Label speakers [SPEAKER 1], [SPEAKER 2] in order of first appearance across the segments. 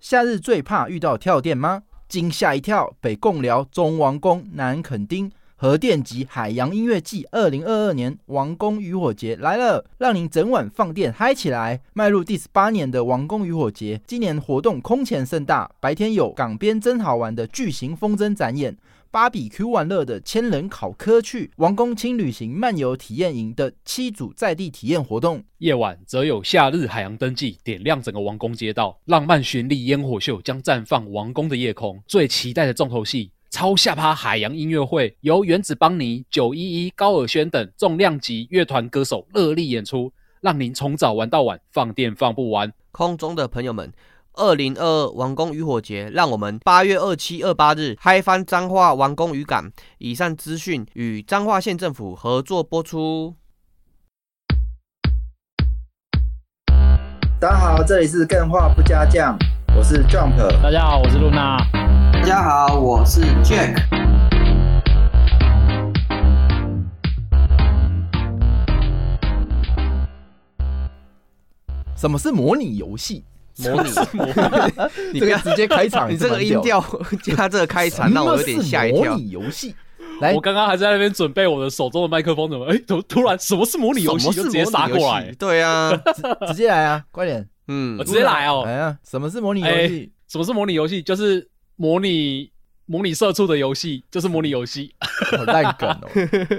[SPEAKER 1] 夏日最怕遇到跳电吗？惊吓一跳！北贡寮、中王宫、南垦丁核电及海洋音乐季二零二二年王宫渔火节来了，让您整晚放电嗨起来！迈入第十八年的王宫渔火节，今年活动空前盛大，白天有港边真好玩的巨型风筝展演。芭比 Q 玩乐的千人考科去，王宫轻旅行漫游体验营的七组在地体验活动，
[SPEAKER 2] 夜晚则有夏日海洋灯记点亮整个王宫街道，浪漫绚丽烟火秀将绽放王宫的夜空。最期待的重头戏——超下趴海洋音乐会，由原子邦尼、九一一、高尔宣等重量级乐团歌手热力演出，让您从早玩到晚，放电放不完。
[SPEAKER 3] 空中的朋友们，二零二二王宫渔火节，让我们八月二七、二八日嗨翻彰化王宫渔港。以上资讯与彰化县政府合作播出。
[SPEAKER 1] 大家好，这里是更画不加酱，我是 Jump。
[SPEAKER 4] 大家好，我是露娜。
[SPEAKER 5] 大家好，我是 Jack。
[SPEAKER 1] 什么是模拟游戏？
[SPEAKER 3] 模拟，你
[SPEAKER 1] 这
[SPEAKER 3] 不
[SPEAKER 1] 个
[SPEAKER 3] 要，
[SPEAKER 1] 直接开场，
[SPEAKER 3] 你这个
[SPEAKER 1] 哎蛮
[SPEAKER 3] 音
[SPEAKER 1] 屌
[SPEAKER 3] 调 加这个开 场，让我有点吓一
[SPEAKER 1] 什么
[SPEAKER 3] 跳
[SPEAKER 1] 是模。拟游戏，来
[SPEAKER 3] 哎
[SPEAKER 2] 我，刚刚还在那边准备我的手中的麦克风，怎么哎，突突然什么是模拟游戏
[SPEAKER 3] 什么
[SPEAKER 2] 就是直接杀
[SPEAKER 3] 模拟
[SPEAKER 2] 过
[SPEAKER 3] 游
[SPEAKER 2] 来
[SPEAKER 3] 戏，对啊，
[SPEAKER 1] 直接来啊，快点，
[SPEAKER 3] 嗯
[SPEAKER 2] 我，直接来哦。
[SPEAKER 1] 来啊！什么是模拟游
[SPEAKER 2] 哎
[SPEAKER 1] 戏？
[SPEAKER 2] 什么是模拟游戏？就是模拟模拟社畜的游戏，就是模拟游戏。
[SPEAKER 1] 好烂梗 哦，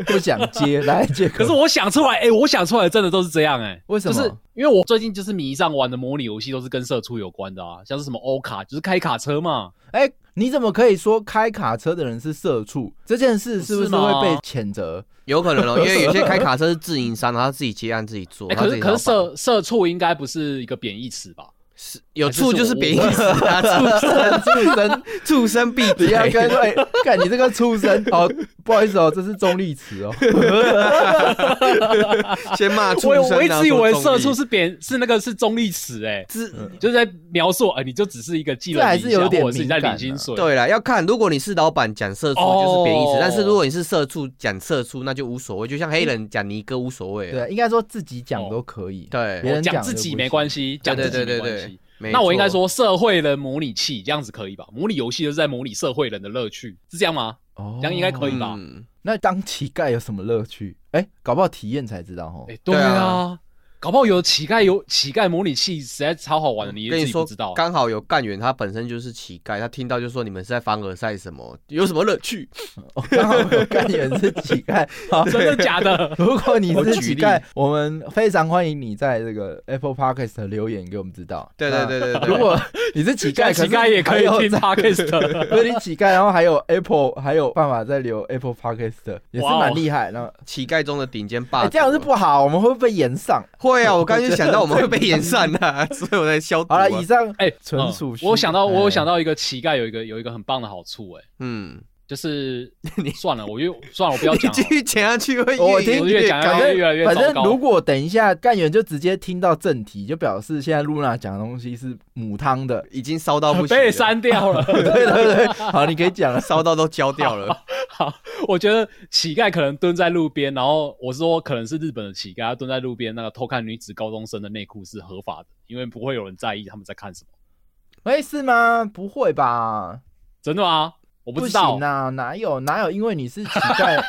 [SPEAKER 1] 不想接，来接。
[SPEAKER 2] 可是我想出来，哎、我想出来真的都是这样、哎，
[SPEAKER 1] 为什么
[SPEAKER 2] 就是因为我最近就是迷上玩的模拟游戏都是跟社畜有关的啊，像是什么欧卡，就是开卡车嘛。
[SPEAKER 1] 哎、你怎么可以说开卡车的人是社畜？这件事是不是
[SPEAKER 2] 哦是吗
[SPEAKER 1] 会被谴责？
[SPEAKER 3] 有可能哦，因为有些开卡车是自营商，然后他自己接案自己做。
[SPEAKER 2] 哎、
[SPEAKER 3] 他
[SPEAKER 2] 可
[SPEAKER 3] 自
[SPEAKER 2] 是
[SPEAKER 3] 己
[SPEAKER 2] 可是
[SPEAKER 3] 老板
[SPEAKER 2] 社社畜应该不是一个贬义词吧？
[SPEAKER 3] 是有
[SPEAKER 2] 还是
[SPEAKER 3] 畜
[SPEAKER 2] 是
[SPEAKER 3] 就是
[SPEAKER 2] 我
[SPEAKER 3] 贬义词 啊，畜生 畜生畜生必
[SPEAKER 1] 不要跟
[SPEAKER 3] 得。
[SPEAKER 1] 哎，看、你这个畜生！哦，不好意思哦，这是中立词 哦。
[SPEAKER 3] 先骂畜
[SPEAKER 2] 我
[SPEAKER 3] 生，啊
[SPEAKER 2] 我一
[SPEAKER 3] 然后
[SPEAKER 2] 直以
[SPEAKER 3] 说
[SPEAKER 2] 为
[SPEAKER 3] 中
[SPEAKER 2] 社
[SPEAKER 3] 立
[SPEAKER 2] 畜是贬是那个是中立词，哎，
[SPEAKER 3] 自
[SPEAKER 2] 就是在描述，哎、你就只是一个技
[SPEAKER 1] 这
[SPEAKER 2] 能
[SPEAKER 1] 还
[SPEAKER 2] 领
[SPEAKER 1] 是
[SPEAKER 2] 一
[SPEAKER 1] 有
[SPEAKER 2] 下，
[SPEAKER 1] 点
[SPEAKER 2] 或者是你在
[SPEAKER 1] 敏感
[SPEAKER 2] 领薪
[SPEAKER 1] 啊
[SPEAKER 2] 水。
[SPEAKER 3] 对啦，要看，如果你是老板讲社畜就是贬义词，
[SPEAKER 2] 哦
[SPEAKER 3] 但是如果你是社畜讲社畜那就无所谓，就像黑人讲尼哥无所谓
[SPEAKER 1] 对
[SPEAKER 3] 啊。
[SPEAKER 1] 啊，应该说自己讲都可以。
[SPEAKER 2] 哦
[SPEAKER 3] 对
[SPEAKER 1] 别人
[SPEAKER 2] 讲
[SPEAKER 1] 讲
[SPEAKER 2] 自
[SPEAKER 1] 就
[SPEAKER 2] 己
[SPEAKER 1] 不
[SPEAKER 2] 没
[SPEAKER 1] 行
[SPEAKER 2] 关系，讲自
[SPEAKER 3] 对
[SPEAKER 2] 己
[SPEAKER 3] 对
[SPEAKER 2] 没
[SPEAKER 3] 对
[SPEAKER 2] 关
[SPEAKER 3] 对
[SPEAKER 2] 系。
[SPEAKER 3] 没
[SPEAKER 2] 那我应该说
[SPEAKER 3] 错
[SPEAKER 2] 社会人模拟器这样子可以吧？模拟游戏就是在模拟社会人的乐趣，是这样吗？
[SPEAKER 1] 哦
[SPEAKER 2] 这样应该可以吧
[SPEAKER 3] 嗯
[SPEAKER 1] 那当乞丐有什么乐趣？哎、搞不好体验才知道哦。
[SPEAKER 2] 哎、对
[SPEAKER 3] 对
[SPEAKER 2] 啊
[SPEAKER 3] 啊，
[SPEAKER 2] 搞不好有乞丐有乞丐模拟器，实在超好玩的，你
[SPEAKER 3] 跟
[SPEAKER 2] 也
[SPEAKER 3] 你
[SPEAKER 2] 自己不
[SPEAKER 3] 说
[SPEAKER 2] 知道，。啊
[SPEAKER 3] 刚好有干员，他本身就是乞丐，他听到就说你们是在凡尔赛什么，有什么乐 趣？
[SPEAKER 1] 哦刚、好有干员是乞丐。好，？
[SPEAKER 2] 真的假的
[SPEAKER 1] 如果你
[SPEAKER 2] 我
[SPEAKER 1] 是乞
[SPEAKER 2] 举例
[SPEAKER 1] 丐，我们非常欢迎你在这个 Apple Podcast 留言给我们知道。
[SPEAKER 3] 对对对对
[SPEAKER 1] 那
[SPEAKER 3] 对，
[SPEAKER 1] 如果你是乞丐，
[SPEAKER 2] 乞丐也可以听 podcast，
[SPEAKER 1] 所以你乞丐，然后还有 Apple，还有办法再留 Apple Podcast，也是
[SPEAKER 2] 哇哦啊
[SPEAKER 1] 蛮厉害。然后，
[SPEAKER 3] 乞丐中的顶尖霸
[SPEAKER 1] 哎，
[SPEAKER 3] 主，啊
[SPEAKER 1] 这样是不好，我们会不会被延上？
[SPEAKER 3] 会 啊！我刚刚就想到我们会被延上的、啊，所以我在消毒、
[SPEAKER 1] 好
[SPEAKER 3] 啊。
[SPEAKER 1] 了，以上
[SPEAKER 2] 哎、
[SPEAKER 1] 纯属虚
[SPEAKER 2] 我有想到，我有
[SPEAKER 1] 哎
[SPEAKER 2] 想到一个乞丐有一个有一个很棒的好处、哎，
[SPEAKER 3] 嗯，
[SPEAKER 2] 就是算了，我就算了，我不要
[SPEAKER 3] 你
[SPEAKER 2] 讲好
[SPEAKER 3] 继
[SPEAKER 2] 了。
[SPEAKER 3] 续讲下去会
[SPEAKER 1] 我
[SPEAKER 3] 越演
[SPEAKER 1] 听
[SPEAKER 2] 哦越讲
[SPEAKER 3] 高。
[SPEAKER 1] 反
[SPEAKER 2] 哎越越来越
[SPEAKER 1] 正反正
[SPEAKER 2] 糟糕
[SPEAKER 1] 如果等一下干员就直接听到正题，就表示现在露娜讲的东西是母汤的
[SPEAKER 3] 已经烧到不行了，啊
[SPEAKER 2] 被删掉了。
[SPEAKER 1] 对对对，好，你可以讲 了。
[SPEAKER 3] 烧到都焦掉了。
[SPEAKER 2] 好， 我觉得乞丐可能蹲在路边，然后我是说可能是日本的乞丐，他蹲在路边那个偷看女子高中生的内裤是合法的，因为不会有人在意他们在看什么。
[SPEAKER 1] 哎，是吗？不会吧？
[SPEAKER 2] 真的吗？我不
[SPEAKER 1] 不
[SPEAKER 2] 知道
[SPEAKER 1] 行。啊，哪有哪有？因为你是乞丐，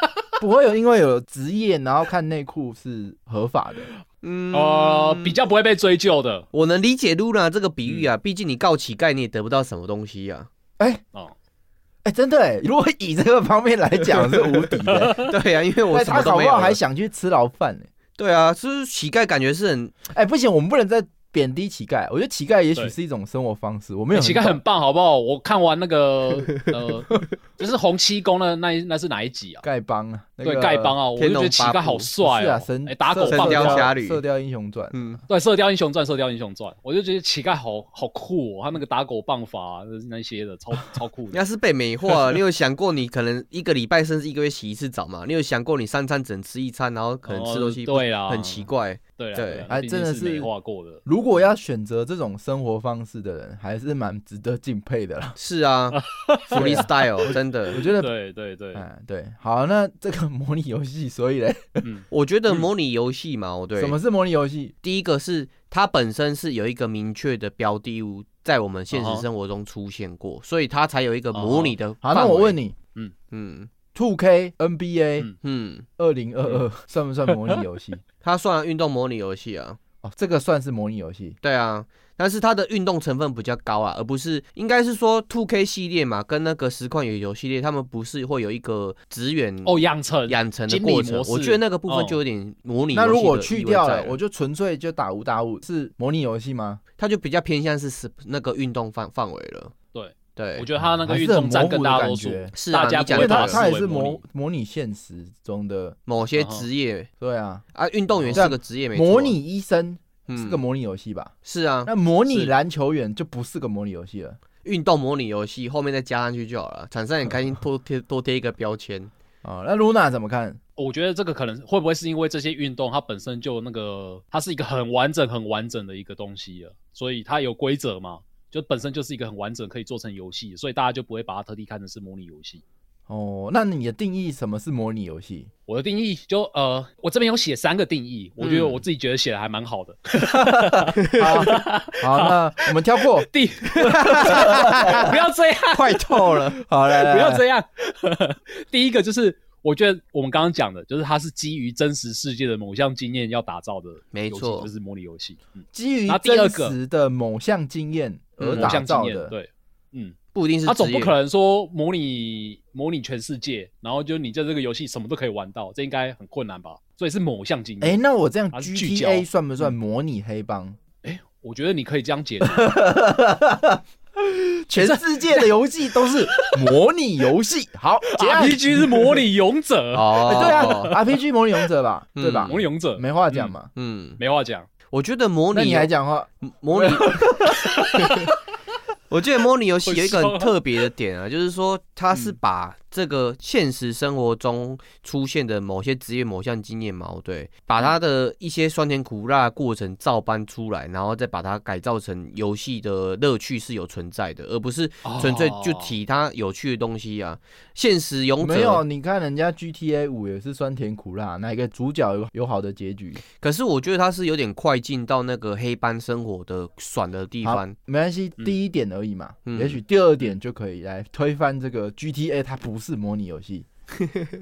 [SPEAKER 1] 不会有因为有职业然后看内裤是合法的。
[SPEAKER 3] 嗯，
[SPEAKER 1] 哦
[SPEAKER 2] 呃，比较不会被追究的
[SPEAKER 3] 我能理解露娜这个比喻
[SPEAKER 1] 嗯
[SPEAKER 3] 啊，毕竟你告乞丐你也得不到什么东 西啊。
[SPEAKER 2] 哦。
[SPEAKER 1] 哎、真的哎，如果以这个方面来讲是无敌 的欸，
[SPEAKER 3] 对啊，因为我
[SPEAKER 1] 哎
[SPEAKER 3] 什
[SPEAKER 1] 他
[SPEAKER 3] 么都
[SPEAKER 1] 搞
[SPEAKER 3] 没
[SPEAKER 1] 不
[SPEAKER 3] 有
[SPEAKER 1] 好
[SPEAKER 3] 了
[SPEAKER 1] 还。想去吃牢饭呢。
[SPEAKER 3] 对啊，就是乞丐感觉是很
[SPEAKER 1] 哎、不行，我们不能再贬低乞丐。我觉得乞丐也许
[SPEAKER 2] 对哎
[SPEAKER 1] 是一种生活方式，我没有
[SPEAKER 2] 欸乞丐很
[SPEAKER 1] 懂
[SPEAKER 2] 棒，好不好？我看完那个 呃，就是洪七公的那一那是哪一集啊？
[SPEAKER 1] 丐帮啊，那
[SPEAKER 2] 对，
[SPEAKER 1] 个
[SPEAKER 2] 丐帮啊，我就
[SPEAKER 3] 天
[SPEAKER 2] 觉
[SPEAKER 3] 龙
[SPEAKER 2] 得乞
[SPEAKER 3] 八
[SPEAKER 2] 丐
[SPEAKER 3] 部
[SPEAKER 2] 好帅
[SPEAKER 1] 是啊，
[SPEAKER 2] 哦
[SPEAKER 1] 神、，
[SPEAKER 2] 哎，打狗
[SPEAKER 1] 射
[SPEAKER 2] 棒
[SPEAKER 3] 神雕
[SPEAKER 2] 球
[SPEAKER 3] 侠侣
[SPEAKER 1] 射雕英雄传。
[SPEAKER 3] 嗯，
[SPEAKER 2] 对，《射雕英雄传》《射雕英雄传》，我就觉得乞丐好好酷、哦，他那个打狗棒法、啊、那些的，超超酷的。
[SPEAKER 3] 要是被美 化了，你有想过你可能一个礼拜甚至一个月洗一次澡吗？你有想过你三餐只能吃一餐，然后可能吃东西
[SPEAKER 2] 哦对
[SPEAKER 1] 啊
[SPEAKER 2] 啦
[SPEAKER 3] 很奇怪。
[SPEAKER 2] 对啊，
[SPEAKER 3] 对
[SPEAKER 2] 对啊，
[SPEAKER 1] 哎
[SPEAKER 2] 毕竟
[SPEAKER 1] 真的
[SPEAKER 2] 是美
[SPEAKER 1] 是
[SPEAKER 2] 化过的。
[SPEAKER 1] 如果要选择这种生活方式的人，还是蛮值得敬佩的啦。
[SPEAKER 3] 是 啊，freestyle 真
[SPEAKER 1] 我
[SPEAKER 3] 的，
[SPEAKER 1] 觉得，
[SPEAKER 2] 对对对，
[SPEAKER 3] 哎
[SPEAKER 1] 嗯，对，好，那这个模拟游戏，所以嘞，
[SPEAKER 2] 嗯，
[SPEAKER 3] 我觉得模拟游 戏嘛，我对
[SPEAKER 1] 什么是模拟游戏？
[SPEAKER 3] 第一个是它本身是有一个明确的标的物在我们现
[SPEAKER 1] 嗯
[SPEAKER 3] 实生活中出现过，所以它才有一个模拟的。
[SPEAKER 1] 好，那我问，你
[SPEAKER 3] 嗯
[SPEAKER 1] ，Two K NBA
[SPEAKER 2] 嗯
[SPEAKER 3] 嗯，
[SPEAKER 1] 二零二二算不算模拟游戏？
[SPEAKER 3] 它算运动模拟游戏啊，
[SPEAKER 1] 哦，这个算是模拟游戏。
[SPEAKER 3] 对啊，但是它的运动成分比较高啊，而不是应该是说 Two K 系列嘛，跟那个实况野球系列，他们不是会有一个职员
[SPEAKER 2] 哦，养成
[SPEAKER 3] 养成的
[SPEAKER 2] 经理
[SPEAKER 3] 过程
[SPEAKER 2] 模，式
[SPEAKER 3] 我觉得那个部分
[SPEAKER 2] 哦
[SPEAKER 3] 就有点模拟游
[SPEAKER 1] 那
[SPEAKER 3] 戏的意味在了。
[SPEAKER 1] 如果去掉了，我就纯粹就打五打五，是模拟游戏吗？
[SPEAKER 3] 它就比较偏向是是那个运动范范围了。
[SPEAKER 2] 对
[SPEAKER 3] 对
[SPEAKER 2] 我，觉得他那个
[SPEAKER 1] 还是
[SPEAKER 2] 运动
[SPEAKER 1] 很
[SPEAKER 2] 战
[SPEAKER 1] 模糊
[SPEAKER 2] 更
[SPEAKER 1] 的
[SPEAKER 2] 大
[SPEAKER 1] 感
[SPEAKER 2] 多数，
[SPEAKER 1] 觉
[SPEAKER 3] 是啊
[SPEAKER 2] 大家
[SPEAKER 3] 你
[SPEAKER 2] 不
[SPEAKER 3] 讲
[SPEAKER 1] 因为
[SPEAKER 2] 会
[SPEAKER 3] 对的
[SPEAKER 1] 它
[SPEAKER 2] 把
[SPEAKER 3] 对
[SPEAKER 1] 它
[SPEAKER 2] 视
[SPEAKER 1] 也
[SPEAKER 2] 为
[SPEAKER 1] 是
[SPEAKER 2] 模拟
[SPEAKER 1] 模模拟现实中的，
[SPEAKER 3] 某些
[SPEAKER 2] 嗯哼
[SPEAKER 3] 职业
[SPEAKER 1] 对啊，
[SPEAKER 3] 啊，运动员
[SPEAKER 1] 对啊
[SPEAKER 3] 是个职业，没错
[SPEAKER 1] 模拟医生是
[SPEAKER 3] 嗯
[SPEAKER 1] 个模拟游戏吧？
[SPEAKER 3] 是啊，
[SPEAKER 1] 那模拟
[SPEAKER 3] 是
[SPEAKER 1] 篮球员就不是个模拟游戏了。
[SPEAKER 3] 运动模拟游戏后面再加上去就好了。厂商很开心多贴多贴一个标签，
[SPEAKER 1] 哦，那 Luna 怎么看？
[SPEAKER 2] 我觉得这个可能会不会是因为这些运动它本身就那个，它是一个很完整、很完整的一个东西了，所以它有规则嘛，就本身就是一个很完整可以做成游戏，所以大家就不会把它特地看成是模拟游戏。
[SPEAKER 1] 哦，那你的定义什么是模拟游戏？
[SPEAKER 2] 我的定义就呃，我这边有写三个定义，我
[SPEAKER 3] 嗯
[SPEAKER 2] 觉得我自己觉得写的还蛮好的。
[SPEAKER 1] 好，好，那我们跳过，
[SPEAKER 2] 第， 不要这样，
[SPEAKER 1] 快透了。好，来来，
[SPEAKER 2] 不要
[SPEAKER 1] 来
[SPEAKER 2] 这样。 第一个就是，我觉得我们刚刚讲的，就是它是基于真实世界的某项经验要打造的游戏，
[SPEAKER 3] 没错
[SPEAKER 2] 就是模拟游戏，嗯，
[SPEAKER 1] 基于
[SPEAKER 2] 然后第
[SPEAKER 1] 真
[SPEAKER 2] 二个
[SPEAKER 1] 实的某项经验而
[SPEAKER 3] 嗯
[SPEAKER 2] 某
[SPEAKER 1] 打
[SPEAKER 2] 项经
[SPEAKER 1] 造
[SPEAKER 2] 验，
[SPEAKER 1] 的。
[SPEAKER 2] 对，嗯，
[SPEAKER 3] 不一定是
[SPEAKER 2] 他
[SPEAKER 3] 职
[SPEAKER 2] 总
[SPEAKER 3] 业
[SPEAKER 2] 不可能说模拟模拟全世界，然后就你在这个游戏什么都可以玩到，这应该很困难吧？所以是某项经验。
[SPEAKER 1] 哎，那我这样
[SPEAKER 2] 它是聚焦
[SPEAKER 1] GTA 算不算模拟黑帮？
[SPEAKER 2] 我觉得你可以这样解读，
[SPEAKER 1] 全世界的游戏都是模拟游戏。 好，结案。
[SPEAKER 2] RPG 是模拟勇 者，
[SPEAKER 3] 哦
[SPEAKER 1] 哎，对啊，RPG 模拟勇者吧，
[SPEAKER 3] 嗯
[SPEAKER 1] 对吧
[SPEAKER 2] 模？拟勇者
[SPEAKER 1] 没话讲嘛。
[SPEAKER 3] 嗯，
[SPEAKER 2] 没话讲。
[SPEAKER 3] 我觉得模
[SPEAKER 1] 那
[SPEAKER 3] 拟
[SPEAKER 1] 你还讲话？
[SPEAKER 3] 模 拟，我觉得模拟游戏有一个
[SPEAKER 2] 我笑
[SPEAKER 3] 很特别的点 啊，就是说它是
[SPEAKER 1] 嗯
[SPEAKER 3] 把这个现实生活中出现的某些职业、某项经验嘛，对，把它的一些酸甜苦辣的过程照搬出来，然后再把它改造成游戏的乐趣是有存在的，而不是
[SPEAKER 1] 哦
[SPEAKER 3] 纯粹就提它有趣的东西啊。现实勇者
[SPEAKER 1] 没有，啊你看人家 GTA 五也是酸甜苦辣，哪一个主角有有好的结局？
[SPEAKER 3] 可是我觉得他是有点快进到那个黑帮生活的爽的地
[SPEAKER 1] 好
[SPEAKER 3] 方。
[SPEAKER 1] 没关系，
[SPEAKER 2] 嗯
[SPEAKER 1] 第一点而已嘛，
[SPEAKER 3] 嗯
[SPEAKER 1] 也许第二点就可以来推翻这个 GTA，它不是模拟游戏。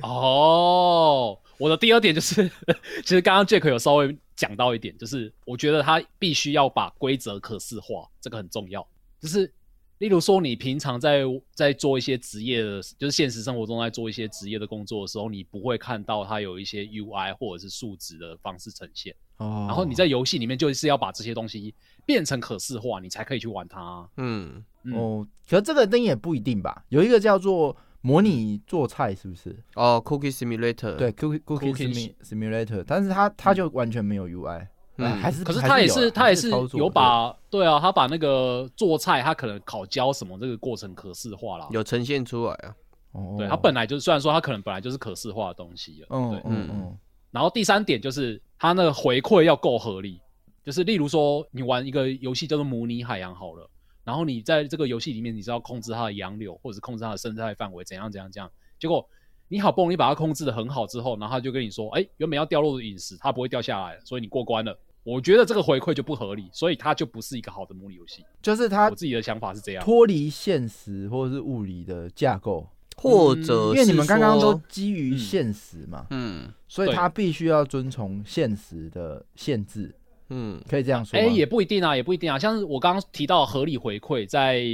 [SPEAKER 2] 哦。我的第二点就是， 其实刚刚 Jack 有稍微讲到一点，就是我觉得他必须要把规则可视化，这个很重要。就是例如说，你平常在在做一些职业的，就是现实生活中在做一些职业的工作的时候，你不会看到它有一些 UI 或者是数值的方式呈现。
[SPEAKER 1] 哦，
[SPEAKER 2] 然后你在游戏里面就是要把这些东西变成可视化，你才可以去玩它啊。
[SPEAKER 3] 嗯，
[SPEAKER 2] 嗯
[SPEAKER 1] 哦，可这个灯也不一定吧？有一个叫做模拟做菜，是不是？
[SPEAKER 3] 哦，Cookie Simulator，
[SPEAKER 1] 对，Cookie Cookie
[SPEAKER 2] Cooking
[SPEAKER 1] Simulator，但是它它就完全没有 UI，
[SPEAKER 3] 嗯
[SPEAKER 1] 哎还是
[SPEAKER 2] 嗯可是
[SPEAKER 1] 是
[SPEAKER 2] 他也
[SPEAKER 1] 有啊
[SPEAKER 2] 是他也是
[SPEAKER 1] 操作
[SPEAKER 2] 有把对啊，他把那个做菜，他可能烤焦什么这个过程可视化啦。
[SPEAKER 3] 有呈现出来啊。
[SPEAKER 1] 哦，
[SPEAKER 2] 对他本来就虽然说他可能本来就是可视化的东西了，
[SPEAKER 1] 嗯
[SPEAKER 2] 对
[SPEAKER 1] 嗯。嗯
[SPEAKER 2] 然后第三点就是他那个回馈要够合理，就是例如说你玩一个游戏叫做模拟海洋好了，然后你在这个游戏里面你是要控制它的洋流或者是控制它的生态范围怎样怎样怎样，结果你好不容易把它控制的很好之后，然后他就跟你说，哎，原本要掉落的陨石它不会掉下来了，所以你过关了。我觉得这个回馈就不合理，所以它就不是一个好的模拟游戏。
[SPEAKER 1] 就是它
[SPEAKER 2] 我自己的想法是这样。
[SPEAKER 1] 脱离现实或者是物理的架构，
[SPEAKER 3] 或
[SPEAKER 2] 呃
[SPEAKER 3] 者
[SPEAKER 1] 嗯因为你们
[SPEAKER 3] 是
[SPEAKER 1] 刚刚都
[SPEAKER 3] 说
[SPEAKER 1] 基于
[SPEAKER 2] 嗯
[SPEAKER 1] 现实嘛，
[SPEAKER 3] 嗯
[SPEAKER 1] 所以
[SPEAKER 2] 对
[SPEAKER 1] 它必须要遵从现实的限制，
[SPEAKER 3] 嗯
[SPEAKER 1] 可以这样说
[SPEAKER 2] 哎、
[SPEAKER 1] 吗。
[SPEAKER 2] 也不一定啊，也不一定啊。像是我刚刚提到合理回馈，在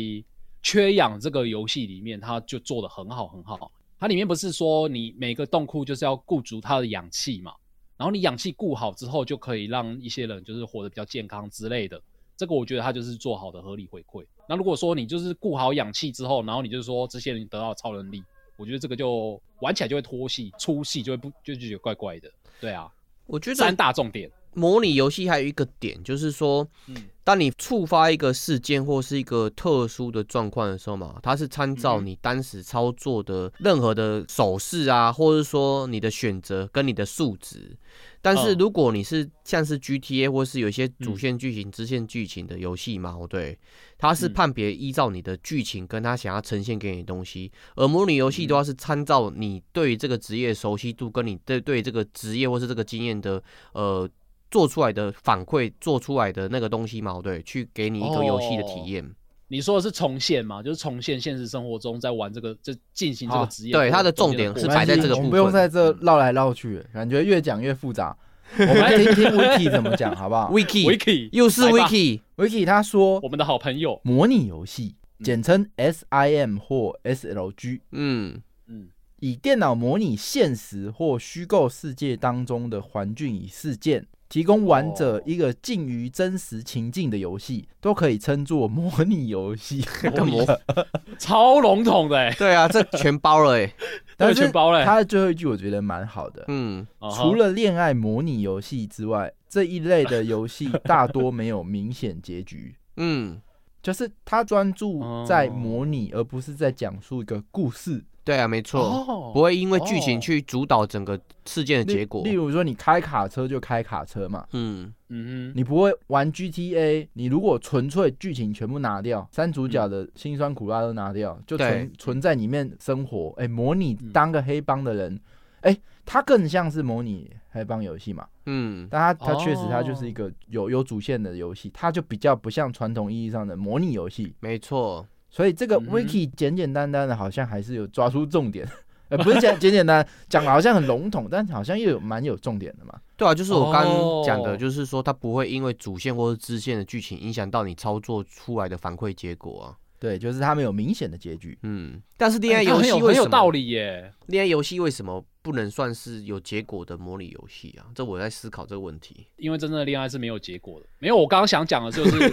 [SPEAKER 2] 缺氧这个游戏里面，它就做的很好很好。它里面不是说你每个洞窟就是要顾足它的氧气嘛，然后你氧气顾好之后，就可以让一些人就是活得比较健康之类的。这个我觉得它就是做好的合理回馈。那如果说你就是顾好氧气之后，然后你就说这些人得到超能力，我觉得这个就玩起来就会拖戏、出戏，就会不就就觉得怪怪的。对啊，
[SPEAKER 3] 我觉
[SPEAKER 2] 三
[SPEAKER 3] 得
[SPEAKER 2] 大重点。
[SPEAKER 3] 模拟游戏还有一个点，就是说，
[SPEAKER 2] 嗯
[SPEAKER 3] 当你触发一个事件或是一个特殊的状况的时候嘛，它是参
[SPEAKER 2] 嗯
[SPEAKER 3] 照
[SPEAKER 2] 哼
[SPEAKER 3] 你当时操作的任何的手势啊，或是说你的选择跟你的数值。但是
[SPEAKER 2] 嗯
[SPEAKER 3] 如果你是像是 GTA 或是有一些主
[SPEAKER 2] 嗯
[SPEAKER 3] 线剧情、支线剧情的游戏嘛，哦对，它是
[SPEAKER 2] 嗯
[SPEAKER 3] 判别依照你的剧情跟它想要呈现给你的东西，而模拟
[SPEAKER 2] 嗯
[SPEAKER 3] 游戏的话是参照你对于这个职业的熟悉度，跟你对对这个职业或是这个经验的呃做出来的反馈，做出来的那个东西嘛，对，去给你一个游戏的体验。
[SPEAKER 2] 你说的是重现嘛？就是重现现实生活中在玩这个，这进行这个
[SPEAKER 3] 好
[SPEAKER 2] 职业活动中间过程。
[SPEAKER 3] 对它的重点是摆 在这
[SPEAKER 1] 我
[SPEAKER 3] 个
[SPEAKER 1] 们
[SPEAKER 3] 部分
[SPEAKER 1] 不用在这绕来绕去，感觉越讲越复杂。 我们来听听 Wiki 怎么讲，好不好
[SPEAKER 3] Wiki
[SPEAKER 2] 哦 Wiki，
[SPEAKER 3] 又是
[SPEAKER 2] 来吧
[SPEAKER 3] Wiki，
[SPEAKER 1] ？Wiki 他说
[SPEAKER 2] 我，们的好朋友，
[SPEAKER 1] 模拟游戏
[SPEAKER 2] 嗯
[SPEAKER 1] 简称 SIM 或 SLG，
[SPEAKER 3] 嗯，
[SPEAKER 2] 嗯
[SPEAKER 1] 以电脑模拟现实或虚构世界当中的环境与事件，提供玩者
[SPEAKER 2] 哦
[SPEAKER 1] 一个近于真实情境的游戏，都可以称作模拟游 戏。
[SPEAKER 3] 更模糊。
[SPEAKER 2] 超笼统的欸，
[SPEAKER 3] 对啊，这全包了哎，
[SPEAKER 1] 但
[SPEAKER 2] 这个
[SPEAKER 1] 是
[SPEAKER 2] 全包嘞。
[SPEAKER 1] 他的最后一句我觉得蛮好的，
[SPEAKER 3] 嗯，
[SPEAKER 2] 啊哈
[SPEAKER 1] 除了恋爱模拟游戏之外，这一类的游戏 大多没有明显结局。
[SPEAKER 3] 嗯，
[SPEAKER 1] 就是他专注在
[SPEAKER 2] 哦
[SPEAKER 1] 模拟，而不是在讲述一个故事。
[SPEAKER 3] 对啊，没错，
[SPEAKER 2] 哦
[SPEAKER 3] 不会因为剧
[SPEAKER 2] 哦
[SPEAKER 3] 情去主导整个事件的
[SPEAKER 1] 例
[SPEAKER 3] 结果
[SPEAKER 1] 例。如说你开卡车就开卡车嘛，
[SPEAKER 3] 嗯，
[SPEAKER 2] 嗯哼，
[SPEAKER 1] 你不会玩 GTA，你如果纯粹剧情全部拿掉，三主角
[SPEAKER 2] 嗯
[SPEAKER 1] 的辛酸苦辣都拿掉，就
[SPEAKER 3] 对
[SPEAKER 1] 纯纯在里面生活，哎、模拟
[SPEAKER 2] 嗯
[SPEAKER 1] 当个黑帮的人，哎、他更像是模拟黑帮游戏嘛，
[SPEAKER 3] 嗯，
[SPEAKER 1] 但他他确实
[SPEAKER 2] 哦
[SPEAKER 1] 他就是一个有有主线的游戏，他就比较不像传统意义上的模拟游戏，
[SPEAKER 3] 没错，
[SPEAKER 1] 所以这个
[SPEAKER 2] 嗯哼
[SPEAKER 1] wiki 简简单单的，好像还是有抓出重点， 呃，不是简简简单讲，好像很笼统，但好像又有蛮有重点的嘛。
[SPEAKER 3] 对啊，就是我刚
[SPEAKER 2] 哦
[SPEAKER 3] 讲的，就是说它不会因为主线或是支线的剧情影响到你操作出来的反馈结果啊。
[SPEAKER 1] 对，就是他们有明显的结局。
[SPEAKER 3] 嗯，但是恋爱
[SPEAKER 2] 哎他
[SPEAKER 3] 游
[SPEAKER 2] 很
[SPEAKER 3] 戏
[SPEAKER 2] 有
[SPEAKER 3] 为
[SPEAKER 2] 很
[SPEAKER 3] 什
[SPEAKER 2] 有
[SPEAKER 3] 么
[SPEAKER 2] 道理耶。
[SPEAKER 3] 恋爱游戏为什么不能算是有结果的模拟游戏啊？这我在思考这个问题。
[SPEAKER 2] 因为真正的恋爱是没有结果的。没有，我刚刚想讲的就是，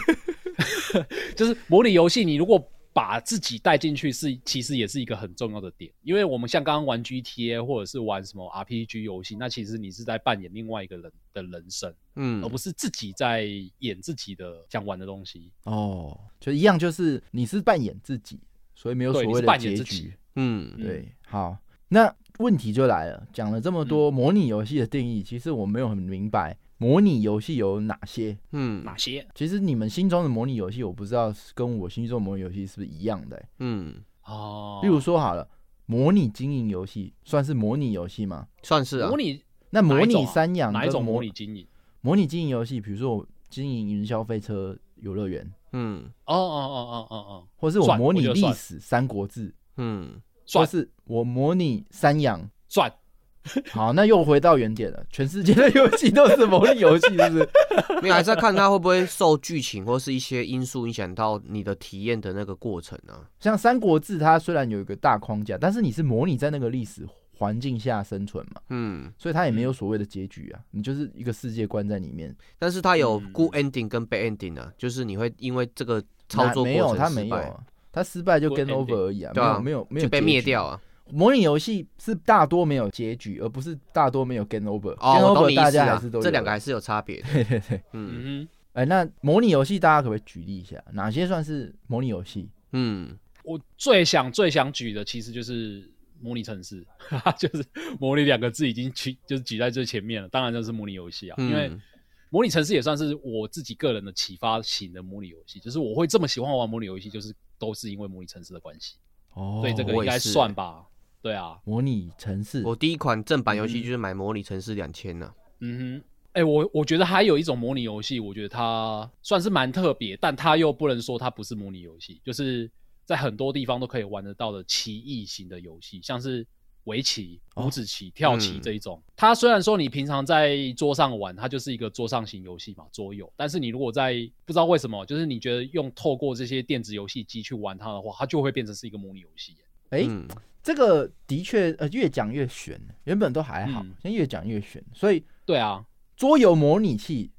[SPEAKER 2] 就是模拟游戏，你如果把自己带进去是，其实也是一个很重要的点。因为我们像刚刚玩 GTA 或者是玩什么 RPG 游戏，那其实你是在扮演另外一个人的人生，
[SPEAKER 3] 嗯
[SPEAKER 1] 哦
[SPEAKER 2] 而，不是自己在演自己的想玩的东西。
[SPEAKER 1] 哦，就一样，就是你是扮演自己，所以没有所
[SPEAKER 2] 对
[SPEAKER 1] 谓
[SPEAKER 2] 你是
[SPEAKER 1] 的
[SPEAKER 2] 扮演
[SPEAKER 1] 结
[SPEAKER 2] 自己
[SPEAKER 1] 局。
[SPEAKER 3] 嗯
[SPEAKER 2] 嗯
[SPEAKER 1] 对，好，那问题就来了，讲了这么
[SPEAKER 2] 嗯
[SPEAKER 1] 多模拟游戏的定义，其实我没有很明白模拟游戏有哪些。
[SPEAKER 3] 嗯
[SPEAKER 2] 哪些？
[SPEAKER 1] 其实你们心中的模拟游戏，我不知道是跟我心中的模拟游戏是不是一样的欸、
[SPEAKER 3] 嗯，
[SPEAKER 2] 哦，
[SPEAKER 1] 例如说好了，模拟经营游戏算是模拟游戏吗？
[SPEAKER 3] 算是啊
[SPEAKER 2] 模。拟
[SPEAKER 1] 那模
[SPEAKER 2] 哪一种
[SPEAKER 1] 拟
[SPEAKER 2] 啊
[SPEAKER 1] 三养
[SPEAKER 2] 哪一
[SPEAKER 1] 跟
[SPEAKER 2] 种模
[SPEAKER 1] 模
[SPEAKER 2] 拟经营？
[SPEAKER 1] 模拟经营游戏，比如说我经营云霄飞车游乐园，
[SPEAKER 3] 嗯
[SPEAKER 2] 哦哦哦哦哦
[SPEAKER 1] 或是我
[SPEAKER 2] 算
[SPEAKER 1] 模拟
[SPEAKER 2] 我觉得
[SPEAKER 1] 历
[SPEAKER 2] 算
[SPEAKER 1] 史《三国志》，
[SPEAKER 3] 嗯，
[SPEAKER 2] 哦，
[SPEAKER 1] 或
[SPEAKER 2] 算
[SPEAKER 1] 是我模拟三养。
[SPEAKER 2] 算，
[SPEAKER 1] 好，那又回到原点了，全世界的游戏都是模拟游戏，是 不是？
[SPEAKER 3] 没有，还是要看它会不会受剧情或是一些因素影响到你的体验的那个过程啊。
[SPEAKER 1] 像《三国志》，它虽然有一个大框架，但是你是模拟在那个历史环境下生存嘛，
[SPEAKER 3] 嗯，
[SPEAKER 1] 所以它也没有所谓的结局啊，你就是一个世界观在里面。
[SPEAKER 3] 但是它有
[SPEAKER 2] 嗯
[SPEAKER 3] good ending 跟 bad ending 啊，就是你会因为这个操作
[SPEAKER 1] 哪没
[SPEAKER 3] 过
[SPEAKER 1] 有，它
[SPEAKER 3] 程失
[SPEAKER 1] 没有
[SPEAKER 3] 败
[SPEAKER 1] 啊，它失败就
[SPEAKER 2] Good
[SPEAKER 1] game
[SPEAKER 2] ending
[SPEAKER 1] over 而已啊，没
[SPEAKER 3] 对啊
[SPEAKER 1] 有没有没有
[SPEAKER 3] 就被
[SPEAKER 1] 结
[SPEAKER 3] 灭
[SPEAKER 1] 局
[SPEAKER 3] 掉啊。
[SPEAKER 1] 模拟游戏是大多没有结局，而不是大多没有 game over。
[SPEAKER 3] 哦，
[SPEAKER 1] game
[SPEAKER 3] 我懂
[SPEAKER 1] over
[SPEAKER 3] 你
[SPEAKER 1] 大
[SPEAKER 3] 意思
[SPEAKER 1] 家
[SPEAKER 3] 啊
[SPEAKER 1] 还是都，有
[SPEAKER 3] 这两个还是有差别的。
[SPEAKER 1] 对对对。
[SPEAKER 3] 嗯
[SPEAKER 2] 嗯哼。
[SPEAKER 1] 哎，那模拟游戏大家可不可以举例一下，哪些算是模拟游戏？
[SPEAKER 3] 嗯，
[SPEAKER 2] 我最想最想举的其实就是模拟城市， 就是模拟两个字已经举就是举在最前面了。当然就是模拟游戏啊，因为
[SPEAKER 3] 嗯
[SPEAKER 2] 模拟城市也算是我自己个人的启发型的模拟游戏。就是我会这么喜欢玩模拟游戏，就是都是因为模拟城市的关系。
[SPEAKER 1] 哦
[SPEAKER 2] 所以这个
[SPEAKER 3] 我
[SPEAKER 2] 应
[SPEAKER 3] 也
[SPEAKER 2] 该
[SPEAKER 3] 是欸
[SPEAKER 2] 算吧？对啊，
[SPEAKER 1] 模拟城市，
[SPEAKER 3] 我第一款正版游戏
[SPEAKER 2] 嗯
[SPEAKER 3] 就是买《模拟城市两千》啊呢。
[SPEAKER 2] 嗯哼。哎、我我觉得还有一种模拟游戏，我觉得它算是蛮特别，但它又不能说它不是模拟游戏，就是在很多地方都可以玩得到的棋艺型的游戏，像是围棋、
[SPEAKER 1] 哦
[SPEAKER 2] 五子棋、跳棋
[SPEAKER 3] 嗯
[SPEAKER 2] 这一种。它虽然说你平常在桌上玩，它就是一个桌上型游戏嘛，桌游。但是你如果在不知道为什么，就是你觉得用透过这些电子游戏机去玩它的话，它就会变成是一个模拟游戏耶。
[SPEAKER 1] 哎、
[SPEAKER 3] 嗯
[SPEAKER 1] 这个的确呃越讲越悬，原本都还好，
[SPEAKER 2] 嗯
[SPEAKER 1] 现在越讲越悬。所以
[SPEAKER 2] 对啊，
[SPEAKER 1] 桌游模拟器，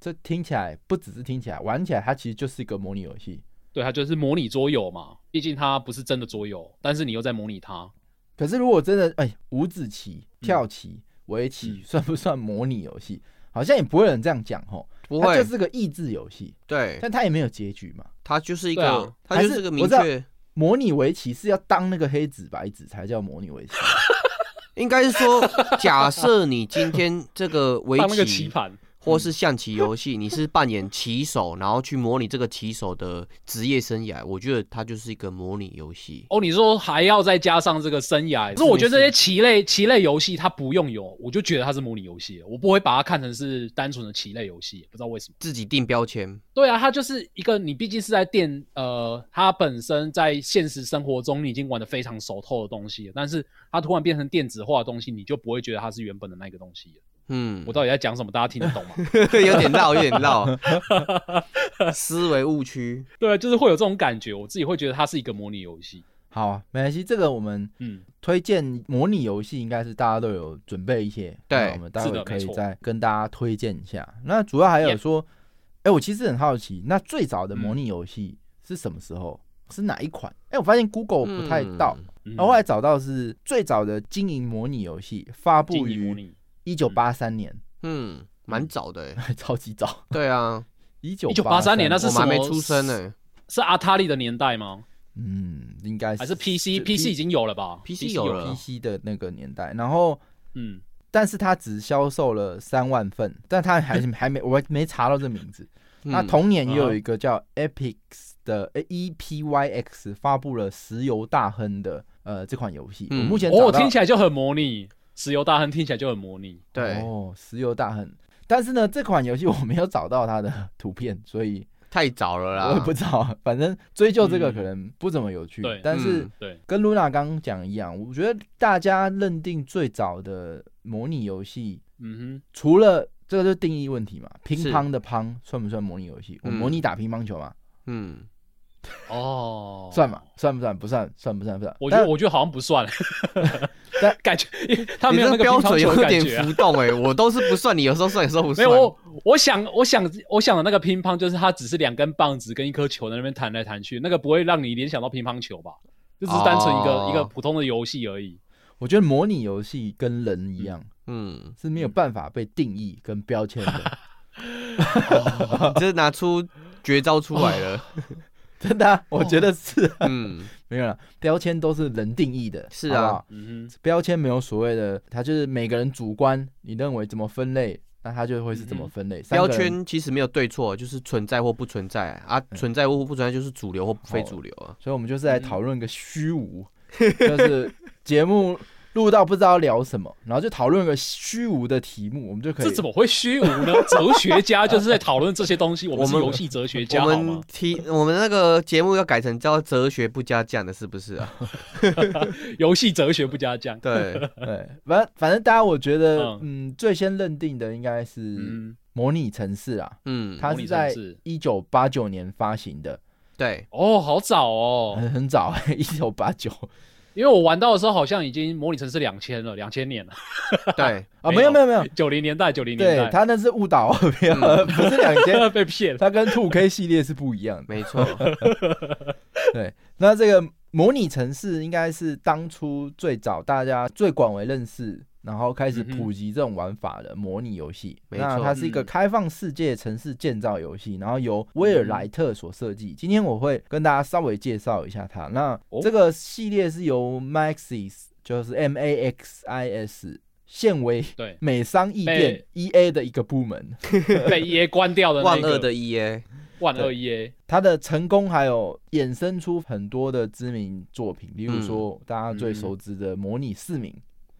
[SPEAKER 1] 这听起来不只是听起来，玩起来它其实就是一个模拟游戏。
[SPEAKER 2] 对，它就是模拟桌游嘛，毕竟它不是真的桌游，但是你又在模拟它。
[SPEAKER 1] 可是如果真的哎，五子棋、跳
[SPEAKER 3] 嗯
[SPEAKER 1] 棋、围棋、算不算模拟游戏？好像也不会有人这样讲吼，
[SPEAKER 3] 不
[SPEAKER 1] 它
[SPEAKER 3] 会哎
[SPEAKER 1] 就，啊是个益智游戏，
[SPEAKER 3] 对，
[SPEAKER 1] 但它也没有结局嘛。
[SPEAKER 3] 它就是一
[SPEAKER 2] 对
[SPEAKER 3] 个
[SPEAKER 2] 啊，
[SPEAKER 3] 它
[SPEAKER 1] 还
[SPEAKER 3] 就是是个
[SPEAKER 1] 我
[SPEAKER 3] 明
[SPEAKER 1] 知道
[SPEAKER 3] 确，
[SPEAKER 1] 模拟围棋是要当那个黑子白子才叫模拟围棋，
[SPEAKER 3] 应该是说，假设你今天这个围
[SPEAKER 2] 当那个棋
[SPEAKER 3] 棋
[SPEAKER 2] 盘，
[SPEAKER 3] 或是象棋游戏，你是扮演棋手，然后去模拟这个棋手的职业生涯，我觉得它就是一个模拟游戏。
[SPEAKER 2] 哦，你说还要再加上这个生涯，可是我觉得这些棋类棋类游戏它不用有，我就觉得它是模拟游戏，我不会把它看成是单纯的棋类游戏，不知道为什么。
[SPEAKER 3] 自己定标签，
[SPEAKER 2] 对啊，它就是一个你毕竟是在电呃，它本身在现实生活中你已经玩的非常熟透的东西了，但是它突然变成电子化的东西，你就不会觉得它是原本的那个东西了。
[SPEAKER 3] 嗯，
[SPEAKER 2] 我到底在讲什么？大家听得懂吗？
[SPEAKER 3] 有点绕，有点绕，思维误区。
[SPEAKER 2] 对啊，就是会有这种感觉，我自己会觉得它是一个模拟游戏。
[SPEAKER 1] 好，没关系，这个我们
[SPEAKER 2] 嗯，
[SPEAKER 1] 推荐模拟游戏，应该是大家都有准备一些，
[SPEAKER 3] 对
[SPEAKER 1] 那我们待
[SPEAKER 2] 是
[SPEAKER 1] 会
[SPEAKER 2] 的
[SPEAKER 1] 可
[SPEAKER 2] 没
[SPEAKER 1] 以
[SPEAKER 2] 错
[SPEAKER 1] 再跟大家推荐一下。那主要还有
[SPEAKER 2] Yeah
[SPEAKER 1] 说，哎、我其实很好奇，那最早的模
[SPEAKER 2] 嗯
[SPEAKER 1] 拟游戏是什么时候？是哪一款？哎、我发现 Google 不太到，
[SPEAKER 3] 嗯
[SPEAKER 2] 嗯
[SPEAKER 1] 然后后来找到是最早的经营模拟游戏，发布
[SPEAKER 2] 经营模
[SPEAKER 1] 于
[SPEAKER 2] 拟，
[SPEAKER 1] 一九八三年，
[SPEAKER 3] 嗯，蛮早的欸。
[SPEAKER 1] 超级早，
[SPEAKER 3] 对啊，
[SPEAKER 1] 一九
[SPEAKER 2] 1983年那是
[SPEAKER 3] 我
[SPEAKER 2] 什
[SPEAKER 3] 们还
[SPEAKER 2] 么
[SPEAKER 3] 没出生呢。
[SPEAKER 2] 是阿塔利的年代吗？
[SPEAKER 1] 嗯，应该
[SPEAKER 2] 还是 PC？PC
[SPEAKER 1] 就
[SPEAKER 2] 已经有了吧
[SPEAKER 3] PC 有了
[SPEAKER 1] PC 的那个年代，然后
[SPEAKER 2] 嗯，
[SPEAKER 1] 但是它只销售了三万份，但它还 是还没我还没查到这名字。那
[SPEAKER 3] 嗯
[SPEAKER 1] 同年也有一个叫
[SPEAKER 2] 嗯
[SPEAKER 1] Epix 的呃 EPYX 发布了石油大亨的呃这款游戏，我
[SPEAKER 3] 嗯
[SPEAKER 1] 目前
[SPEAKER 2] 哦，
[SPEAKER 1] 找到
[SPEAKER 2] 听起来就很模拟，石油大亨听起来就很模拟。
[SPEAKER 3] 对
[SPEAKER 1] 哦石油大亨。但是呢，这款游戏 我没有找到它的图片，所以
[SPEAKER 3] 太早了啦。
[SPEAKER 1] 我也不知道。 反正追究这个
[SPEAKER 2] 啊嗯
[SPEAKER 1] 可能不怎么有趣，
[SPEAKER 2] 对
[SPEAKER 1] 但是
[SPEAKER 3] 嗯
[SPEAKER 2] 对，
[SPEAKER 1] 跟露娜刚刚讲一样，我觉得大家认定最早的模拟游戏，
[SPEAKER 2] 嗯
[SPEAKER 1] 除了这个就是定义问题嘛，乒
[SPEAKER 3] 是
[SPEAKER 1] 乓的乓算不算模拟游戏？我
[SPEAKER 3] 嗯
[SPEAKER 1] 模拟打乒乓球嘛，
[SPEAKER 3] 嗯，
[SPEAKER 2] 哼，哦，
[SPEAKER 1] 算嘛？算不算？不算，算不算？不算。
[SPEAKER 2] 我觉得
[SPEAKER 1] 但
[SPEAKER 2] 我觉得好像不算，
[SPEAKER 1] 但
[SPEAKER 2] 感觉因为他
[SPEAKER 3] 你
[SPEAKER 2] 没有
[SPEAKER 3] 这
[SPEAKER 2] 那个
[SPEAKER 3] 标
[SPEAKER 2] 乒乓
[SPEAKER 3] 准
[SPEAKER 2] 球
[SPEAKER 3] 有
[SPEAKER 2] 的感觉
[SPEAKER 3] 点
[SPEAKER 2] 啊。
[SPEAKER 3] 浮动哎，我都是不算，你有时候算，有时候不
[SPEAKER 2] 没
[SPEAKER 3] 算。
[SPEAKER 2] 有，我我想我想我想的那个乒乓就是它只是两根棒子跟一颗球在那边弹来弹去，那个不会让你联想到乒乓球吧？就只是单纯一个、
[SPEAKER 3] 哦
[SPEAKER 2] 一个普通的游戏而已。
[SPEAKER 1] 我觉得模拟游戏跟人一样，
[SPEAKER 3] 嗯，
[SPEAKER 1] 是没有办法被定义跟标签的，
[SPEAKER 3] 你这拿出绝招出来 了。
[SPEAKER 1] 真的啊、我觉得是、
[SPEAKER 3] 嗯，
[SPEAKER 1] 没有了。标签都是人定义的，
[SPEAKER 3] 是啊
[SPEAKER 1] 好不好
[SPEAKER 2] 嗯哼，
[SPEAKER 1] 标签没有所谓的，它就是每个人主观，你认为怎么分类，那它就会是怎么
[SPEAKER 2] 嗯哼
[SPEAKER 1] 分类。三
[SPEAKER 3] 标
[SPEAKER 1] 个人
[SPEAKER 3] 圈其实没有对错，就是存在或不存在啊，
[SPEAKER 2] 嗯
[SPEAKER 3] 存在或不存在就是主流或
[SPEAKER 2] 哦
[SPEAKER 3] 非主流啊。
[SPEAKER 1] 所以我们就是来讨论个虚无，就是节目录到不知道聊什么，然后就讨论个虚无的题目，我们就可以。
[SPEAKER 2] 这怎么会虚无呢？哲学家就是在讨论这些 东西，我们是
[SPEAKER 3] 我们
[SPEAKER 2] 游戏哲学
[SPEAKER 3] 我
[SPEAKER 2] 家好
[SPEAKER 3] 们
[SPEAKER 2] 吗？
[SPEAKER 3] 提我们那个节目要改成叫哲学不加酱的，是不是啊？
[SPEAKER 2] 游戏哲学不加酱。
[SPEAKER 3] 对，
[SPEAKER 1] 对，反正反正大家我觉得，嗯，最先认定的应该是
[SPEAKER 2] 嗯，
[SPEAKER 1] 模拟城市啊，
[SPEAKER 3] 嗯，
[SPEAKER 1] 它
[SPEAKER 2] 模
[SPEAKER 1] 是
[SPEAKER 2] 拟
[SPEAKER 1] 在
[SPEAKER 2] 城市
[SPEAKER 1] 一九八九年发行的，
[SPEAKER 3] 对，
[SPEAKER 2] 哦，好早哦，
[SPEAKER 1] 很很早， 一九八九
[SPEAKER 2] 因为我玩到的时候好像已经模拟城市两千了，两千年了，
[SPEAKER 3] 对，
[SPEAKER 1] 啊，没有
[SPEAKER 2] 没有
[SPEAKER 1] 没有没有，
[SPEAKER 2] 九零年代，九零年
[SPEAKER 1] 对
[SPEAKER 2] 代，
[SPEAKER 1] 他那是误导， 没有
[SPEAKER 3] 嗯
[SPEAKER 1] 不是两千，
[SPEAKER 2] 被骗了。
[SPEAKER 1] 它跟 Two K 系列是不一样的。
[SPEAKER 3] 没错，
[SPEAKER 1] 对，那这个模拟城市应该是当初最早大家最广为认识，然后开始
[SPEAKER 2] 嗯哼
[SPEAKER 1] 普及这种玩法的模拟游戏。
[SPEAKER 3] 没
[SPEAKER 1] 那
[SPEAKER 3] 错
[SPEAKER 1] 它是一个
[SPEAKER 2] 嗯
[SPEAKER 1] 开放世界城市建造游戏，然后由威尔莱特所设计。今天我会跟大家稍微介绍一下它。那
[SPEAKER 2] 哦
[SPEAKER 1] 这个系列是由 Maxis，就是 M A X I S。现为
[SPEAKER 3] 嗯
[SPEAKER 2] 对
[SPEAKER 1] 美商易
[SPEAKER 3] 哎
[SPEAKER 1] 店 EA 的一个部门，
[SPEAKER 2] 被 EA 关掉的那
[SPEAKER 3] 万
[SPEAKER 2] 个
[SPEAKER 3] 恶的 E EA，
[SPEAKER 2] 万恶 E EA，
[SPEAKER 1] 它的成功还有衍生出很多的知名作
[SPEAKER 2] 嗯
[SPEAKER 1] 品，比如说大家最熟知的《模拟市民》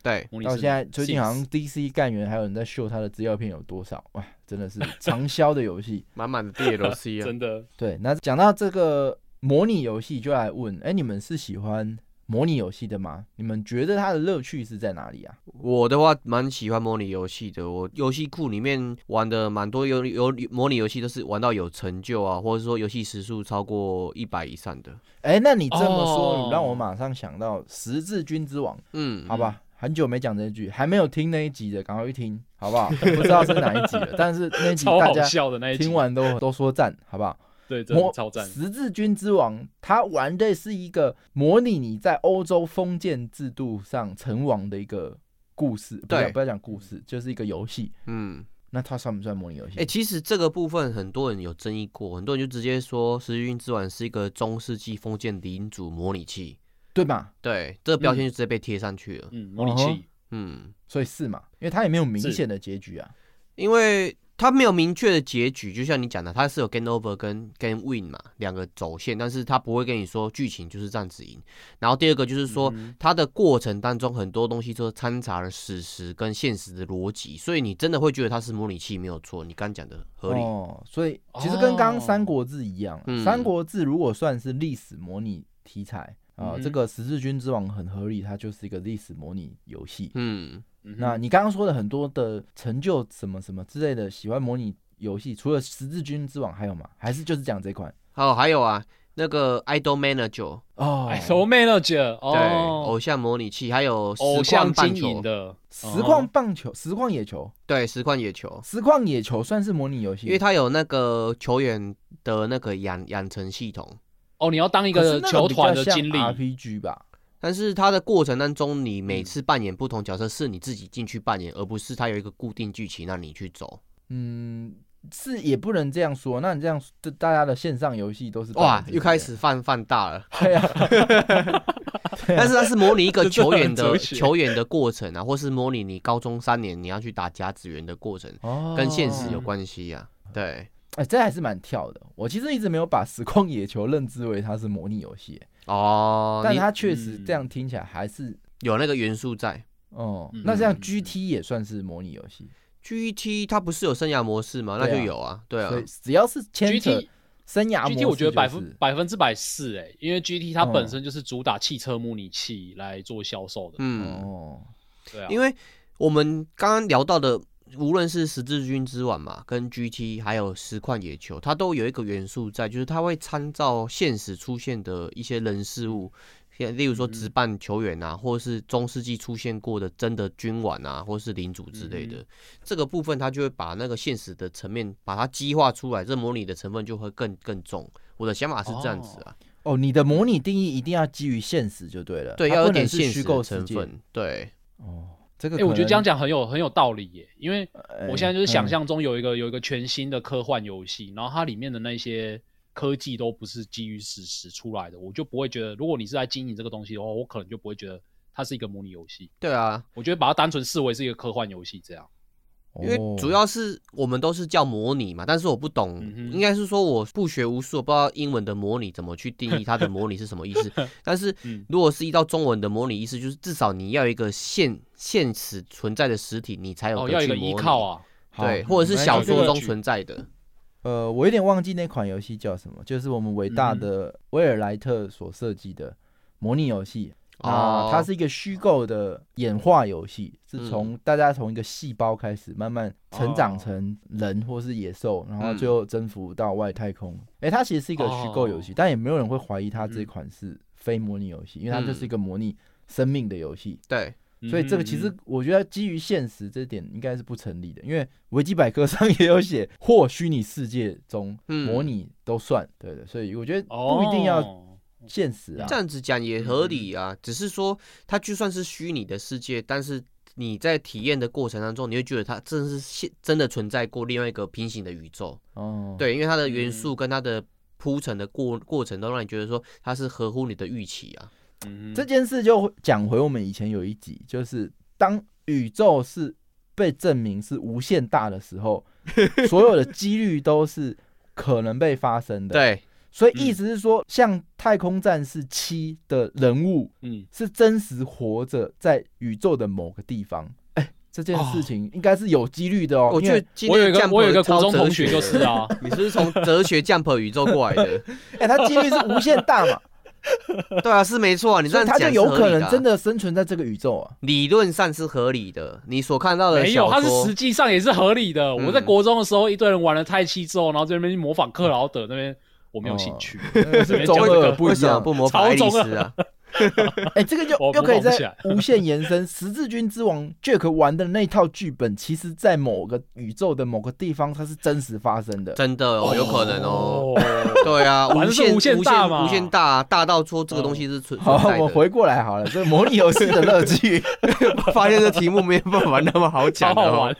[SPEAKER 3] 对，
[SPEAKER 2] 模拟
[SPEAKER 1] 到
[SPEAKER 2] 市民
[SPEAKER 1] 现在最近
[SPEAKER 2] Sims
[SPEAKER 1] 好像 DC 干员还有人在秀它的资料片有多少，哇，真的是长销的游 戏。
[SPEAKER 3] 满满的 DLC 啊。
[SPEAKER 2] 真的
[SPEAKER 1] 对，那讲到这个模拟游戏，就来问，哎、你们是喜欢模拟游戏的吗？你们觉得它的乐趣是在哪里啊？
[SPEAKER 3] 我的话蛮喜欢模拟游戏的，我游戏库里面玩的蛮多游游模拟游戏都是玩到有成就啊，或者说游戏时速超过一百以上的。
[SPEAKER 1] 哎、那你这么说，
[SPEAKER 2] 哦
[SPEAKER 1] 你让我马上想到《十字军之王》。
[SPEAKER 3] 嗯，
[SPEAKER 1] 好吧，很久没讲这一句，还没有听那一集的，赶快去听，好不好？ 不知道是哪一集 了，但是那一集
[SPEAKER 2] 超
[SPEAKER 1] 大
[SPEAKER 2] 好
[SPEAKER 1] 家
[SPEAKER 2] 笑的那一集
[SPEAKER 1] 听，完都都说赞，好不好？
[SPEAKER 2] 对，真
[SPEAKER 1] 模
[SPEAKER 2] 的超赞。
[SPEAKER 1] 十字军之王，他玩的是一个模拟你在欧洲封建制度上成王的一个故事，不要
[SPEAKER 3] 对
[SPEAKER 1] 不要讲故事，就是一个游戏。
[SPEAKER 3] 嗯，
[SPEAKER 1] 那它算不算模拟游戏？
[SPEAKER 3] 哎、其实这个部分很多人有争议过，很多人就直接说《十字军之碗》是一个中世纪封建领主模拟器，
[SPEAKER 1] 对嘛？
[SPEAKER 3] 对，嗯这个标签就直接被贴上去了。
[SPEAKER 2] 嗯，模拟器，
[SPEAKER 3] 嗯，
[SPEAKER 1] 所以是嘛？因为它也没有明
[SPEAKER 2] 是
[SPEAKER 1] 显的结局啊。
[SPEAKER 3] 因为它没有明确的结局，就像你讲的，它是有 game over 跟 game win 嘛两个走线，但是它不会跟你说剧情就是这样子赢。然后第二个就是
[SPEAKER 2] 嗯
[SPEAKER 3] 说，它的过程当中很多东西都掺杂了史实跟现实的逻辑，所以你真的会觉得它是模拟器没有错。你刚讲的合理，
[SPEAKER 1] 哦，所以其实跟刚刚《三国志》一样啊，
[SPEAKER 3] 嗯
[SPEAKER 1] 三国志》如果算是历史模拟题材啊、呃
[SPEAKER 2] 嗯
[SPEAKER 1] 这个《十字军之王》很合理，它就是一个历史模拟游戏。
[SPEAKER 3] 嗯，
[SPEAKER 2] 嗯哼
[SPEAKER 1] 那你刚刚说的很多的成就什么什么之类的，喜欢模拟游戏，除了《十字军之王》还有吗？还是就是讲这款
[SPEAKER 3] 还有还有啊，那个 idol manager，
[SPEAKER 1] 哦？
[SPEAKER 2] 哎，So Manager
[SPEAKER 3] 对，
[SPEAKER 2] 哦，
[SPEAKER 3] 偶像模拟器，还有
[SPEAKER 2] 偶
[SPEAKER 3] 实
[SPEAKER 2] 像
[SPEAKER 3] 况
[SPEAKER 2] 经
[SPEAKER 3] 棒球
[SPEAKER 2] 营，的
[SPEAKER 1] 实况棒球、实况野球、
[SPEAKER 3] 对，实况野球。
[SPEAKER 1] 实况野球算是模拟游戏，
[SPEAKER 3] 因为它有那个球员的那个养养成系统，
[SPEAKER 2] 哦，你要当一
[SPEAKER 1] 可是那
[SPEAKER 2] 个
[SPEAKER 1] 个
[SPEAKER 2] 球团
[SPEAKER 1] 比
[SPEAKER 2] 的
[SPEAKER 1] 较像
[SPEAKER 2] 经理，
[SPEAKER 1] RPG 吧？
[SPEAKER 3] 但是它的过程当中，你
[SPEAKER 1] 嗯
[SPEAKER 3] 每次扮演不同角色是你自己进去扮演，而不是它有一个固定剧情让你去走。
[SPEAKER 1] 嗯，是也不能这样说。那你这样，这大家的线上游戏都是扮
[SPEAKER 3] 哇
[SPEAKER 1] 演，这
[SPEAKER 3] 又
[SPEAKER 1] 个
[SPEAKER 3] 开始放放大 了。
[SPEAKER 1] 对啊，
[SPEAKER 3] 但是它是模拟一个
[SPEAKER 2] 这真的
[SPEAKER 3] 球
[SPEAKER 2] 很
[SPEAKER 3] 员
[SPEAKER 2] 哲
[SPEAKER 3] 的
[SPEAKER 2] 学
[SPEAKER 3] 球员的过程啊，或是模拟你高中三年你要去打甲子园的过程，
[SPEAKER 1] 哦
[SPEAKER 3] 跟现实有
[SPEAKER 2] 哦
[SPEAKER 3] 关系啊。对，
[SPEAKER 1] 哎、这还是蛮跳的。我其实一直没有把实况野球认知为它是模拟游戏，
[SPEAKER 3] 哦，
[SPEAKER 1] 但
[SPEAKER 3] 你
[SPEAKER 1] 它确实
[SPEAKER 2] 嗯
[SPEAKER 1] 这样听起来还是
[SPEAKER 3] 有那个元素在。
[SPEAKER 1] 哦、
[SPEAKER 2] 嗯
[SPEAKER 1] 那这样
[SPEAKER 2] 嗯嗯
[SPEAKER 1] GT 也算是模拟游戏，
[SPEAKER 3] GT E 它不是有生涯模式吗？那
[SPEAKER 1] 对啊
[SPEAKER 3] 就有啊，对啊
[SPEAKER 1] 所以，只要是牵扯
[SPEAKER 2] GT
[SPEAKER 1] 生涯模式、就
[SPEAKER 2] GT
[SPEAKER 1] 是，
[SPEAKER 2] 我觉得百分百分之百是哎、因为 GT 它
[SPEAKER 1] 嗯
[SPEAKER 2] 本身就是主打汽车模拟器来做销售的，
[SPEAKER 3] 嗯，
[SPEAKER 1] 哦，
[SPEAKER 2] 对啊，
[SPEAKER 3] 因
[SPEAKER 2] 为
[SPEAKER 3] 为我们刚刚聊到的，无论是十字军之碗嘛，跟 GT 还有实况野球，它都有一个元素在，就是它会参照现实出现的一些人事物。像例如说
[SPEAKER 2] 嗯
[SPEAKER 3] 职棒球员啊，或是中世纪出现过的真的君王啊，或是领主之类的，
[SPEAKER 2] 嗯
[SPEAKER 3] 这个部分它就会把那个现实的层面把它激化出来，这模拟的成分就会更更重。我的想法是这样子啊，
[SPEAKER 1] 哦，你的模拟定义一定要基于现实就对了，
[SPEAKER 3] 对，
[SPEAKER 1] 它
[SPEAKER 3] 要有
[SPEAKER 1] 不能
[SPEAKER 3] 点
[SPEAKER 1] 是
[SPEAKER 3] 现
[SPEAKER 1] 虚
[SPEAKER 3] 实
[SPEAKER 1] 构
[SPEAKER 3] 的
[SPEAKER 1] 世
[SPEAKER 3] 成
[SPEAKER 1] 界。
[SPEAKER 3] 分，对，
[SPEAKER 1] 哦，这个
[SPEAKER 2] 哎、
[SPEAKER 1] 可能、
[SPEAKER 2] 我觉得这样讲很有很有道理耶、因为
[SPEAKER 1] 哎，
[SPEAKER 2] 我现在就是想
[SPEAKER 1] 嗯
[SPEAKER 2] 象中有一个、有一个全新的科幻游戏，然后它里面的那些科技都不是基于史实出来的，我就不会觉得，如果你是在经营这个东西的话，我可能就不会觉得它是一个模拟游戏，
[SPEAKER 3] 对啊，
[SPEAKER 2] 我觉得把它单纯视为是一个科幻游戏这样。
[SPEAKER 1] 哦
[SPEAKER 3] 因为主要是我们都是叫模拟嘛，但是我不懂，
[SPEAKER 2] 嗯哼
[SPEAKER 3] 应该是说我不学无术，我不知道英文的模拟怎么去定义它的模拟是什么意 思。但是
[SPEAKER 2] 嗯
[SPEAKER 3] 如果是依照中文的模拟意思，就是至少你要有一个现现实存在的实体，你才有
[SPEAKER 2] 哦，
[SPEAKER 3] 得
[SPEAKER 2] 要有一
[SPEAKER 3] 去
[SPEAKER 2] 个依
[SPEAKER 3] 模拟
[SPEAKER 2] 靠，啊，
[SPEAKER 1] 好
[SPEAKER 3] 对，或者是
[SPEAKER 1] 没
[SPEAKER 3] 小
[SPEAKER 1] 关系
[SPEAKER 3] 说
[SPEAKER 2] 这个
[SPEAKER 3] 中存在的。
[SPEAKER 1] 呃，我有点忘记那款游戏叫什么，就是我们伟
[SPEAKER 2] 嗯
[SPEAKER 1] 大的威尔莱特所设计的模拟游戏
[SPEAKER 3] 哦
[SPEAKER 1] 啊，
[SPEAKER 2] 哦
[SPEAKER 1] 它是一个虚构的演化游戏，是从大家从一个细胞开始慢慢成长
[SPEAKER 2] 嗯哦
[SPEAKER 1] 成人或是野兽，然后
[SPEAKER 3] 嗯
[SPEAKER 1] 最后征服到外太空。诶，它其实是一个虚构游戏，但也没有人会怀疑它这
[SPEAKER 2] 哦嗯
[SPEAKER 1] 款是非模拟游戏，因为它就是一个模拟生命的游戏。
[SPEAKER 3] 对，
[SPEAKER 2] 嗯
[SPEAKER 1] 所以这个其
[SPEAKER 3] 嗯
[SPEAKER 1] 实我觉得基于现实这点应该是不成立的，因为维基百科 上也有写或虚拟世界中
[SPEAKER 3] 嗯
[SPEAKER 1] 模拟都算，对的，所以我觉得
[SPEAKER 2] 哦
[SPEAKER 1] 不一定要现实啊
[SPEAKER 3] 这。样子讲
[SPEAKER 2] 嗯
[SPEAKER 3] 也合理啊，只是说它就算是虚拟的世界，但是。你在体验的过程当中，你会觉得它真是现真的存在过另外一个平行的宇宙，
[SPEAKER 1] 哦，，
[SPEAKER 3] 对，因为它的
[SPEAKER 2] 嗯
[SPEAKER 3] 元素跟它的铺陈的过过程都让你觉得说它是合乎你的预期啊。
[SPEAKER 2] 嗯
[SPEAKER 1] 这件事就讲回我们以前有一集，就是当宇宙是被证明是无限大的时 候，所有的几率都是可能被发生的。，
[SPEAKER 3] 对，嗯
[SPEAKER 1] 所以意思是说，像《太空战士七》的人物，
[SPEAKER 2] 嗯
[SPEAKER 1] 是真实活着在宇宙的某个地方。哎、这件事情应该是有几率的哦。
[SPEAKER 3] 我
[SPEAKER 1] 因
[SPEAKER 3] 觉
[SPEAKER 1] 为
[SPEAKER 3] 得今
[SPEAKER 2] 我有一
[SPEAKER 3] 天
[SPEAKER 2] 个
[SPEAKER 3] Jump
[SPEAKER 2] 我有一个国中
[SPEAKER 3] 超哲
[SPEAKER 2] 同学
[SPEAKER 3] 学
[SPEAKER 2] 就
[SPEAKER 3] 的
[SPEAKER 2] 是，啊，
[SPEAKER 3] 你是不是从哲学 Jump 宇宙过来的？
[SPEAKER 1] 哎、它几率是无限大嘛，
[SPEAKER 3] 对啊，是没错 啊，你这
[SPEAKER 1] 所以
[SPEAKER 3] 样
[SPEAKER 1] 它
[SPEAKER 3] 讲
[SPEAKER 1] 就有可能真
[SPEAKER 3] 的
[SPEAKER 1] 的生存在这个宇宙 啊。
[SPEAKER 3] 理论上是合理的。你所看到的
[SPEAKER 2] 没有，
[SPEAKER 3] 小
[SPEAKER 2] 它是
[SPEAKER 3] 说
[SPEAKER 2] 实际上也是合理的。我在
[SPEAKER 3] 嗯
[SPEAKER 2] 国中的时候，一堆人玩了太七之后，然后在那边模仿克劳德那边，我没有兴趣。
[SPEAKER 1] 是哦 中二不
[SPEAKER 3] 为
[SPEAKER 1] 一
[SPEAKER 3] 什么
[SPEAKER 1] 样
[SPEAKER 3] 不。模仿
[SPEAKER 2] 超
[SPEAKER 3] 爱丽
[SPEAKER 2] 中二
[SPEAKER 3] 丝啊？
[SPEAKER 1] 哎、这个就
[SPEAKER 2] 我
[SPEAKER 1] 又可以
[SPEAKER 2] 模仿不
[SPEAKER 1] 在
[SPEAKER 2] 起来
[SPEAKER 1] 无限延伸。十字军之王 Jack 玩的那套剧本，其实在某个宇宙的某个地方，它是真实发生的。
[SPEAKER 3] 真的哦，有可能哦。，对啊，
[SPEAKER 2] 反
[SPEAKER 3] 无
[SPEAKER 2] 正是
[SPEAKER 3] 限
[SPEAKER 2] 无限大嘛哦
[SPEAKER 3] 无限大啊，大到说这个东西是存
[SPEAKER 1] 好
[SPEAKER 3] 存，在
[SPEAKER 1] 我
[SPEAKER 3] 的。
[SPEAKER 1] 回过来好了，这模拟游戏的乐 趣，
[SPEAKER 3] 发现这题目没有办法那么好
[SPEAKER 2] 超
[SPEAKER 3] 讲 的
[SPEAKER 2] 好
[SPEAKER 3] 哦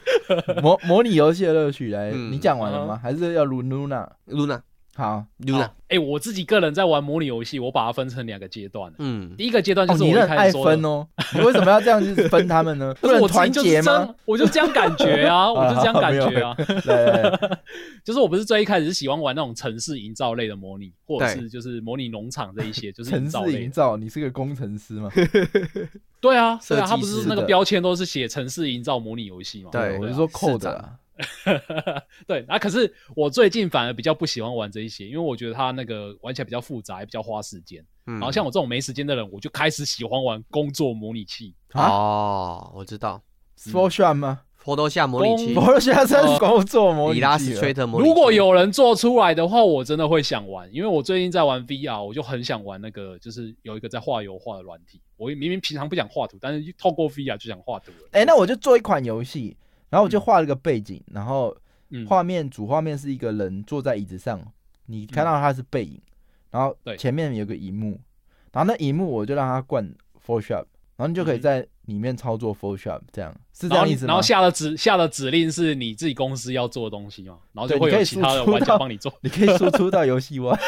[SPEAKER 2] 玩。
[SPEAKER 1] 模模拟游戏的乐趣来，
[SPEAKER 3] 嗯
[SPEAKER 1] 你讲完了吗？还是要 Luna？
[SPEAKER 3] Luna，
[SPEAKER 1] 好，
[SPEAKER 3] 露娜
[SPEAKER 2] 好，哎、我自己个人在玩模拟游戏，我把它分成两个阶段。
[SPEAKER 3] 嗯，
[SPEAKER 2] 第一个阶段就
[SPEAKER 1] 哦，
[SPEAKER 2] 是
[SPEAKER 1] 你
[SPEAKER 2] 我
[SPEAKER 1] 那
[SPEAKER 2] 一
[SPEAKER 1] 很
[SPEAKER 2] 开
[SPEAKER 1] 爱
[SPEAKER 2] 始说
[SPEAKER 1] 分
[SPEAKER 2] 的，
[SPEAKER 1] 哦，你为什么要这样子分他们 呢？不
[SPEAKER 2] 可是
[SPEAKER 1] 能
[SPEAKER 2] 我自己
[SPEAKER 1] 团
[SPEAKER 2] 就是
[SPEAKER 1] 结
[SPEAKER 2] 这
[SPEAKER 1] 吗
[SPEAKER 2] 样？，我就这样感 觉啊，我就这样感觉啊。
[SPEAKER 1] 来来来，
[SPEAKER 2] 就是我不是最一开始是喜欢玩那种城市营造类的模拟，或者
[SPEAKER 3] 对
[SPEAKER 2] 是就是模拟农场这一些， 就是营
[SPEAKER 1] 城市
[SPEAKER 2] 造类
[SPEAKER 1] 营
[SPEAKER 2] 的。
[SPEAKER 1] 造，你是个工程师吗？
[SPEAKER 2] 对啊，对
[SPEAKER 3] 设
[SPEAKER 2] 啊，
[SPEAKER 3] 计
[SPEAKER 2] 它不是
[SPEAKER 3] 师
[SPEAKER 2] 那个
[SPEAKER 1] 的
[SPEAKER 2] 标签都是写城市营造模拟游戏嘛？
[SPEAKER 3] 对
[SPEAKER 1] 我
[SPEAKER 2] 啊
[SPEAKER 1] 是说
[SPEAKER 3] 市
[SPEAKER 1] code
[SPEAKER 3] 长
[SPEAKER 1] 啊，
[SPEAKER 2] 对啊，可是我最近反而比较不喜欢玩这一些，因为我觉得它那个玩起来比较复杂，也比较花时间。
[SPEAKER 3] 嗯
[SPEAKER 2] 然后像我这种没时间的人，我就开始喜欢玩工作模拟器。
[SPEAKER 1] 啊
[SPEAKER 3] 哦，我知道
[SPEAKER 1] Photoshop 吗
[SPEAKER 3] Photoshop 模拟
[SPEAKER 2] 嗯
[SPEAKER 3] 器，
[SPEAKER 1] ？Photoshop 是工作模拟
[SPEAKER 3] 里拉
[SPEAKER 1] 器啊
[SPEAKER 3] 斯
[SPEAKER 1] 了
[SPEAKER 3] 吹特模拟器，
[SPEAKER 2] 啊如果有人做出来的话，我真的会想玩，因为我最近在玩 VR，我就很想玩那个，就是有一个在画油画的软体。我明明平常不想画图，但是透过 VR 就想画图了。
[SPEAKER 1] 哎、那我就做一款游戏，然后我就画了个背景，然后
[SPEAKER 2] 嗯
[SPEAKER 1] 画面、主画面是一个人坐在椅子上，你看到他是背影，然后
[SPEAKER 2] 对
[SPEAKER 1] 前面有个荧幕，然后那荧幕我就让他灌 Photoshop，然后你就可以
[SPEAKER 2] 嗯哼
[SPEAKER 1] 在里面操作 Photoshop，这样是这
[SPEAKER 2] 然后
[SPEAKER 1] 样
[SPEAKER 2] 你
[SPEAKER 1] 意思
[SPEAKER 2] 然
[SPEAKER 1] 吗
[SPEAKER 2] 后？下的指下的指令是你自己公司要做的东西嘛，然后就
[SPEAKER 1] 对
[SPEAKER 2] 会
[SPEAKER 1] 你可
[SPEAKER 2] 有
[SPEAKER 1] 以
[SPEAKER 2] 其他的
[SPEAKER 1] 输出
[SPEAKER 2] 玩家
[SPEAKER 1] 到
[SPEAKER 2] 帮你做。
[SPEAKER 1] 你可以输出到游戏外，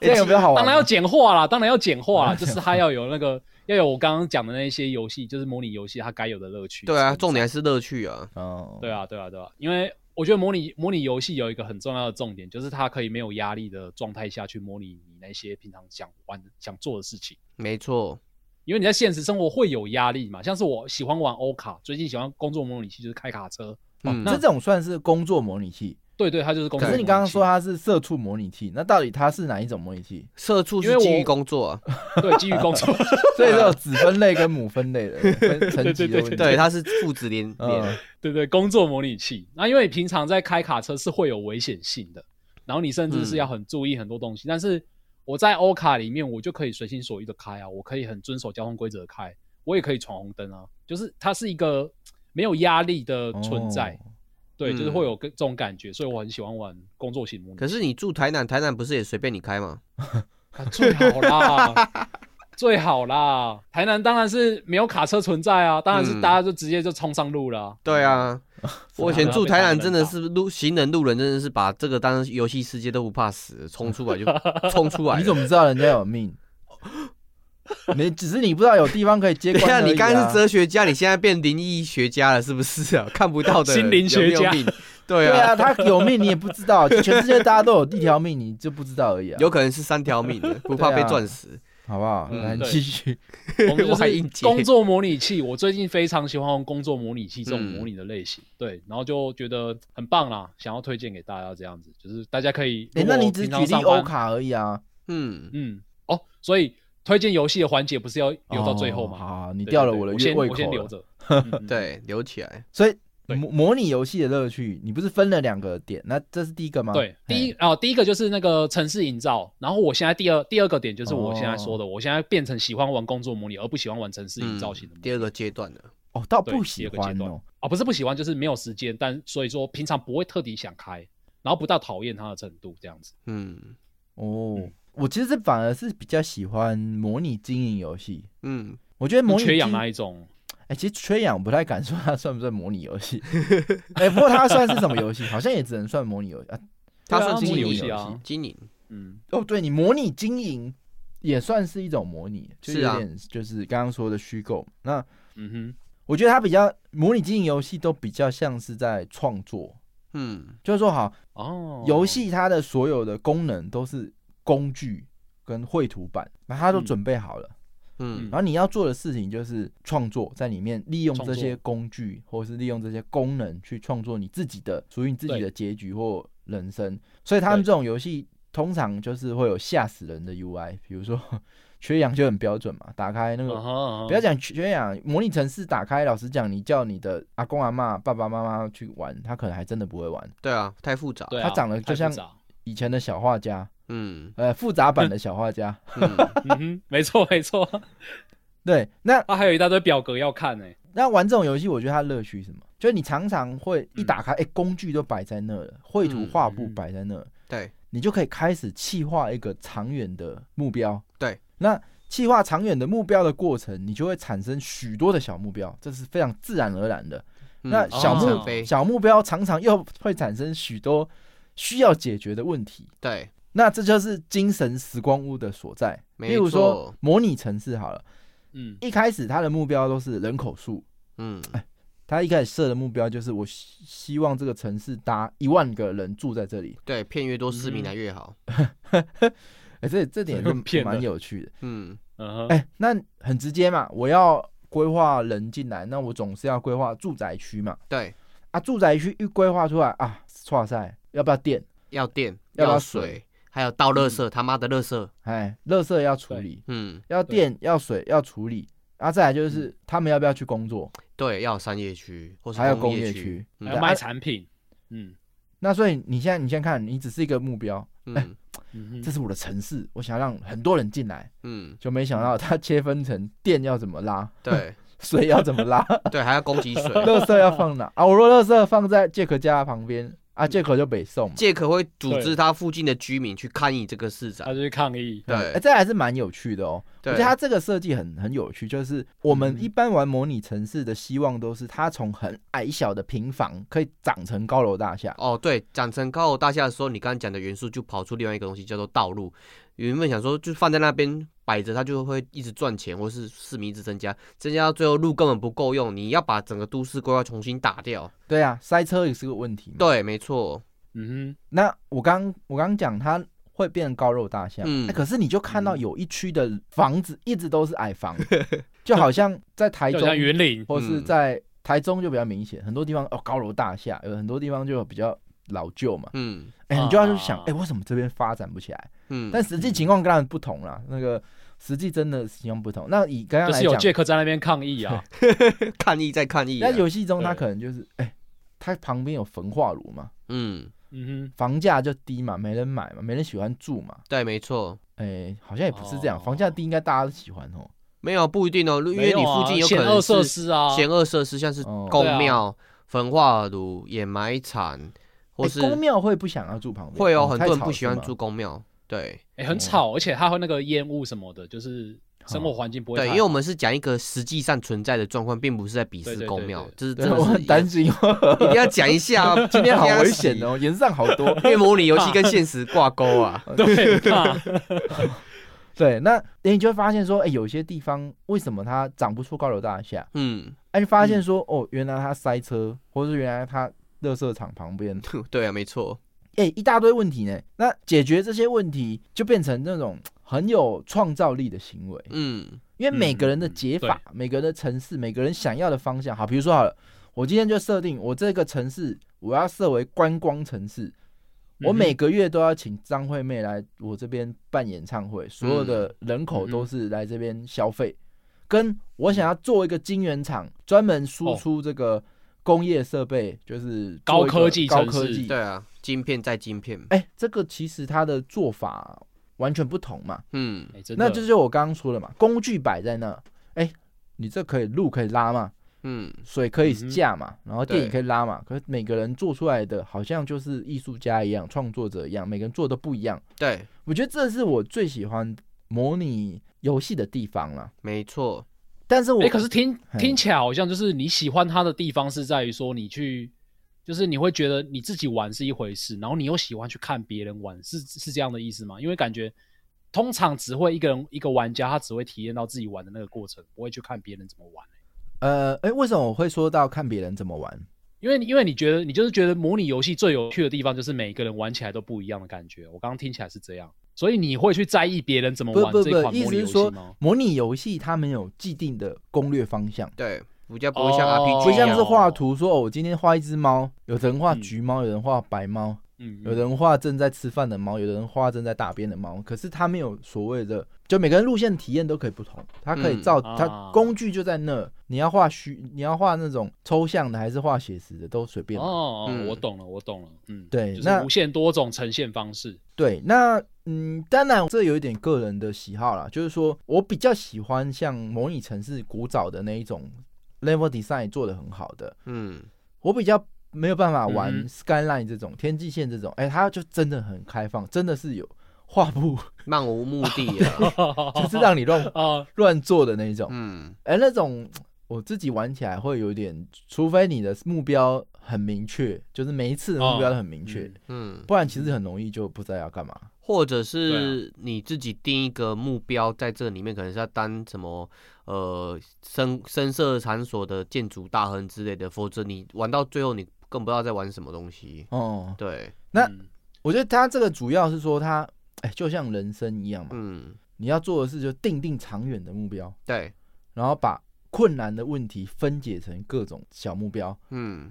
[SPEAKER 1] 这样有没有好玩？
[SPEAKER 2] 当然要简化啦，当然要简化啦， 就是它要有那个要有我刚刚讲的那些游戏，就是模拟游戏它该有的乐趣。
[SPEAKER 3] 对啊，重点还是乐趣啊，
[SPEAKER 1] 哦，
[SPEAKER 2] 对啊，对啊，对啊，因为我觉得模拟模拟游戏有一个很重要的重点，就是它可以没有压力的状态下去模拟你那些平常想玩想做的事情。
[SPEAKER 3] 没错，
[SPEAKER 2] 因为你在现实生活会有压力嘛，像是我喜欢玩欧卡，最近喜欢工作模拟器就是开卡车，
[SPEAKER 1] 嗯，
[SPEAKER 3] 嗯，
[SPEAKER 1] 这种算是工作模拟器，
[SPEAKER 2] 对对，它就是工作
[SPEAKER 1] 可
[SPEAKER 2] 模拟器。
[SPEAKER 1] 是你刚刚说它是社畜模拟器，那到底它是哪一种模拟器？
[SPEAKER 3] 社畜
[SPEAKER 2] 因
[SPEAKER 3] 是
[SPEAKER 2] 为
[SPEAKER 3] 基
[SPEAKER 2] 我
[SPEAKER 3] 于工作啊，
[SPEAKER 2] 对基于工作，
[SPEAKER 1] 所以就有子分类跟母分类的分层级的问题。
[SPEAKER 3] 对，它是父子连
[SPEAKER 1] 嗯
[SPEAKER 3] 连，，
[SPEAKER 2] 对对，工作模拟器。那因为平常在开卡车是会有危险性的，然后你甚至是要很注意很多东西。但是我在欧卡里面，我就可以随心所欲的开啊，我可以很遵守交通规则地开，我也可以闯红灯啊，就是它是一个没有压力的存在。
[SPEAKER 1] 哦
[SPEAKER 2] 对，就是
[SPEAKER 3] 嗯
[SPEAKER 2] 会有个这种感觉，所以我很喜欢玩工作型模拟器。
[SPEAKER 3] 可是你住台南，台南不是也随便你开吗？
[SPEAKER 2] 啊最好 啦，最好啦！台南当然是没有卡车存在啊，当然是
[SPEAKER 3] 嗯
[SPEAKER 2] 大家就直接就冲上路了啊、
[SPEAKER 3] 对啊， 我以前住台南，真的
[SPEAKER 2] 被
[SPEAKER 3] 是路行人路人真的是把这个当游戏世界都不怕死，冲出 来就冲出来了。
[SPEAKER 1] 你怎么知道人家有命？你只是你不知道有地方可以接
[SPEAKER 3] 等一
[SPEAKER 1] 关、
[SPEAKER 3] 下，
[SPEAKER 1] 而
[SPEAKER 3] 你
[SPEAKER 1] 已啊
[SPEAKER 3] 刚刚是哲学家，你现在变灵异学家了，是不是啊？ 看不到的人
[SPEAKER 2] 心灵学家
[SPEAKER 3] 有没有命，对
[SPEAKER 1] 对
[SPEAKER 3] 啊，
[SPEAKER 1] 啊，他有命你也不知道，全世界大家都有一条命，你就不知道而已啊，
[SPEAKER 3] 有可能是三条命 的，不怕被
[SPEAKER 1] 对啊
[SPEAKER 3] 撞死。
[SPEAKER 1] 好不好？
[SPEAKER 3] 嗯
[SPEAKER 1] 来你
[SPEAKER 2] 对
[SPEAKER 1] 继续。
[SPEAKER 2] 我们
[SPEAKER 3] 我还硬
[SPEAKER 2] 就
[SPEAKER 3] 接
[SPEAKER 2] 是工作模拟器，我最近非常喜欢用工作模拟器这种
[SPEAKER 3] 嗯
[SPEAKER 2] 模拟的类型，对，
[SPEAKER 1] 嗯
[SPEAKER 2] 然后就觉得很棒啦，想要推荐给大家这样子，就是大家可以，
[SPEAKER 1] 哎、
[SPEAKER 2] 如果
[SPEAKER 1] 那你只
[SPEAKER 2] 平
[SPEAKER 1] 举
[SPEAKER 2] 常
[SPEAKER 1] 例
[SPEAKER 2] 上
[SPEAKER 1] 欧
[SPEAKER 2] 班，
[SPEAKER 1] 卡而已啊，
[SPEAKER 3] 嗯，
[SPEAKER 2] 嗯，哦，所以推荐游戏的环节不是要留到最后
[SPEAKER 1] 哦
[SPEAKER 2] 吗？
[SPEAKER 1] 好好，你
[SPEAKER 2] 对对
[SPEAKER 1] 吊了
[SPEAKER 2] 对
[SPEAKER 1] 我的
[SPEAKER 2] 我
[SPEAKER 1] 胃
[SPEAKER 2] 先
[SPEAKER 1] 胃
[SPEAKER 2] 我先
[SPEAKER 1] 口
[SPEAKER 2] 留
[SPEAKER 1] 了。
[SPEAKER 2] 着，嗯嗯
[SPEAKER 3] 对，留起来。
[SPEAKER 1] 所以
[SPEAKER 2] 对
[SPEAKER 1] 模模拟游戏的乐趣，你不是分了两个点？那这是第一个吗？哎
[SPEAKER 2] 对，第一
[SPEAKER 1] 嘿，
[SPEAKER 2] 哦，第一个就是那个城市营造，然后我现在第二第二个点就是我现在说
[SPEAKER 1] 哦
[SPEAKER 2] 的，我现在变成喜欢玩工作模拟，而不喜欢玩城市营造型的模拟。
[SPEAKER 3] 嗯第二个阶段了。
[SPEAKER 1] 哦，到
[SPEAKER 2] 对
[SPEAKER 1] 不
[SPEAKER 2] 第
[SPEAKER 1] 喜
[SPEAKER 2] 二个阶
[SPEAKER 1] 欢
[SPEAKER 2] 段
[SPEAKER 1] 哦，
[SPEAKER 2] 啊，不是不喜欢，就是没有时间，但所以说平常不会特地想开，然后不到讨厌它的程度这样子。
[SPEAKER 3] 嗯
[SPEAKER 1] 哦，
[SPEAKER 2] 嗯
[SPEAKER 1] 我其实反而是比较喜欢模拟经营游戏。
[SPEAKER 3] 嗯，
[SPEAKER 1] 我觉得模拟
[SPEAKER 2] 缺氧
[SPEAKER 1] 经
[SPEAKER 2] 那一种，
[SPEAKER 1] 哎、其实缺氧我不太敢说它算不算模拟游戏。 哎、不过它算是什么游戏？好像也只能算模拟游戏啊。
[SPEAKER 3] 它
[SPEAKER 2] 对啊
[SPEAKER 3] 算
[SPEAKER 2] 模
[SPEAKER 3] 经
[SPEAKER 2] 拟
[SPEAKER 3] 营
[SPEAKER 2] 游戏
[SPEAKER 3] 游戏
[SPEAKER 2] 啊，
[SPEAKER 3] 经营
[SPEAKER 2] 嗯，
[SPEAKER 1] 哦，对你模拟经营也算是一种模拟，就是有
[SPEAKER 3] 啊
[SPEAKER 1] 点就是刚刚说的虚构。那
[SPEAKER 2] 嗯
[SPEAKER 1] 我觉得它比较模拟经营游戏都比较像是在创作，
[SPEAKER 3] 嗯
[SPEAKER 1] 就是说好
[SPEAKER 2] 哼，哦，
[SPEAKER 1] 游戏它的所有的功能都是工具跟绘图板，把它都
[SPEAKER 2] 嗯
[SPEAKER 1] 准备好了。
[SPEAKER 3] 嗯
[SPEAKER 1] 然后你要做的事情就是创作，在里面利用
[SPEAKER 2] 创
[SPEAKER 1] 这
[SPEAKER 2] 作
[SPEAKER 1] 些工具或是利用这些功能去创作你自己的属于你自己
[SPEAKER 2] 对
[SPEAKER 1] 的结局或人生。所以他们
[SPEAKER 2] 对
[SPEAKER 1] 这种游戏通常就是会有吓死人的 UI，比如说 缺氧就很标准嘛，打开那个。
[SPEAKER 2] 嗯哼，嗯哼
[SPEAKER 1] 不要，讲缺氧，模拟城市打开，老实讲，你叫你的阿公阿妈、爸爸妈妈去玩，他可能还真的不会玩。
[SPEAKER 3] 对啊，太复杂。
[SPEAKER 2] 对啊，
[SPEAKER 1] 它长得就
[SPEAKER 2] 太复
[SPEAKER 1] 像
[SPEAKER 2] 杂
[SPEAKER 1] 以前的小画家，
[SPEAKER 3] 嗯
[SPEAKER 1] 呃，复杂版的小画家，
[SPEAKER 3] 嗯，
[SPEAKER 2] 嗯哼，没错没错，
[SPEAKER 1] 对，那
[SPEAKER 2] 它还有一大堆表格要看欸呢。
[SPEAKER 1] 那玩这种游戏，我觉得它乐趣是什么？就是你常常会一打开，哎、工具都摆在那了，绘图
[SPEAKER 3] 嗯
[SPEAKER 1] 画布
[SPEAKER 2] 嗯
[SPEAKER 1] 摆在那，
[SPEAKER 3] 对，
[SPEAKER 1] 你就可以开始企划一个长远的目标。
[SPEAKER 3] 对，
[SPEAKER 1] 那企划长远的目标的过程，你就会产生许多的小目标，这是非常自然而然的。那
[SPEAKER 3] 嗯
[SPEAKER 1] 小
[SPEAKER 2] 木
[SPEAKER 3] 哦
[SPEAKER 1] 小目标常常又会产生许多需要解决的问题。
[SPEAKER 3] 对，
[SPEAKER 1] 那这就是精神时光屋的所在。
[SPEAKER 3] 没
[SPEAKER 1] 例如说
[SPEAKER 3] 错
[SPEAKER 1] 模拟城市好了，
[SPEAKER 2] 嗯，
[SPEAKER 1] 一开始它的目标都是人口数，
[SPEAKER 3] 嗯，
[SPEAKER 1] 它一开始设的目标就是我希希望这个城市达一万个人住在这里。
[SPEAKER 3] 对，骗越多市民
[SPEAKER 2] 嗯
[SPEAKER 3] 来越好。
[SPEAKER 1] 哎、这这点是
[SPEAKER 2] 骗
[SPEAKER 1] 蛮
[SPEAKER 2] 了
[SPEAKER 1] 有趣的。
[SPEAKER 3] 嗯，
[SPEAKER 2] 嗯
[SPEAKER 1] 哎、
[SPEAKER 2] 哼，
[SPEAKER 1] 那很直接嘛，我要规划人进来，那我总是要规划住宅区嘛。
[SPEAKER 3] 对，
[SPEAKER 1] 啊，住宅区一规划出来啊，哇塞，要不要电？
[SPEAKER 3] 要电，
[SPEAKER 1] 要不要
[SPEAKER 3] 水
[SPEAKER 1] 水，嗯
[SPEAKER 3] 还有倒垃圾，他妈的垃圾。
[SPEAKER 1] 哎，垃圾要处
[SPEAKER 2] 对
[SPEAKER 1] 理，
[SPEAKER 3] 嗯，
[SPEAKER 1] 要
[SPEAKER 2] 对嗯
[SPEAKER 1] 电要水要处理，然后再来就是、他们要不要去工作，
[SPEAKER 3] 对，要有商业区或是
[SPEAKER 1] 还有
[SPEAKER 3] 工
[SPEAKER 1] 工业
[SPEAKER 3] 区。
[SPEAKER 1] 区。啊
[SPEAKER 3] 嗯
[SPEAKER 2] 还要卖产品，嗯
[SPEAKER 1] 那所以你现在你先看，你只是一个目标，
[SPEAKER 3] 嗯
[SPEAKER 2] 嗯哼，
[SPEAKER 1] 这是我的城市，我想要让很多人进来，
[SPEAKER 3] 嗯，
[SPEAKER 1] 就没想到它切分成电要怎么拉，
[SPEAKER 3] 对
[SPEAKER 1] 水要怎么拉，
[SPEAKER 3] 对，还要供给 水。
[SPEAKER 1] 垃圾要放哪啊？我若垃圾放在杰克家旁边
[SPEAKER 3] 嗯
[SPEAKER 1] 啊，杰克就北送嘛。
[SPEAKER 3] 杰克会组
[SPEAKER 2] 对
[SPEAKER 3] 织他附近的居民去抗议这个市长
[SPEAKER 2] 他。就去抗议，
[SPEAKER 3] 对
[SPEAKER 1] 哎、这还是蛮有趣的哦。
[SPEAKER 3] 对
[SPEAKER 1] 我觉得它这个设计很很有趣，就是我们
[SPEAKER 2] 嗯
[SPEAKER 1] 一般玩模拟城市的希望都是它从很矮小的平房可以长成高楼大厦。
[SPEAKER 3] 哦，对，长成高楼大厦的时候，你刚刚讲的元素就跑出另外一个东西，叫做道路。原本想说就放在那边摆着，它就会一直赚钱，或是市民一直增加，增加到最后路根本不够用，你要把整个都市规划重新打掉。
[SPEAKER 1] 对啊，塞车也是个问题嘛。，
[SPEAKER 3] 对，没错，
[SPEAKER 2] 嗯
[SPEAKER 1] 那我刚我刚讲它会变高楼大厦，
[SPEAKER 3] 嗯
[SPEAKER 1] 哎可是你就看到
[SPEAKER 2] 嗯
[SPEAKER 1] 有一区的房子一直都是矮房，就好像在台
[SPEAKER 2] 哼，就
[SPEAKER 1] 中
[SPEAKER 2] 像云林，
[SPEAKER 1] 或是
[SPEAKER 3] 嗯
[SPEAKER 1] 在台中就比较明显，很多地方哦高楼大厦，有很多地方就比较老旧嘛。
[SPEAKER 3] 嗯
[SPEAKER 1] 哎、你就要去想，哎、
[SPEAKER 2] 啊
[SPEAKER 1] 为什么这边发展不起来？
[SPEAKER 3] 嗯，
[SPEAKER 1] 但实际情况当然不同啦，那个实际真的情况不同。那以刚刚
[SPEAKER 2] 就
[SPEAKER 1] 来
[SPEAKER 2] 是有
[SPEAKER 1] 讲，
[SPEAKER 2] 杰克在那边抗议 啊，
[SPEAKER 3] 抗议再抗议啊、
[SPEAKER 1] 那游戏中它
[SPEAKER 2] 对
[SPEAKER 1] 可能就是，哎、它旁边有焚化炉嘛，
[SPEAKER 3] 嗯，
[SPEAKER 2] 嗯哼，
[SPEAKER 1] 房价就低嘛，没人买嘛，没人喜欢住嘛。
[SPEAKER 3] 对，没错，
[SPEAKER 1] 哎、好像也不是这样，
[SPEAKER 2] 哦
[SPEAKER 1] 房价低应该大家都喜欢哦。
[SPEAKER 3] 没有不一定哦，因为你附近有可
[SPEAKER 2] 险恶
[SPEAKER 3] 能
[SPEAKER 2] 啊设
[SPEAKER 3] 是
[SPEAKER 2] 施啊，
[SPEAKER 3] 险恶设施，像是
[SPEAKER 1] 哦
[SPEAKER 3] 公
[SPEAKER 2] 对啊
[SPEAKER 3] 庙、焚化炉、掩埋场，或
[SPEAKER 1] 哎
[SPEAKER 3] 是、
[SPEAKER 1] 公庙会不想要住旁边，
[SPEAKER 3] 会有哦
[SPEAKER 1] 嗯
[SPEAKER 3] 很
[SPEAKER 1] 太
[SPEAKER 3] 多人
[SPEAKER 1] 吵
[SPEAKER 3] 不
[SPEAKER 1] 是
[SPEAKER 3] 喜欢
[SPEAKER 1] 吗
[SPEAKER 3] 住公庙。对，
[SPEAKER 2] 哎，
[SPEAKER 1] 哦
[SPEAKER 2] 很吵，而且它会那个烟雾什么的，就是生活环境不会太
[SPEAKER 3] 对，
[SPEAKER 2] 好。
[SPEAKER 3] 因为我们是讲一个实际上存在的状况，并不是在鄙
[SPEAKER 2] 对
[SPEAKER 3] 视
[SPEAKER 2] 对
[SPEAKER 3] 公
[SPEAKER 2] 对
[SPEAKER 3] 庙
[SPEAKER 2] 对，
[SPEAKER 3] 这是 真
[SPEAKER 1] 对，
[SPEAKER 3] 的
[SPEAKER 1] 我
[SPEAKER 3] 是
[SPEAKER 1] 很担心 哦，
[SPEAKER 3] 一定要讲一下啊，
[SPEAKER 1] 今 天好危险
[SPEAKER 3] 哦，
[SPEAKER 1] 哦，延上好多。
[SPEAKER 3] 因为模拟游戏 跟现实挂钩啊。
[SPEAKER 2] 对很怕
[SPEAKER 1] 对，那你就会发现说，哎、有些地方为什么它长不出高楼大厦？
[SPEAKER 3] 嗯，
[SPEAKER 1] 哎、你发现说，哦，原来它塞车，或是原来它垃圾场旁边，
[SPEAKER 3] 对啊，没错，
[SPEAKER 1] 哎、一大堆问题呢。那解决这些问题，就变成那种很有创造力的行为，
[SPEAKER 3] 嗯
[SPEAKER 1] 因为每个人的解法、每个人的城市、每个人想要的方向，好，比如说好了，我今天就设定我这个城市，我要设为观光城市，
[SPEAKER 2] 嗯
[SPEAKER 1] 我每个月都要请张惠妹来我这边办演唱会，所有的
[SPEAKER 2] 嗯
[SPEAKER 1] 人口都是来这边消费。跟我
[SPEAKER 2] 嗯
[SPEAKER 1] 想要做一个晶圆厂，专门输出这个工业设备，就是做一个
[SPEAKER 2] 哦高科技
[SPEAKER 1] 高
[SPEAKER 2] 城市
[SPEAKER 1] 科技。
[SPEAKER 3] 对啊，晶片再晶片，
[SPEAKER 1] 哎、这个其实它的做法完全不同嘛。
[SPEAKER 3] 嗯
[SPEAKER 2] 哎，真的
[SPEAKER 1] 那这就是我刚刚说的嘛，工具摆在那，哎、你这可以路可以拉嘛，
[SPEAKER 3] 嗯，
[SPEAKER 1] 水可以
[SPEAKER 2] 嗯哼
[SPEAKER 1] 架嘛，然后电影
[SPEAKER 3] 对
[SPEAKER 1] 可以拉嘛。可是每个人做出来的好像就是艺术家一样，创作者一样，每个人做的不一样。
[SPEAKER 3] 对，
[SPEAKER 1] 我觉得这是我最喜欢模拟游戏的地方了。
[SPEAKER 3] 没错，
[SPEAKER 1] 但是我、
[SPEAKER 2] 哎、可是听
[SPEAKER 1] 嘿
[SPEAKER 2] 听起来好像就是你喜欢它的地方是在于说你去，就是你会觉得你自己玩是一回事，然后你又喜欢去看别人玩，是是这样的意思吗？因为感觉通常只会一个人一个玩家，他只会体验到自己玩的那个过程，不会去看别人怎么玩、
[SPEAKER 1] 呃，哎、为什么我会说到看别人怎么玩？
[SPEAKER 2] 因为因为你觉得你就是觉得模拟游戏最有趣的地方就是每个人玩起来都不一样的感觉，我刚刚听起来是这样，所以你会去在意别人怎么
[SPEAKER 1] 不
[SPEAKER 2] 玩
[SPEAKER 1] 不
[SPEAKER 2] 这一
[SPEAKER 1] 不，
[SPEAKER 2] 款
[SPEAKER 1] 意
[SPEAKER 2] 模
[SPEAKER 1] 思
[SPEAKER 2] 拟游
[SPEAKER 1] 是
[SPEAKER 2] 戏
[SPEAKER 1] 说
[SPEAKER 2] 吗？嗯
[SPEAKER 1] 模拟游戏它没有既定的攻略方向，
[SPEAKER 3] 对，比较不会像
[SPEAKER 2] 哦
[SPEAKER 3] RPG，
[SPEAKER 1] 不像
[SPEAKER 3] 一
[SPEAKER 1] 是
[SPEAKER 3] 样
[SPEAKER 1] 画图说哦，我今天画一只猫，有的人画
[SPEAKER 2] 嗯
[SPEAKER 1] 橘猫，有人画白猫，
[SPEAKER 2] 嗯，
[SPEAKER 1] 有的人画正在吃饭的猫，有的人画正在大便的猫。可是它没有所谓的，就每个人路线体验都可以不同，它可以
[SPEAKER 3] 嗯
[SPEAKER 1] 照、
[SPEAKER 2] 啊
[SPEAKER 1] 它工具就在那，你要画虚，你要画那种抽象的还是画写实的都随便嘛。
[SPEAKER 2] 哦，
[SPEAKER 3] 嗯
[SPEAKER 2] 我懂了，我懂了，嗯，
[SPEAKER 1] 对
[SPEAKER 2] 就
[SPEAKER 1] 那
[SPEAKER 2] 是无限多种呈现 方式，
[SPEAKER 1] 对，那嗯，当然这有一点个人的喜好啦，就是说我比较喜欢像模拟城市古早的那一种 level design 做的很好的，
[SPEAKER 3] 嗯，
[SPEAKER 1] 我比较没有办法
[SPEAKER 2] 嗯
[SPEAKER 1] 玩
[SPEAKER 2] 哼
[SPEAKER 1] skyline 这种、天际线这种，哎、它就真的很开放，真的是有画 布，
[SPEAKER 3] 漫无目的啊，
[SPEAKER 1] 就是让你乱
[SPEAKER 2] 啊，
[SPEAKER 1] 乱做的那一种，
[SPEAKER 3] 嗯
[SPEAKER 1] 哎、那种我自己玩起来会有点，除非你的目标很明确，就是每一次的目标都很明确，
[SPEAKER 2] 嗯
[SPEAKER 3] 嗯，
[SPEAKER 1] 不然其实很容易就不知道要干嘛。
[SPEAKER 3] 或
[SPEAKER 1] 啊
[SPEAKER 3] 者是你自己定一个目标，在这里面可能是要当什么呃深深色场所的建筑大亨之类的，否则你玩到最后你更不知道在玩什么东西。
[SPEAKER 1] 哦，
[SPEAKER 3] 对，
[SPEAKER 1] 那
[SPEAKER 2] 嗯
[SPEAKER 1] 我觉得他这个主要是说他，哎，就像人生一样嘛，
[SPEAKER 3] 嗯，
[SPEAKER 1] 你要做的事就定定长远的目标，
[SPEAKER 3] 对，
[SPEAKER 1] 然后把困难的问题分解成各种小目标，
[SPEAKER 3] 嗯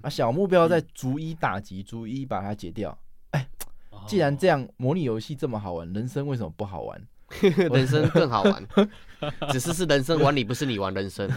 [SPEAKER 1] 把小目标再
[SPEAKER 2] 嗯
[SPEAKER 1] 逐一打击，逐一把它解掉。既然这
[SPEAKER 2] 样，
[SPEAKER 1] 样，模拟游戏这么好玩，人生为什么不好玩？
[SPEAKER 3] 人生更好玩，只是是人生玩你，不是你玩人生。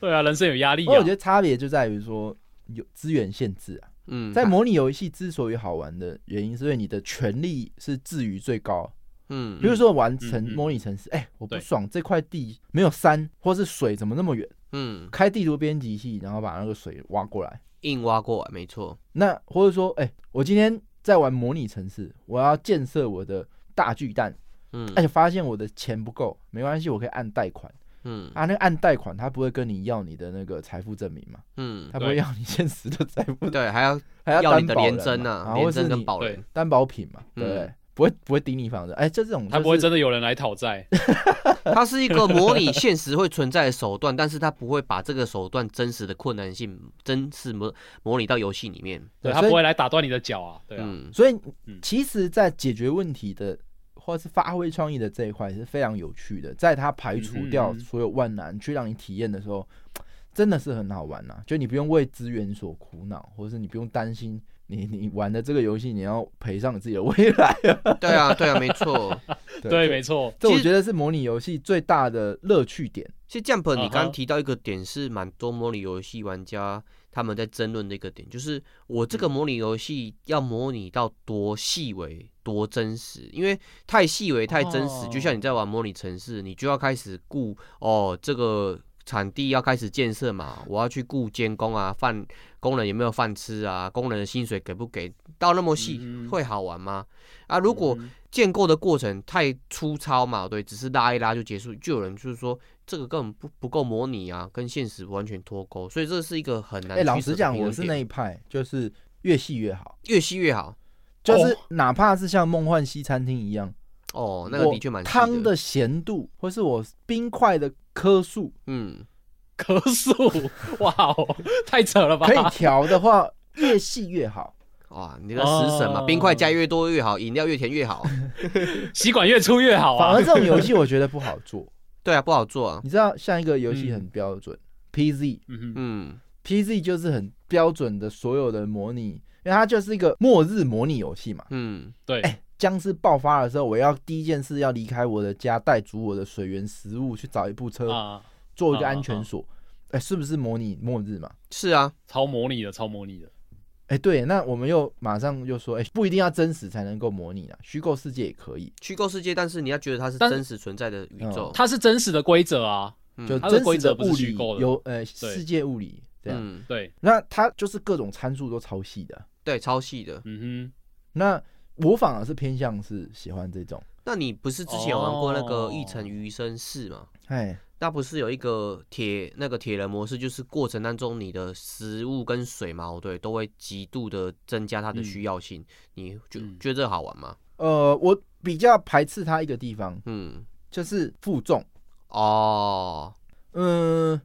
[SPEAKER 2] 对啊，人生有压力
[SPEAKER 1] 不
[SPEAKER 2] 啊
[SPEAKER 1] 过我觉。得差别就在于说有资源限制啊，
[SPEAKER 3] 嗯，
[SPEAKER 1] 在模拟游戏之所以好玩的原因，是因为你的权利是置于最高。
[SPEAKER 3] 嗯
[SPEAKER 1] 比如说完成
[SPEAKER 2] 嗯嗯
[SPEAKER 1] 模拟城市，哎，我不
[SPEAKER 2] 对
[SPEAKER 1] 爽这块地没有山或是水怎么那么远，
[SPEAKER 3] 嗯
[SPEAKER 1] 开地图编辑器，然后把那个水挖过来。
[SPEAKER 3] 硬挖过来，没错。
[SPEAKER 1] 那或者说，哎，我今天在玩模拟城市，我要建设我的大巨蛋，
[SPEAKER 3] 嗯
[SPEAKER 1] 而且发现我的钱不够，没关系，我可以按贷款
[SPEAKER 3] 嗯
[SPEAKER 1] 啊。那个按贷款，他不会跟你要你的那个财富证明嘛？
[SPEAKER 3] 嗯
[SPEAKER 1] 他，不会要你现实的财富，
[SPEAKER 3] 对，还要
[SPEAKER 1] 还要
[SPEAKER 3] 要
[SPEAKER 1] 担
[SPEAKER 3] 你的
[SPEAKER 1] 保
[SPEAKER 3] 连
[SPEAKER 1] 人
[SPEAKER 3] 征
[SPEAKER 1] 嘛
[SPEAKER 3] 啊，
[SPEAKER 1] 啊，
[SPEAKER 3] 连
[SPEAKER 1] 或是
[SPEAKER 3] 征跟
[SPEAKER 1] 你
[SPEAKER 3] 保
[SPEAKER 2] 对
[SPEAKER 3] 人。
[SPEAKER 1] 担保品嘛，
[SPEAKER 3] 嗯
[SPEAKER 1] 对不对？不会不会顶你房子，哎，这这种
[SPEAKER 2] 他不会
[SPEAKER 1] 就是
[SPEAKER 2] 真的有人来 讨债，
[SPEAKER 3] 它是一个模拟现实会存在的手段，但是它不会把这个手段真实的困难性、真实模模拟到游戏里面。
[SPEAKER 2] 对
[SPEAKER 1] 对
[SPEAKER 2] 他
[SPEAKER 1] 所以
[SPEAKER 2] 不会来打断你的脚啊，对啊，
[SPEAKER 3] 嗯
[SPEAKER 1] 所以
[SPEAKER 2] 嗯
[SPEAKER 1] 其实，在解决问题的或是发挥创意的这一块是非常有趣的，在它排除掉
[SPEAKER 2] 嗯哼
[SPEAKER 1] 所有万难，去让你体验的时候，真的是很好玩呐、就你不用为资源所苦恼，或是你不用担心你你玩的这个游戏你要赔上你自己的未 来。
[SPEAKER 3] 对啊，对啊，没错。
[SPEAKER 2] 对，没错，
[SPEAKER 1] 这我
[SPEAKER 3] 其实
[SPEAKER 1] 觉得是模拟游戏最大的乐趣点。
[SPEAKER 3] 其实 Jump，你刚
[SPEAKER 2] 啊哈
[SPEAKER 3] 刚提到一个点是蛮多模拟游戏玩家他们在争论的一个点，就是我哦这个模拟游戏要模拟到多细微、多真实，因为太细微、太真实，
[SPEAKER 2] 哦
[SPEAKER 3] 就像你在玩模拟城市，你就要开始顾哦这个。场地要开始建设嘛，我要去顾监工啊，饭工人有没有饭吃啊，工人的薪水给不给，到那么细、
[SPEAKER 2] 嗯哼
[SPEAKER 3] 会好玩吗？啊，如果
[SPEAKER 2] 嗯
[SPEAKER 3] 建构的过程太粗糙嘛，对，只是拉一拉就结束，就有人就是说这个根本不不够模拟啊，跟现实完全脱钩，所以这是一个很难。
[SPEAKER 1] 哎、老实讲，我是那一派，就是越细越好，
[SPEAKER 3] 越细越好
[SPEAKER 1] 就是哪怕是像梦幻西餐厅一样，
[SPEAKER 3] 哦，那个
[SPEAKER 1] 我
[SPEAKER 3] 的确蛮细
[SPEAKER 1] 汤
[SPEAKER 3] 的，
[SPEAKER 1] 的咸度，或是我冰块的颗数。
[SPEAKER 3] 嗯，
[SPEAKER 2] 咳嗽，哇哦，太扯了吧
[SPEAKER 1] 可？以调的话，越细越 好。
[SPEAKER 3] 哇，你的食神嘛，
[SPEAKER 2] 哦
[SPEAKER 3] 冰块加越多越好，饮料越甜越好，
[SPEAKER 2] 吸管越粗越好
[SPEAKER 1] 反
[SPEAKER 2] 啊
[SPEAKER 1] 而，这种游戏我觉得不好 做。
[SPEAKER 3] 对啊，不好做啊，
[SPEAKER 1] 你知道，像一个游戏很标准，PZ
[SPEAKER 2] 嗯哼，
[SPEAKER 3] 嗯
[SPEAKER 1] PZ 就是很标准的所有的模拟，因为它就是一个末日模拟游戏嘛。
[SPEAKER 3] 嗯
[SPEAKER 2] 对，
[SPEAKER 1] 哎，僵尸爆发的时候，我要第一件事要离开我的家，带足我的水源、食物，去找一部车，
[SPEAKER 2] 啊，
[SPEAKER 1] 做一个安全锁。哎，是不是模拟末日嘛？
[SPEAKER 3] 是啊，
[SPEAKER 2] 超模拟的，超模拟的，
[SPEAKER 1] 哎，对，那我们又马上又说，哎，不一定要真实才能够模拟啊，虚构世界也可以，
[SPEAKER 3] 虚构世界，但是你要觉得它是
[SPEAKER 2] 但是
[SPEAKER 3] 真实存在的宇宙，
[SPEAKER 2] 它是真实的规则啊，
[SPEAKER 3] 嗯
[SPEAKER 1] 哦就
[SPEAKER 2] 它的
[SPEAKER 1] 真
[SPEAKER 2] 规
[SPEAKER 1] 实
[SPEAKER 2] 则不是
[SPEAKER 1] 物
[SPEAKER 2] 虚
[SPEAKER 1] 理
[SPEAKER 2] 构的
[SPEAKER 1] 有呃世界物理这样。
[SPEAKER 3] 嗯，
[SPEAKER 2] 对，
[SPEAKER 1] 那它就是各种参数都超细的。
[SPEAKER 3] 对，超细的。
[SPEAKER 2] 嗯
[SPEAKER 1] 那我反而是偏向是喜欢这种，
[SPEAKER 3] 那你不是之前有玩过那个
[SPEAKER 2] 哦
[SPEAKER 3] 《一城余生四》吗？
[SPEAKER 1] 哎，
[SPEAKER 3] 那不是有一个铁那个铁人模式，就是过程当中你的食物跟水嘛，对，都会极度的增加它的
[SPEAKER 1] 嗯
[SPEAKER 3] 需要性。你觉
[SPEAKER 2] 嗯
[SPEAKER 3] 觉得这好玩吗？
[SPEAKER 1] 呃，我比较排斥它一个地方
[SPEAKER 3] 嗯，
[SPEAKER 1] 就是负重，
[SPEAKER 3] 哦，
[SPEAKER 1] 嗯、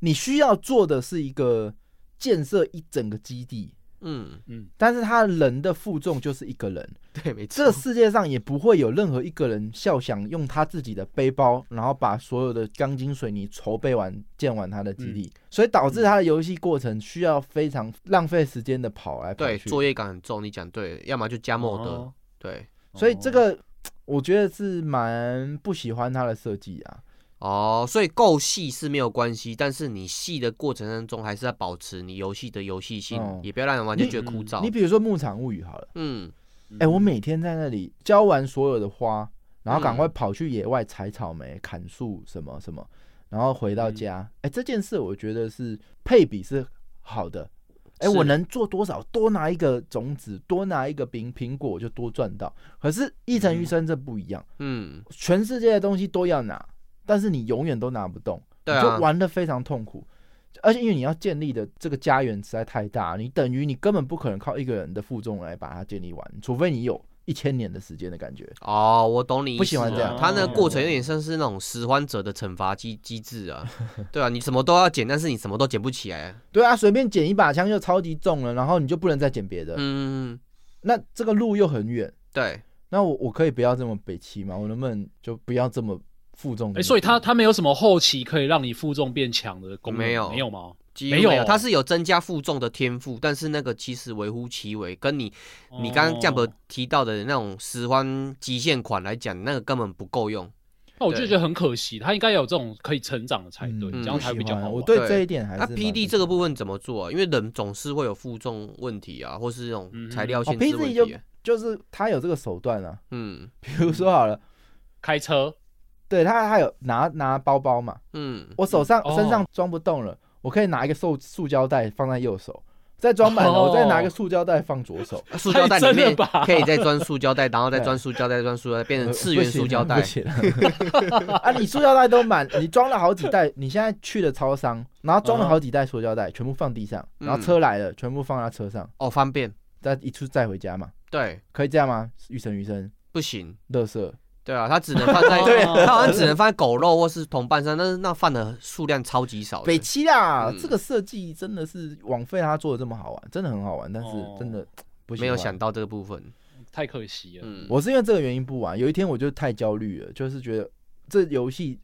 [SPEAKER 1] 你需要做的是一个建设一整个基地，
[SPEAKER 3] 嗯，
[SPEAKER 2] 哼，嗯，
[SPEAKER 1] 但是他人的负重就是一个人，
[SPEAKER 3] 对，没错
[SPEAKER 1] 这，世界上也不会有任何一个人笑想用他自己的背包，然后把所有的钢筋水泥筹备完建完他的基地，
[SPEAKER 3] 嗯
[SPEAKER 1] 所以导致他的游戏过程需要非常浪费时间的跑来跑
[SPEAKER 3] 对，
[SPEAKER 1] 去，
[SPEAKER 3] 作业感很重，你讲对了，要么就加 mod，、
[SPEAKER 2] 哦
[SPEAKER 3] 对，
[SPEAKER 1] 所以这个我觉得是蛮不喜欢它的设计啊。
[SPEAKER 3] 哦，所以够细是没有关系，但是你细的过程当中还是要保持你游戏的游戏性，
[SPEAKER 1] 哦
[SPEAKER 3] 也不要让人完全觉得枯燥
[SPEAKER 1] 你。比如说《牧场物语》好了，
[SPEAKER 3] 嗯，
[SPEAKER 1] 哎、我每天在那里浇完所有的花，然后赶
[SPEAKER 3] 嗯
[SPEAKER 1] 快跑去野外采草莓、砍树什么什么，然后回
[SPEAKER 3] 嗯
[SPEAKER 1] 到家，哎、这件事我觉得是配比是好的。哎、
[SPEAKER 3] 是
[SPEAKER 1] 我能做多少？多拿一个种子，多拿一个苹苹果，我就多赚到。可是，一城余生这不一样，
[SPEAKER 3] 嗯，
[SPEAKER 1] 全世界的东西都要拿，但是你永远都拿不动。
[SPEAKER 3] 对
[SPEAKER 1] 你就
[SPEAKER 3] 啊，
[SPEAKER 1] 玩的非常痛苦。而且因为你要建立的这个家园实在太大，你等于你根本不可能靠一个人的负重来把它建立完，除非你有一千年的时间的感觉。
[SPEAKER 3] 哦，我懂你意思
[SPEAKER 1] 不喜欢
[SPEAKER 2] 这样
[SPEAKER 3] 了他那个过程有点像是那种拾荒者的惩罚机机制啊， 对啊，你什么都要捡，但是你什么都捡不起来。
[SPEAKER 1] 对啊，随便捡一把枪就超级重了，然后你就不能再捡别的。
[SPEAKER 3] 嗯，
[SPEAKER 1] 那这个路又很远，
[SPEAKER 3] 对，
[SPEAKER 1] 那我我可以不要这么北齐吗？我能不能就不要这么负重？
[SPEAKER 2] 哎、所以它它没有什么后期可以让你负重变强的功能，
[SPEAKER 3] 没有
[SPEAKER 2] 没有吗？
[SPEAKER 3] 几乎
[SPEAKER 2] 没有
[SPEAKER 1] 啊
[SPEAKER 3] 它是有增加负重的天赋，但是那个其实微乎其微，跟你你刚刚 Jump
[SPEAKER 2] 哦
[SPEAKER 3] 提到的那种拾荒极限款来讲，那个根本不够用。
[SPEAKER 2] 那我就
[SPEAKER 3] 对
[SPEAKER 2] 觉得很可惜，它应该有这种可以成长的才对，
[SPEAKER 1] 嗯
[SPEAKER 2] 这
[SPEAKER 1] 不
[SPEAKER 2] 样才比
[SPEAKER 1] 喜
[SPEAKER 2] 较
[SPEAKER 1] 欢。
[SPEAKER 2] 好玩。
[SPEAKER 1] 我对
[SPEAKER 3] 对
[SPEAKER 1] 这一点还是
[SPEAKER 3] 那
[SPEAKER 1] 蛮不喜欢。
[SPEAKER 3] PD 这个部分怎么做啊？因为人总是会有负重问题啊，或是那种材料限
[SPEAKER 1] 嗯
[SPEAKER 3] 制
[SPEAKER 1] 哦
[SPEAKER 3] 问
[SPEAKER 1] ，PD
[SPEAKER 3] 题啊。
[SPEAKER 1] 就是他有这个手段啊，
[SPEAKER 3] 嗯
[SPEAKER 1] 比如说好了，
[SPEAKER 2] 开车
[SPEAKER 1] 对他还有拿拿包包嘛，
[SPEAKER 3] 嗯，
[SPEAKER 1] 我手上、
[SPEAKER 2] 哦
[SPEAKER 1] 身上装不动了，我可以拿一个塑塑胶袋放在右手，再装满了，
[SPEAKER 2] 哦
[SPEAKER 1] 我再拿个塑胶袋放左手，
[SPEAKER 3] 塑胶袋
[SPEAKER 2] 太真
[SPEAKER 3] 里
[SPEAKER 2] 了
[SPEAKER 3] 面
[SPEAKER 2] 吧
[SPEAKER 3] 可以再装塑胶袋，然后再
[SPEAKER 1] 对
[SPEAKER 3] 装塑胶袋，装塑胶袋，变成
[SPEAKER 1] 呃
[SPEAKER 3] 次元塑胶袋
[SPEAKER 1] 不。行了，不行了 啊！你塑胶袋都满，你装了好几袋，你现在去了超商，然后装了好
[SPEAKER 3] 嗯
[SPEAKER 1] 几袋塑胶袋，全部放地上，然后车来了，全部放在车上，
[SPEAKER 3] 哦，方便。
[SPEAKER 1] 再一次载回家嘛，
[SPEAKER 3] 对，
[SPEAKER 1] 可以这样吗？余生余生，
[SPEAKER 3] 不行。
[SPEAKER 1] 乐色，
[SPEAKER 3] 对啊，它只能放在，
[SPEAKER 2] 对
[SPEAKER 3] 它好像只能放在狗肉或是同伴上，但是那饭的数量超级少的。
[SPEAKER 1] 北七啦，
[SPEAKER 3] 嗯
[SPEAKER 1] 这个设计真的是枉费他做的这么好玩，真的很好玩，但是
[SPEAKER 2] 哦
[SPEAKER 1] 真的不喜
[SPEAKER 3] 没有
[SPEAKER 1] 欢
[SPEAKER 3] 想到这个部分。
[SPEAKER 2] 太可惜了。
[SPEAKER 3] 嗯，
[SPEAKER 1] 我是因为这个原因不玩。有一天我就太焦虑了，就是觉得这游戏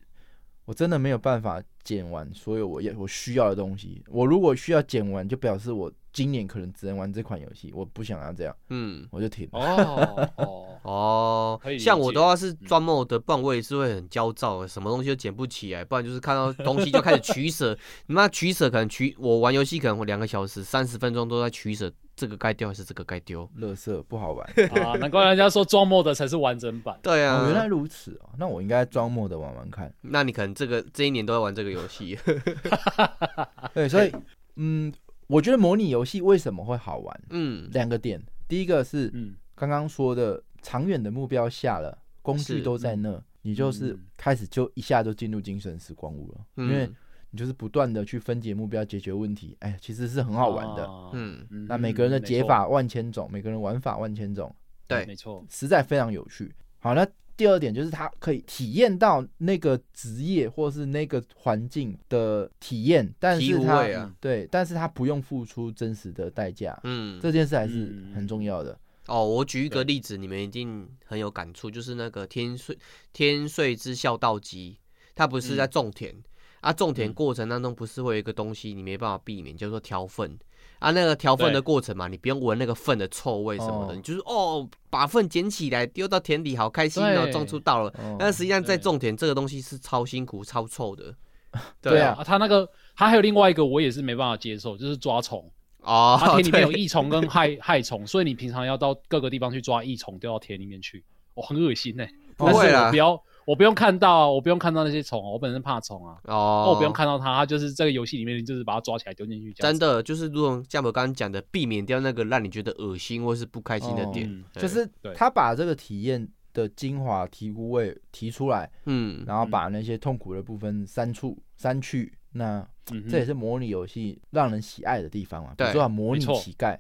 [SPEAKER 1] 我真的没有办法捡完所有我要我需要的东西。我如果需要捡完，就表示我今年可能只能玩这款游戏，我不想要这样，
[SPEAKER 3] 嗯。
[SPEAKER 1] 我就停 了。
[SPEAKER 2] 哦哦，
[SPEAKER 3] 哦
[SPEAKER 2] 可以，理
[SPEAKER 3] 像我
[SPEAKER 2] 解嗯
[SPEAKER 3] 的话是专 mod 的，不然我也是会很焦躁的，什么东西都捡不起来，不然就是看到东西就开始取舍。 你妈取舍可能取，我玩游戏可能两个小时、三十分钟都在取舍，这个该丢还是这个该丢？
[SPEAKER 1] 乐色不好 玩、
[SPEAKER 2] 啊，难怪人家说装 mod 才是完整版。
[SPEAKER 3] 对
[SPEAKER 1] 哦，原来
[SPEAKER 3] 啊，
[SPEAKER 1] 如此哦。那我应该装模的玩玩看。
[SPEAKER 3] 那你可能这个这一年都在玩这个游戏。
[SPEAKER 2] 啊
[SPEAKER 1] 对，所以嗯，我觉得模拟游戏为什么会好玩？
[SPEAKER 3] 嗯，
[SPEAKER 1] 两个点，第一个是
[SPEAKER 2] 嗯，
[SPEAKER 1] 刚刚说的长远的目标下了，工具
[SPEAKER 3] 是
[SPEAKER 1] 都在那，你就是
[SPEAKER 2] 嗯
[SPEAKER 1] 开始就一下就进入精神时光屋了，因为
[SPEAKER 3] 嗯
[SPEAKER 1] 你就是不断的去分解目标，解决问题，哎，其实是很好玩的。
[SPEAKER 2] 啊。
[SPEAKER 3] 嗯，
[SPEAKER 2] 嗯
[SPEAKER 1] 那每个人的解法万千种，每个人玩法万千种，
[SPEAKER 3] 对
[SPEAKER 2] 嗯没错，
[SPEAKER 1] 实在非常有趣。好，那第二点就是他可以体验到那个职业或是那个环境的体验，但
[SPEAKER 3] 醍
[SPEAKER 1] 是
[SPEAKER 3] 醐
[SPEAKER 1] 他
[SPEAKER 3] 味啊。
[SPEAKER 1] 对，但是他不用付出真实的代价，
[SPEAKER 3] 嗯，
[SPEAKER 1] 这件事还是
[SPEAKER 2] 嗯
[SPEAKER 1] 很重要的。
[SPEAKER 3] 哦，我举一个
[SPEAKER 2] 对
[SPEAKER 3] 例子，你们一定很有感触，就是那个天税天税之孝道鸡，它不
[SPEAKER 1] 嗯
[SPEAKER 3] 是在种田、啊，种田
[SPEAKER 2] 嗯
[SPEAKER 3] 过程当中不是会有一个东西你没办法避免，叫做挑粪啊，那个挑粪的
[SPEAKER 2] 对
[SPEAKER 3] 过程嘛，你不用闻那个粪的臭味什么的，
[SPEAKER 1] 哦
[SPEAKER 3] 你就是哦，把粪捡起来丢到田里，好开心哦，
[SPEAKER 2] 对
[SPEAKER 3] 种出稻了。
[SPEAKER 1] 哦
[SPEAKER 3] 但实际上在
[SPEAKER 2] 对
[SPEAKER 3] 种田这个东西是超辛苦、超臭的。
[SPEAKER 1] 对啊
[SPEAKER 2] 啊，他那个他还有另外一个我也是没办法接受，就是抓虫。
[SPEAKER 3] 哦，
[SPEAKER 2] 它田里面有
[SPEAKER 3] 对
[SPEAKER 2] 益虫跟害害虫，所以你平常要到各个地方去抓益虫，丢到田里面去，我、很恶心呢、欸
[SPEAKER 3] 不
[SPEAKER 2] 但是
[SPEAKER 3] 会
[SPEAKER 2] 我
[SPEAKER 3] 啦
[SPEAKER 2] 不，要，我不用看到啊，我不用看到那些虫啊，我本身怕虫啊，那、
[SPEAKER 3] 哦，
[SPEAKER 2] 我不用看到它，它就是这个游戏里面就是把它抓起来丢进去这样
[SPEAKER 3] 真
[SPEAKER 2] 子，
[SPEAKER 3] 的就是，如同像我刚刚讲的，避免掉那个让你觉得恶心或是不开心的
[SPEAKER 1] 哦
[SPEAKER 3] 点，
[SPEAKER 2] 嗯
[SPEAKER 3] 对
[SPEAKER 1] 就是
[SPEAKER 2] 对
[SPEAKER 1] 他把这个体验的精华提醐味提出来，
[SPEAKER 3] 嗯，
[SPEAKER 1] 然后把那些痛苦的部分删除删去。那
[SPEAKER 2] 嗯哼
[SPEAKER 1] 这也是模拟游戏让人喜爱的地方嘛。比如
[SPEAKER 3] 对
[SPEAKER 1] 说啊模拟
[SPEAKER 2] 没错
[SPEAKER 1] 乞丐，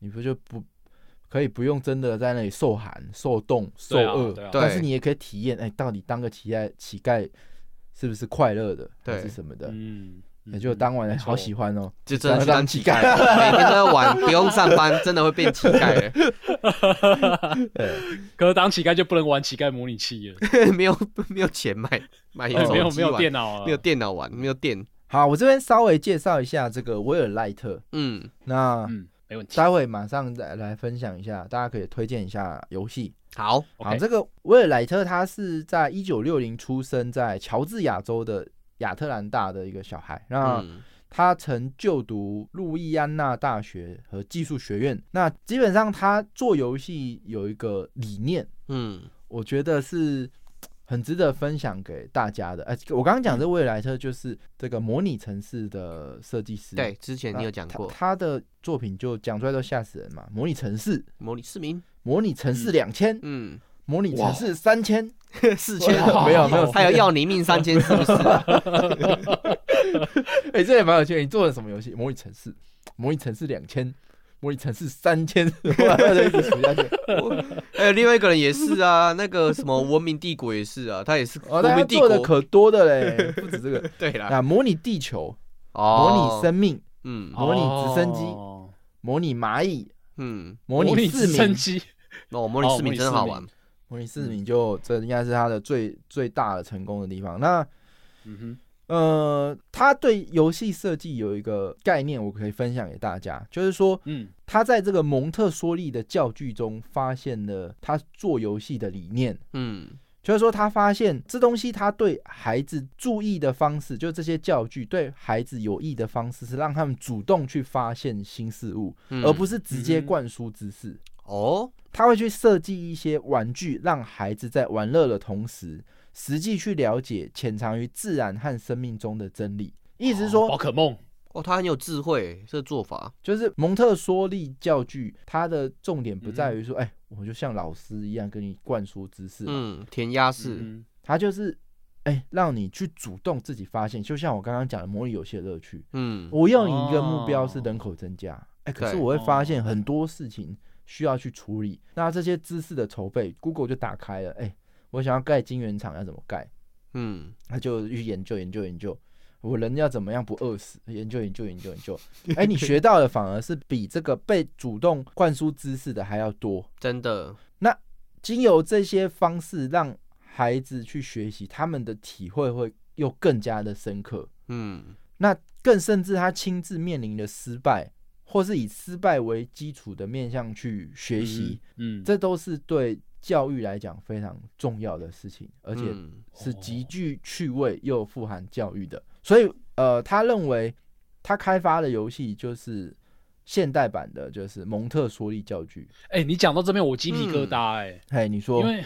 [SPEAKER 1] 你不就不可以不用真的在那里受寒、受冻、受
[SPEAKER 2] 对啊
[SPEAKER 1] 饿，
[SPEAKER 2] 对啊
[SPEAKER 1] 但是
[SPEAKER 3] 对
[SPEAKER 1] 你也可以体验，哎，到底当个乞丐乞丐是不是快乐的，还是
[SPEAKER 3] 对
[SPEAKER 1] 什么的？
[SPEAKER 2] 嗯，嗯
[SPEAKER 1] 也就当完了，
[SPEAKER 2] 没错
[SPEAKER 1] 好喜欢哦。
[SPEAKER 3] 就真的去当乞丐，每天都要玩，不用上班，真的会变乞丐
[SPEAKER 2] 嗯可是当乞丐就不能玩乞丐模拟器了，
[SPEAKER 3] 了，没有 没有钱买买
[SPEAKER 2] 哎
[SPEAKER 3] 手
[SPEAKER 2] 没有
[SPEAKER 3] 机
[SPEAKER 2] 没
[SPEAKER 3] 玩
[SPEAKER 2] 有电，脑了，啊
[SPEAKER 3] 没有电脑玩，没有电，
[SPEAKER 1] 好，我这边稍微介绍一下这个威尔赖特。
[SPEAKER 3] 嗯，
[SPEAKER 1] 那
[SPEAKER 2] 嗯，没问题。
[SPEAKER 1] 待会马上再来分享一下，大家可以推荐一下游戏。
[SPEAKER 3] 好，
[SPEAKER 1] 好，
[SPEAKER 2] OK，
[SPEAKER 1] 这个威尔莱特他是在一九六零出生在乔治亚州的亚特兰大的一个小孩。那
[SPEAKER 3] 嗯
[SPEAKER 1] 他曾就读路易安那大学和技术学院。那基本上他做游戏有一个理念，
[SPEAKER 3] 嗯，
[SPEAKER 1] 我觉得是很值得分享给大家的。哎、我刚刚
[SPEAKER 3] 嗯
[SPEAKER 1] 讲这威尔莱特就是这个模拟城市的设计师。
[SPEAKER 3] 对，之前
[SPEAKER 1] 那
[SPEAKER 3] 你有讲
[SPEAKER 1] 他
[SPEAKER 3] 过
[SPEAKER 1] 他的作品就讲出来都吓死人嘛，模拟城市，
[SPEAKER 3] 模拟市民，
[SPEAKER 1] 模拟城市两千、
[SPEAKER 3] 嗯，
[SPEAKER 1] 模拟城市三千，
[SPEAKER 3] 四千
[SPEAKER 1] 没有没有
[SPEAKER 3] 还有要你命三千，是不是？
[SPEAKER 1] 哎、这也蛮有趣的。你做了什么游戏？模拟城市，模拟城市两千，模拟城市三千， 哇这一直数下去。
[SPEAKER 3] 还哎有另外一个人也是啊，那个什么文明帝国也是啊，他也是
[SPEAKER 1] 哦，
[SPEAKER 3] 文
[SPEAKER 1] 大家
[SPEAKER 3] 明帝
[SPEAKER 1] 做的
[SPEAKER 3] 国。
[SPEAKER 1] 可多的嘞，不止这 个。
[SPEAKER 3] 对啦，
[SPEAKER 1] 啊，模拟地球，模
[SPEAKER 3] 哦，
[SPEAKER 1] 拟生命，
[SPEAKER 3] 嗯
[SPEAKER 1] 模拟直升机
[SPEAKER 2] 哦
[SPEAKER 1] 模拟蚂蚁，
[SPEAKER 3] 嗯，
[SPEAKER 1] 模拟市
[SPEAKER 2] 直升
[SPEAKER 1] 民。
[SPEAKER 2] 机，
[SPEAKER 3] 那我模拟
[SPEAKER 2] 哦
[SPEAKER 3] 市
[SPEAKER 2] 模
[SPEAKER 3] 民
[SPEAKER 2] 拟
[SPEAKER 3] 真
[SPEAKER 2] 市
[SPEAKER 3] 好
[SPEAKER 2] 民
[SPEAKER 3] 玩。
[SPEAKER 1] 模拟市民就这应该是他的最最大的成功的地方。那
[SPEAKER 2] 嗯哼，
[SPEAKER 1] 呃，他对游戏设计有一个概念，我可以分享给大家，就是说
[SPEAKER 2] 嗯
[SPEAKER 1] 他在这个蒙特梭利的教具中发现了他做游戏的理念。
[SPEAKER 3] 嗯
[SPEAKER 1] 就是说，他发现这东西，他对孩子注意的方式，就这些教具对孩子有益的方式，是让他们主动去发现新事物，
[SPEAKER 3] 嗯，
[SPEAKER 1] 而不是直接
[SPEAKER 2] 嗯
[SPEAKER 1] 灌输知识。
[SPEAKER 3] 哦，
[SPEAKER 1] 他会去设计一些玩具，让孩子在玩乐的同时，实际去了解潜藏于自然和生命中的真理。意思是
[SPEAKER 2] 宝
[SPEAKER 1] 说，
[SPEAKER 2] 可梦，
[SPEAKER 3] 哦，他很有智慧，这做法。
[SPEAKER 1] 就是蒙特梭利教具，它的重点不在
[SPEAKER 2] 嗯
[SPEAKER 1] 于说，哎，我就像老师一样跟你灌输知识嘛，
[SPEAKER 3] 嗯，填鸭式。
[SPEAKER 2] 嗯
[SPEAKER 1] 它就是，哎，让你去主动自己发现。就像我刚刚讲的模拟游戏的乐趣，
[SPEAKER 3] 嗯，
[SPEAKER 1] 我要你一个目标
[SPEAKER 2] 哦
[SPEAKER 1] 是人口增加，哎，可是
[SPEAKER 3] 对
[SPEAKER 1] 我会发现很多事情需要去处理。那这些知识的筹备，Google 就打开了，哎，我想要盖晶圆厂要怎么盖，
[SPEAKER 3] 嗯，
[SPEAKER 1] 他就去研究研究研究，我人要怎么样不饿死，研究研究研究研究，哎，你学到的反而是比这个被主动灌输知识的还要多。
[SPEAKER 3] 真的，
[SPEAKER 1] 经由这些方式让孩子去学习，他们的体会会又更加的深刻。
[SPEAKER 3] 嗯
[SPEAKER 1] 那更甚至他亲自面临的失败，或是以失败为基础的面向去学习，，
[SPEAKER 2] 嗯，
[SPEAKER 1] 这都是对教育来讲非常重要的事情，而且
[SPEAKER 3] 嗯
[SPEAKER 1] 是
[SPEAKER 2] 哦
[SPEAKER 1] 极具趣味又富含教育的。所以，呃，他认为他开发的游戏就是现代版的，就是蒙特梭利教具。
[SPEAKER 2] 哎，你讲到这边我鸡皮疙瘩，哎，
[SPEAKER 1] 嘿，你嗯说
[SPEAKER 2] 因，为。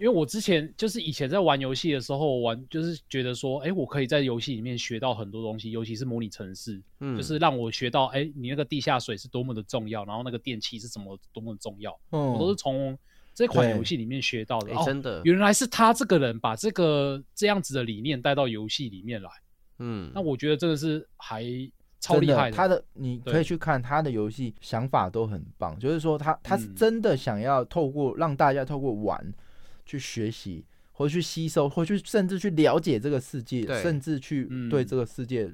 [SPEAKER 2] 因为我之前就是以前在玩游戏的时候玩，就是觉得说，哎，我可以在游戏里面学到很多东西，尤其是模拟城市，
[SPEAKER 3] 嗯，
[SPEAKER 2] 就是让我学到，哎，你那个地下水是多么的重要，然后那个电器是怎么多么的重要，
[SPEAKER 1] 嗯
[SPEAKER 2] 我都是从这款
[SPEAKER 1] 对
[SPEAKER 2] 游戏里面学到的。
[SPEAKER 3] 哎，
[SPEAKER 2] 哦，
[SPEAKER 3] 真的，
[SPEAKER 2] 原来是他这个人把这个这样子的理念带到游戏里面来，
[SPEAKER 3] 嗯，
[SPEAKER 2] 那我觉得真的是还超
[SPEAKER 1] 真
[SPEAKER 2] 厉害
[SPEAKER 1] 他
[SPEAKER 2] 的。
[SPEAKER 1] 的你可以
[SPEAKER 2] 对
[SPEAKER 1] 去看他的游戏想法都很棒，就是说他他是
[SPEAKER 2] 嗯
[SPEAKER 1] 真的想要透过让大家透过玩去学习，或去吸收，或去甚至去了解这个世界，
[SPEAKER 3] 对
[SPEAKER 1] 甚至去
[SPEAKER 2] 嗯
[SPEAKER 1] 对这个世界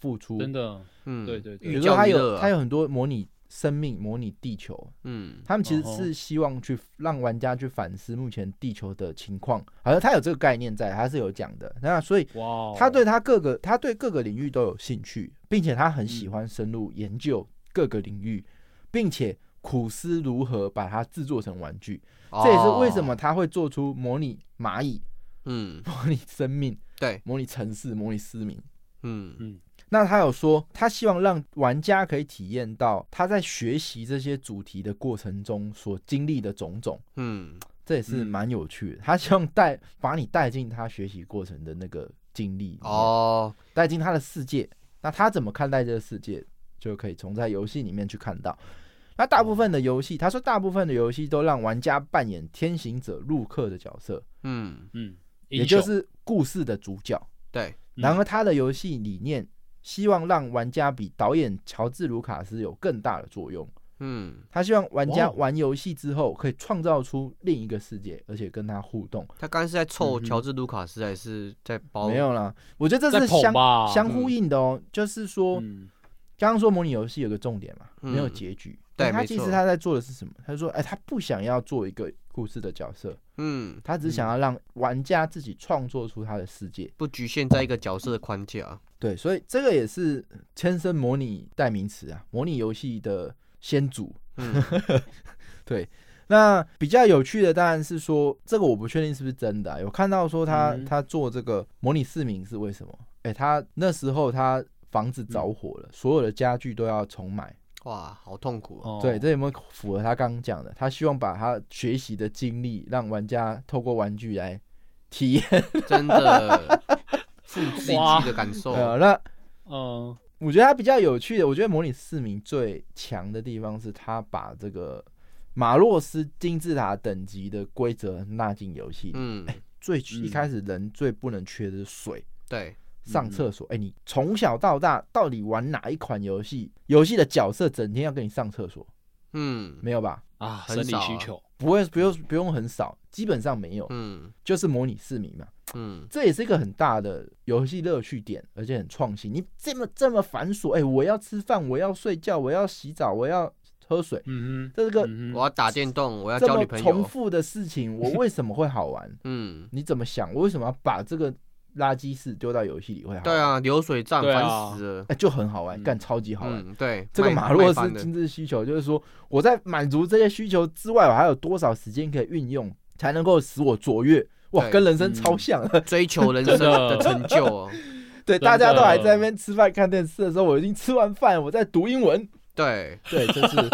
[SPEAKER 1] 付出。
[SPEAKER 2] 真，的，
[SPEAKER 3] 嗯，
[SPEAKER 2] 对对对
[SPEAKER 1] 比
[SPEAKER 3] 寓
[SPEAKER 1] 如说
[SPEAKER 3] 教
[SPEAKER 1] 他
[SPEAKER 3] 于
[SPEAKER 1] 有
[SPEAKER 3] 乐
[SPEAKER 1] 他
[SPEAKER 3] 啊，
[SPEAKER 1] 有很多模拟生命、模拟地球，
[SPEAKER 3] 嗯
[SPEAKER 1] 他们其实
[SPEAKER 2] 哦吼
[SPEAKER 1] 是希望去让玩家去反思目前地球的情况，好像他有这个概念在，他是有讲的。那所以
[SPEAKER 2] 哇哦！
[SPEAKER 1] 他对他各个他对各个领域都有兴趣，并且他很喜欢深入研究各个领域，并且苦思如何把它制作成玩具。这也是为什么
[SPEAKER 3] 哦，
[SPEAKER 1] 他会做出模拟蚂蚁、
[SPEAKER 3] 嗯，
[SPEAKER 1] 模拟生命、
[SPEAKER 3] 对，
[SPEAKER 1] 模拟城市、模拟市民。
[SPEAKER 3] 嗯
[SPEAKER 1] 那他有说，他希望让玩家可以体验到他在学习这些主题的过程中所经历的种种，
[SPEAKER 3] 嗯，
[SPEAKER 1] 这也是
[SPEAKER 2] 嗯
[SPEAKER 1] 蛮有趣的。他希望带把你带进他学习过程的那个经历里面
[SPEAKER 3] 哦，
[SPEAKER 1] 带进他的世界。那他怎么看待这个世界，就可以从在游戏里面去看到。那大部分的游戏，他说大部分的游戏都让玩家扮演天行者陆克的角色，
[SPEAKER 3] 嗯，
[SPEAKER 2] 嗯，
[SPEAKER 1] 也
[SPEAKER 2] 英
[SPEAKER 1] 就
[SPEAKER 2] 雄
[SPEAKER 1] 是故事的主角。
[SPEAKER 3] 对，
[SPEAKER 2] 嗯
[SPEAKER 1] 然而，他的游戏理念希望让玩家比导演乔治·卢卡斯有更大的作用。
[SPEAKER 3] 嗯，
[SPEAKER 1] 他希望玩家
[SPEAKER 2] 哇哦
[SPEAKER 1] 玩游戏之后可以创造出另一个世界，而且跟他互动。
[SPEAKER 3] 他刚刚是在
[SPEAKER 2] 嗯
[SPEAKER 3] 凑
[SPEAKER 2] 哼
[SPEAKER 3] 乔治·卢卡斯，还是在包？
[SPEAKER 1] 没，有啦，我觉得这
[SPEAKER 2] 哦在
[SPEAKER 1] 是
[SPEAKER 2] 捧
[SPEAKER 1] 相
[SPEAKER 2] 吧
[SPEAKER 1] 相呼应的哦。就是说，
[SPEAKER 2] 嗯
[SPEAKER 1] 刚刚说模拟游戏有个重点嘛，
[SPEAKER 3] 嗯
[SPEAKER 1] 没有结局。
[SPEAKER 3] 对
[SPEAKER 1] 但他
[SPEAKER 3] 没
[SPEAKER 1] 其实
[SPEAKER 3] 错
[SPEAKER 1] 他在做的是什么？他说，哎，他不想要做一个故事的角色，
[SPEAKER 3] 嗯，
[SPEAKER 1] 他只想要让玩家自己创作出他的世界。
[SPEAKER 3] 不局限在一个角色的框架。啊
[SPEAKER 1] 对，所以这个也是天生模拟代名词啊，模拟游戏的先祖。
[SPEAKER 3] 嗯
[SPEAKER 1] 对，那比较有趣的当然是说，这个我不确定是不是真的啊、有看到说他、
[SPEAKER 2] 嗯
[SPEAKER 1] 他做这个模拟市民是为什么？哎，他那时候他房子着火
[SPEAKER 3] 嗯
[SPEAKER 1] 了，所有的家具都要重买。
[SPEAKER 3] 哇，好痛苦
[SPEAKER 2] 哦，
[SPEAKER 3] 哦。
[SPEAKER 1] 对，这有没有符合他刚刚讲的？他希望把他学习的经历，让玩家透过玩具来体验。
[SPEAKER 3] 真的复制自
[SPEAKER 2] 哇
[SPEAKER 3] 己的感受。
[SPEAKER 1] 呃，那
[SPEAKER 2] 嗯，
[SPEAKER 1] 我觉得他比较有趣的，我觉得模拟市民最强的地方是他把这个马洛斯金字塔等级的规则纳进游戏里。
[SPEAKER 3] 嗯，
[SPEAKER 1] 最一
[SPEAKER 2] 嗯
[SPEAKER 1] 开始人最不能缺的是水，
[SPEAKER 3] 对，
[SPEAKER 1] 上
[SPEAKER 3] 嗯
[SPEAKER 1] 厕所。哎、你从小到大到底玩哪一款游戏？游戏的角色整天要跟你上厕所，
[SPEAKER 3] 嗯
[SPEAKER 1] 没有吧？
[SPEAKER 2] 啊，
[SPEAKER 3] 很
[SPEAKER 2] 生理
[SPEAKER 3] 少
[SPEAKER 2] 需
[SPEAKER 3] 啊
[SPEAKER 2] 求。
[SPEAKER 1] 不会，不用不用很少，基本上没有，
[SPEAKER 3] 嗯
[SPEAKER 1] 就是模拟市民嘛。
[SPEAKER 3] 嗯，
[SPEAKER 1] 这也是一个很大的游戏乐趣点，而且很创新。你这么这么繁琐，哎、我要吃饭，我要睡觉，我要洗澡，我要喝水，
[SPEAKER 2] 嗯
[SPEAKER 1] 这是
[SPEAKER 2] 哼，
[SPEAKER 1] 个
[SPEAKER 2] 嗯
[SPEAKER 3] 我
[SPEAKER 2] 哼，
[SPEAKER 3] 要打电动，我要
[SPEAKER 1] 这
[SPEAKER 3] 交
[SPEAKER 1] 么
[SPEAKER 3] 女朋
[SPEAKER 1] 重
[SPEAKER 3] 友，
[SPEAKER 1] 复的事情，我为什么会好玩？
[SPEAKER 3] 嗯，
[SPEAKER 1] 你怎么想？我为什么要把这个垃圾事丢到游戏里会好玩？
[SPEAKER 3] 对，啊，流水账
[SPEAKER 2] 对啊
[SPEAKER 3] 烦死了，
[SPEAKER 1] 哎、就很好玩，
[SPEAKER 2] 嗯
[SPEAKER 1] 干、超级好玩。
[SPEAKER 3] 嗯，对，
[SPEAKER 1] 这个
[SPEAKER 3] 卖
[SPEAKER 1] 马洛
[SPEAKER 3] 卖
[SPEAKER 1] 斯
[SPEAKER 3] 翻了
[SPEAKER 1] 精致需求，就是说我在满足这些需求之外，我还有多少时间可以运用，才能够使我卓越？哇，
[SPEAKER 3] 对
[SPEAKER 1] 跟人生超
[SPEAKER 2] 嗯
[SPEAKER 1] 像。啊
[SPEAKER 3] 追求人生的成就哦，
[SPEAKER 1] 对，
[SPEAKER 2] 真的
[SPEAKER 1] 大家都还在那边吃饭看电视的时候，我已经吃完饭，我在读英 文。
[SPEAKER 3] 对，
[SPEAKER 1] 对，就是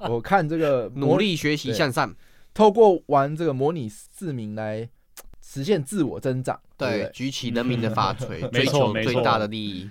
[SPEAKER 1] 我看这 个模
[SPEAKER 3] 努，力学习
[SPEAKER 1] 对
[SPEAKER 3] 向上，
[SPEAKER 1] 透过玩这个模拟市民来嘖实现自我增长。对
[SPEAKER 3] 对，
[SPEAKER 1] 不
[SPEAKER 3] 举起人民的发锤，
[SPEAKER 2] 没
[SPEAKER 3] 追
[SPEAKER 2] 错
[SPEAKER 3] 求
[SPEAKER 2] 没
[SPEAKER 3] 最
[SPEAKER 2] 错
[SPEAKER 3] 大的利益，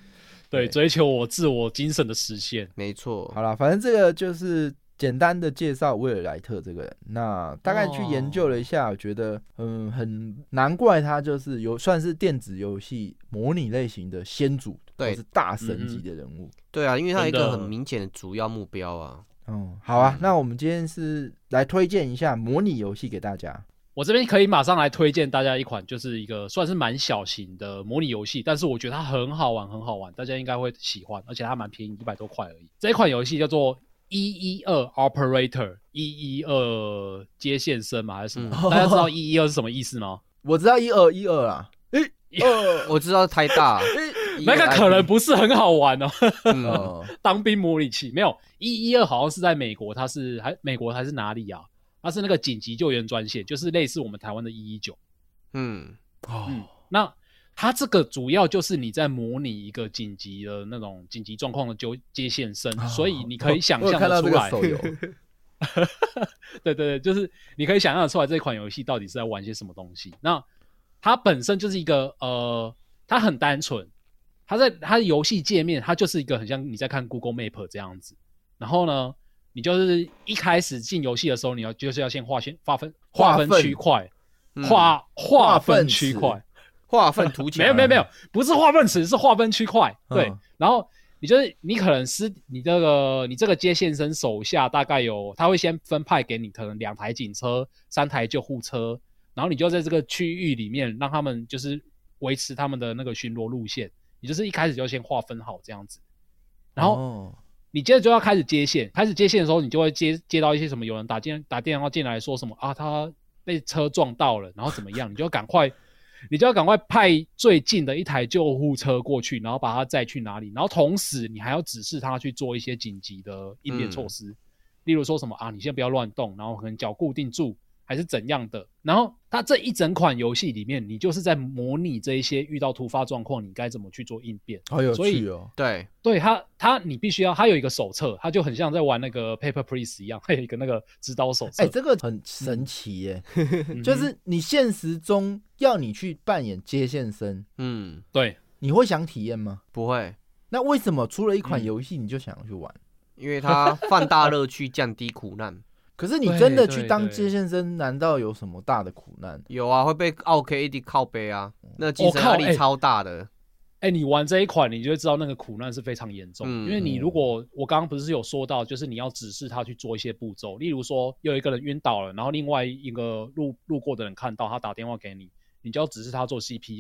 [SPEAKER 2] 对，追求我自我精神的实现。
[SPEAKER 1] 对，
[SPEAKER 3] 没错，
[SPEAKER 1] 好啦，反正这个就是简单的介绍威尔莱特这个人。那大概去研究了一下，我觉得嗯，很难怪他就是有算是电子游戏模拟类型的先祖，
[SPEAKER 3] 对嗯
[SPEAKER 1] 或是大神级的人物。
[SPEAKER 3] 对啊，因为它有一
[SPEAKER 2] 真的
[SPEAKER 3] 个很明显的主要目标啊，
[SPEAKER 1] 嗯，好啊
[SPEAKER 3] 嗯，
[SPEAKER 1] 那我们今天是来推荐一下模拟游戏给大家。
[SPEAKER 2] 我这边可以马上来推荐大家一款，就是一个算是蛮小型的模拟游戏，但是我觉得它很好玩，很好玩，大家应该会喜欢，而且它蛮便宜，一百多块而已。这一款游戏叫做一一二 Operator，一一二接线生嘛还是什么？
[SPEAKER 1] 嗯
[SPEAKER 2] 大家知道一一二是什么意思吗？
[SPEAKER 1] 我知道一二一二啦，一二
[SPEAKER 3] 我知道太大，
[SPEAKER 2] 那个可能不是很好玩哦，
[SPEAKER 3] 嗯，
[SPEAKER 1] 哦，
[SPEAKER 2] 当兵模拟器没有一一二好像是在美国，它是还美国还是哪里啊？它是那个紧急救援专线，就是类似我们台湾的一一九。
[SPEAKER 3] 嗯
[SPEAKER 2] 嗯，那它这个主要就是你在模拟一个紧急的那种紧急状况的纠接线生，所以你可以想
[SPEAKER 1] 哦我有
[SPEAKER 2] 象
[SPEAKER 1] 看到这
[SPEAKER 2] 得出
[SPEAKER 1] 个
[SPEAKER 2] 来，
[SPEAKER 1] 手游，
[SPEAKER 2] 对对对，就是你可以想象得出来这款游戏到底是在玩些什么东西。那它本身就是一个呃，它很单纯，它在它的游戏界面，它就是一个很像你在看 Google Map 这样子。然后呢，你就是一开始进游戏的时候，你要就是要先划线划分划分
[SPEAKER 1] 划分
[SPEAKER 2] 区块，
[SPEAKER 3] 嗯
[SPEAKER 2] 划 划
[SPEAKER 1] 划分
[SPEAKER 2] 分区
[SPEAKER 1] 池
[SPEAKER 2] 块。
[SPEAKER 3] 划分图
[SPEAKER 2] 没
[SPEAKER 3] 强，
[SPEAKER 2] 有没有没有，不是划分池，是划分区块。对，
[SPEAKER 1] 嗯
[SPEAKER 2] 然后你就是你可能是你这个你这个接线生手下大概有，他会先分派给你可能两台警车、三台救护车，然后你就在这个区域里面让他们就是维持他们的那个巡逻路线，你就是一开始就先划分好这样子，然后。
[SPEAKER 1] 后
[SPEAKER 2] 你接着就要开始接线，开始接线的时候，你就会接接到一些什么有人打电打电话进来说什么啊，他被车撞到了，然后怎么样，你就要赶快，你就要赶快派最近的一台救护车过去，然后把他载去哪里，然后同时你还要指示他去做一些紧急的应变措施，例如说什么啊，你先不要乱动，然后可能脚固定住还是怎样的。然后它这一整款游戏里面，你就是在模拟这一些遇到突发状况，你该怎么去做应变。
[SPEAKER 1] 好有
[SPEAKER 2] 所以
[SPEAKER 1] 趣哦，
[SPEAKER 3] 对，
[SPEAKER 2] 对他，他你必须要，他有一个手册，他就很像在玩那个 Paper Please 一样，他有一个那个指导手册。
[SPEAKER 1] 哎，这个很神奇耶，
[SPEAKER 2] 嗯哼
[SPEAKER 1] 就是你现实中要你去扮演接线生，
[SPEAKER 3] 嗯，
[SPEAKER 2] 对，
[SPEAKER 1] 你会想体验吗？
[SPEAKER 3] 不会，
[SPEAKER 1] 那为什么出了一款
[SPEAKER 2] 嗯
[SPEAKER 1] 游戏你就想要去玩？
[SPEAKER 3] 因为它放大乐趣，降低苦难。
[SPEAKER 1] 可是你
[SPEAKER 2] 对
[SPEAKER 1] 真的去
[SPEAKER 2] 对
[SPEAKER 1] 当
[SPEAKER 2] 对
[SPEAKER 1] 接线生，难道有什么大的苦难？
[SPEAKER 3] 有啊，会被 OKAD 靠背啊，那精神
[SPEAKER 2] 我靠
[SPEAKER 3] 压力
[SPEAKER 2] 哎
[SPEAKER 3] 超大的。
[SPEAKER 1] 哦
[SPEAKER 2] 哎、你玩这一款，你就会知道那个苦难是非常严重的，
[SPEAKER 3] 嗯
[SPEAKER 2] 因为你如果我刚刚不是有说到，就是你要指示他去做一些步骤，例如说有一个人晕倒了，然后另外一个路路过的人看到他打电话给你，你就要指示他做 CPR，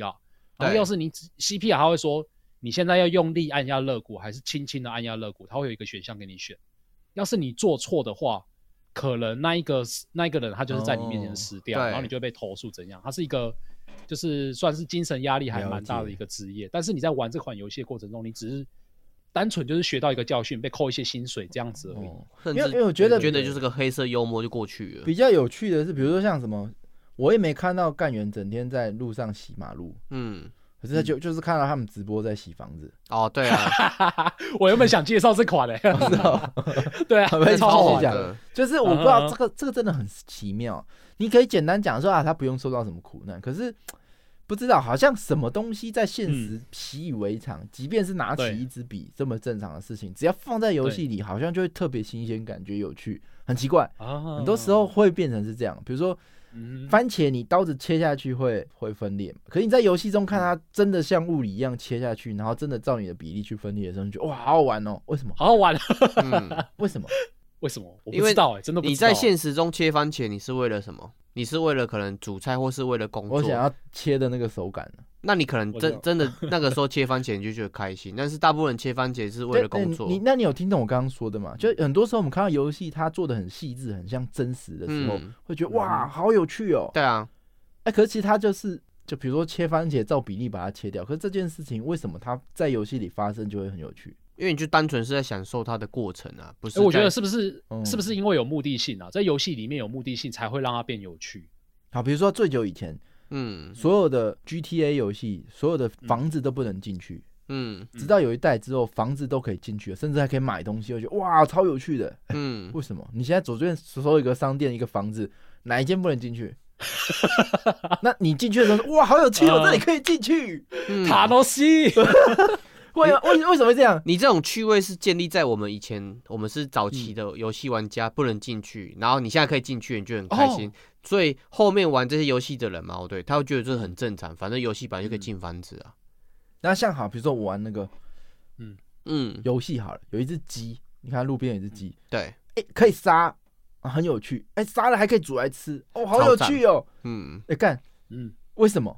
[SPEAKER 2] 然后
[SPEAKER 3] 对
[SPEAKER 2] 要是你指 CPR，他会说你现在要用力按压肋骨，还是轻轻的按压肋骨，他会有一个选项给你选，要是你做错的话。可能那一个那一个人他就是在你面前
[SPEAKER 1] 哦
[SPEAKER 2] 死掉，
[SPEAKER 3] 对
[SPEAKER 2] 然后你就会被投诉怎样？他是一个就是算是精神压力还蛮大
[SPEAKER 1] 了
[SPEAKER 2] 的
[SPEAKER 1] 解
[SPEAKER 2] 一个职业，但是你在玩这款游戏的过程中，你只是单纯就是学到一个教训，被扣一些薪水这样子而已。
[SPEAKER 1] 哦，
[SPEAKER 3] 甚
[SPEAKER 1] 因为
[SPEAKER 3] 至
[SPEAKER 1] 因为我觉得
[SPEAKER 3] 觉得就是个黑色幽默就过去了。
[SPEAKER 1] 比较有趣的是，比如说像什么，我也没看到干员整天在路上洗马路，
[SPEAKER 3] 嗯，
[SPEAKER 1] 可是他就就是看到他们直播在洗房子，
[SPEAKER 3] 哦，对啊，
[SPEAKER 2] 我原本想介绍这 款嘞、 对啊，
[SPEAKER 1] 哦 被
[SPEAKER 2] 超好
[SPEAKER 1] 抄袭
[SPEAKER 2] 玩
[SPEAKER 1] 讲
[SPEAKER 2] 的。
[SPEAKER 3] 的。
[SPEAKER 1] 就是我不知道
[SPEAKER 2] 嗯哼
[SPEAKER 1] 这个这个真的很奇妙。你可以简单讲说啊，他不用受到什么苦难，可是不知道好像什么东西在现实习以为常，即便是拿
[SPEAKER 2] 嗯对
[SPEAKER 1] 起一支笔这么正常的事情，只要放在游戏里，好像就会特别新鲜，感觉有趣，很奇怪。
[SPEAKER 2] 啊
[SPEAKER 1] 很多时候会变成是这样，比如说
[SPEAKER 2] 嗯哼，
[SPEAKER 1] 番茄你刀子切下去会会分裂嘛，可是你在游戏中看它真的像物理一样切下去，然后真的照你的比例去分裂的时候，你觉得哇好好玩哦，为什么？
[SPEAKER 2] 好好玩啊！
[SPEAKER 3] 嗯，
[SPEAKER 1] 为什么？
[SPEAKER 2] 为什么？我
[SPEAKER 3] 因
[SPEAKER 2] 不
[SPEAKER 3] 为
[SPEAKER 2] 知道哎，真的不知道。
[SPEAKER 3] 你在
[SPEAKER 1] 啊
[SPEAKER 3] 现实中切番茄，你是为了什么？你是为了可能煮菜，或是为了工
[SPEAKER 1] 我想
[SPEAKER 3] 作？
[SPEAKER 1] 要切的那个手感呢？
[SPEAKER 3] 那你可能
[SPEAKER 2] 我知道
[SPEAKER 3] 真真的那个时候切番茄，你就觉得开心。但是大部分人切番茄是为
[SPEAKER 1] 对
[SPEAKER 3] 了工
[SPEAKER 1] 嗯
[SPEAKER 3] 作。
[SPEAKER 1] 你那你有听懂我刚刚说的吗？就很多时候我们看到游戏它做的很细致，很像真实的时候，
[SPEAKER 3] 嗯
[SPEAKER 1] 会觉得哇好有趣哦。
[SPEAKER 3] 对啊，
[SPEAKER 1] 哎、可是其实它就是，就比如说切番茄照比例把它切掉，可是这件事情为什么它在游戏里发生就会很有趣？
[SPEAKER 3] 因为你就单纯是在享受它的过程啊，不是
[SPEAKER 2] 哎、
[SPEAKER 3] 在？
[SPEAKER 2] 我觉得是不是、
[SPEAKER 1] 嗯
[SPEAKER 2] 是不是因为有目的性啊？在游戏里面有目的性，才会让它变有趣。
[SPEAKER 1] 好，比如说最久以前，
[SPEAKER 3] 嗯
[SPEAKER 1] 所有的 GTA 游戏，所有的房子都不能进去，
[SPEAKER 3] 嗯
[SPEAKER 1] 直到有一代之后，房子都可以进去了，甚至还可以买东西，我觉得哇超有趣的。
[SPEAKER 3] 嗯，
[SPEAKER 1] 为什么？你现在左边搜一个商店，一个房子，哪一间不能进 去？那你进去的时候说，哇，好有趣哦，
[SPEAKER 2] 嗯
[SPEAKER 1] 这里可以进去。
[SPEAKER 3] 嗯
[SPEAKER 2] 塔罗西，
[SPEAKER 1] 为为为什么会这样？
[SPEAKER 3] 你这种趣味是建立在我们以前我们是
[SPEAKER 2] 嗯
[SPEAKER 3] 早期的游戏玩家不能进去，然后你现在可以进去，你就很开心。
[SPEAKER 2] 哦
[SPEAKER 3] 所以后面玩这些游戏的人嘛，哦对，他会觉得这很正常，反正游戏本来
[SPEAKER 2] 嗯
[SPEAKER 3] 就可以进房子啊。
[SPEAKER 1] 那像好，比如说我玩那个
[SPEAKER 3] 嗯，
[SPEAKER 1] 游戏好了，有一只鸡，你看路边有一只鸡，
[SPEAKER 3] 对，
[SPEAKER 1] 哎、可以杀、啊，很有趣，哎、杀了还可以煮来吃，哦，好有趣哦。
[SPEAKER 3] 嗯，
[SPEAKER 1] 哎、干，
[SPEAKER 2] 嗯，
[SPEAKER 1] 为什么？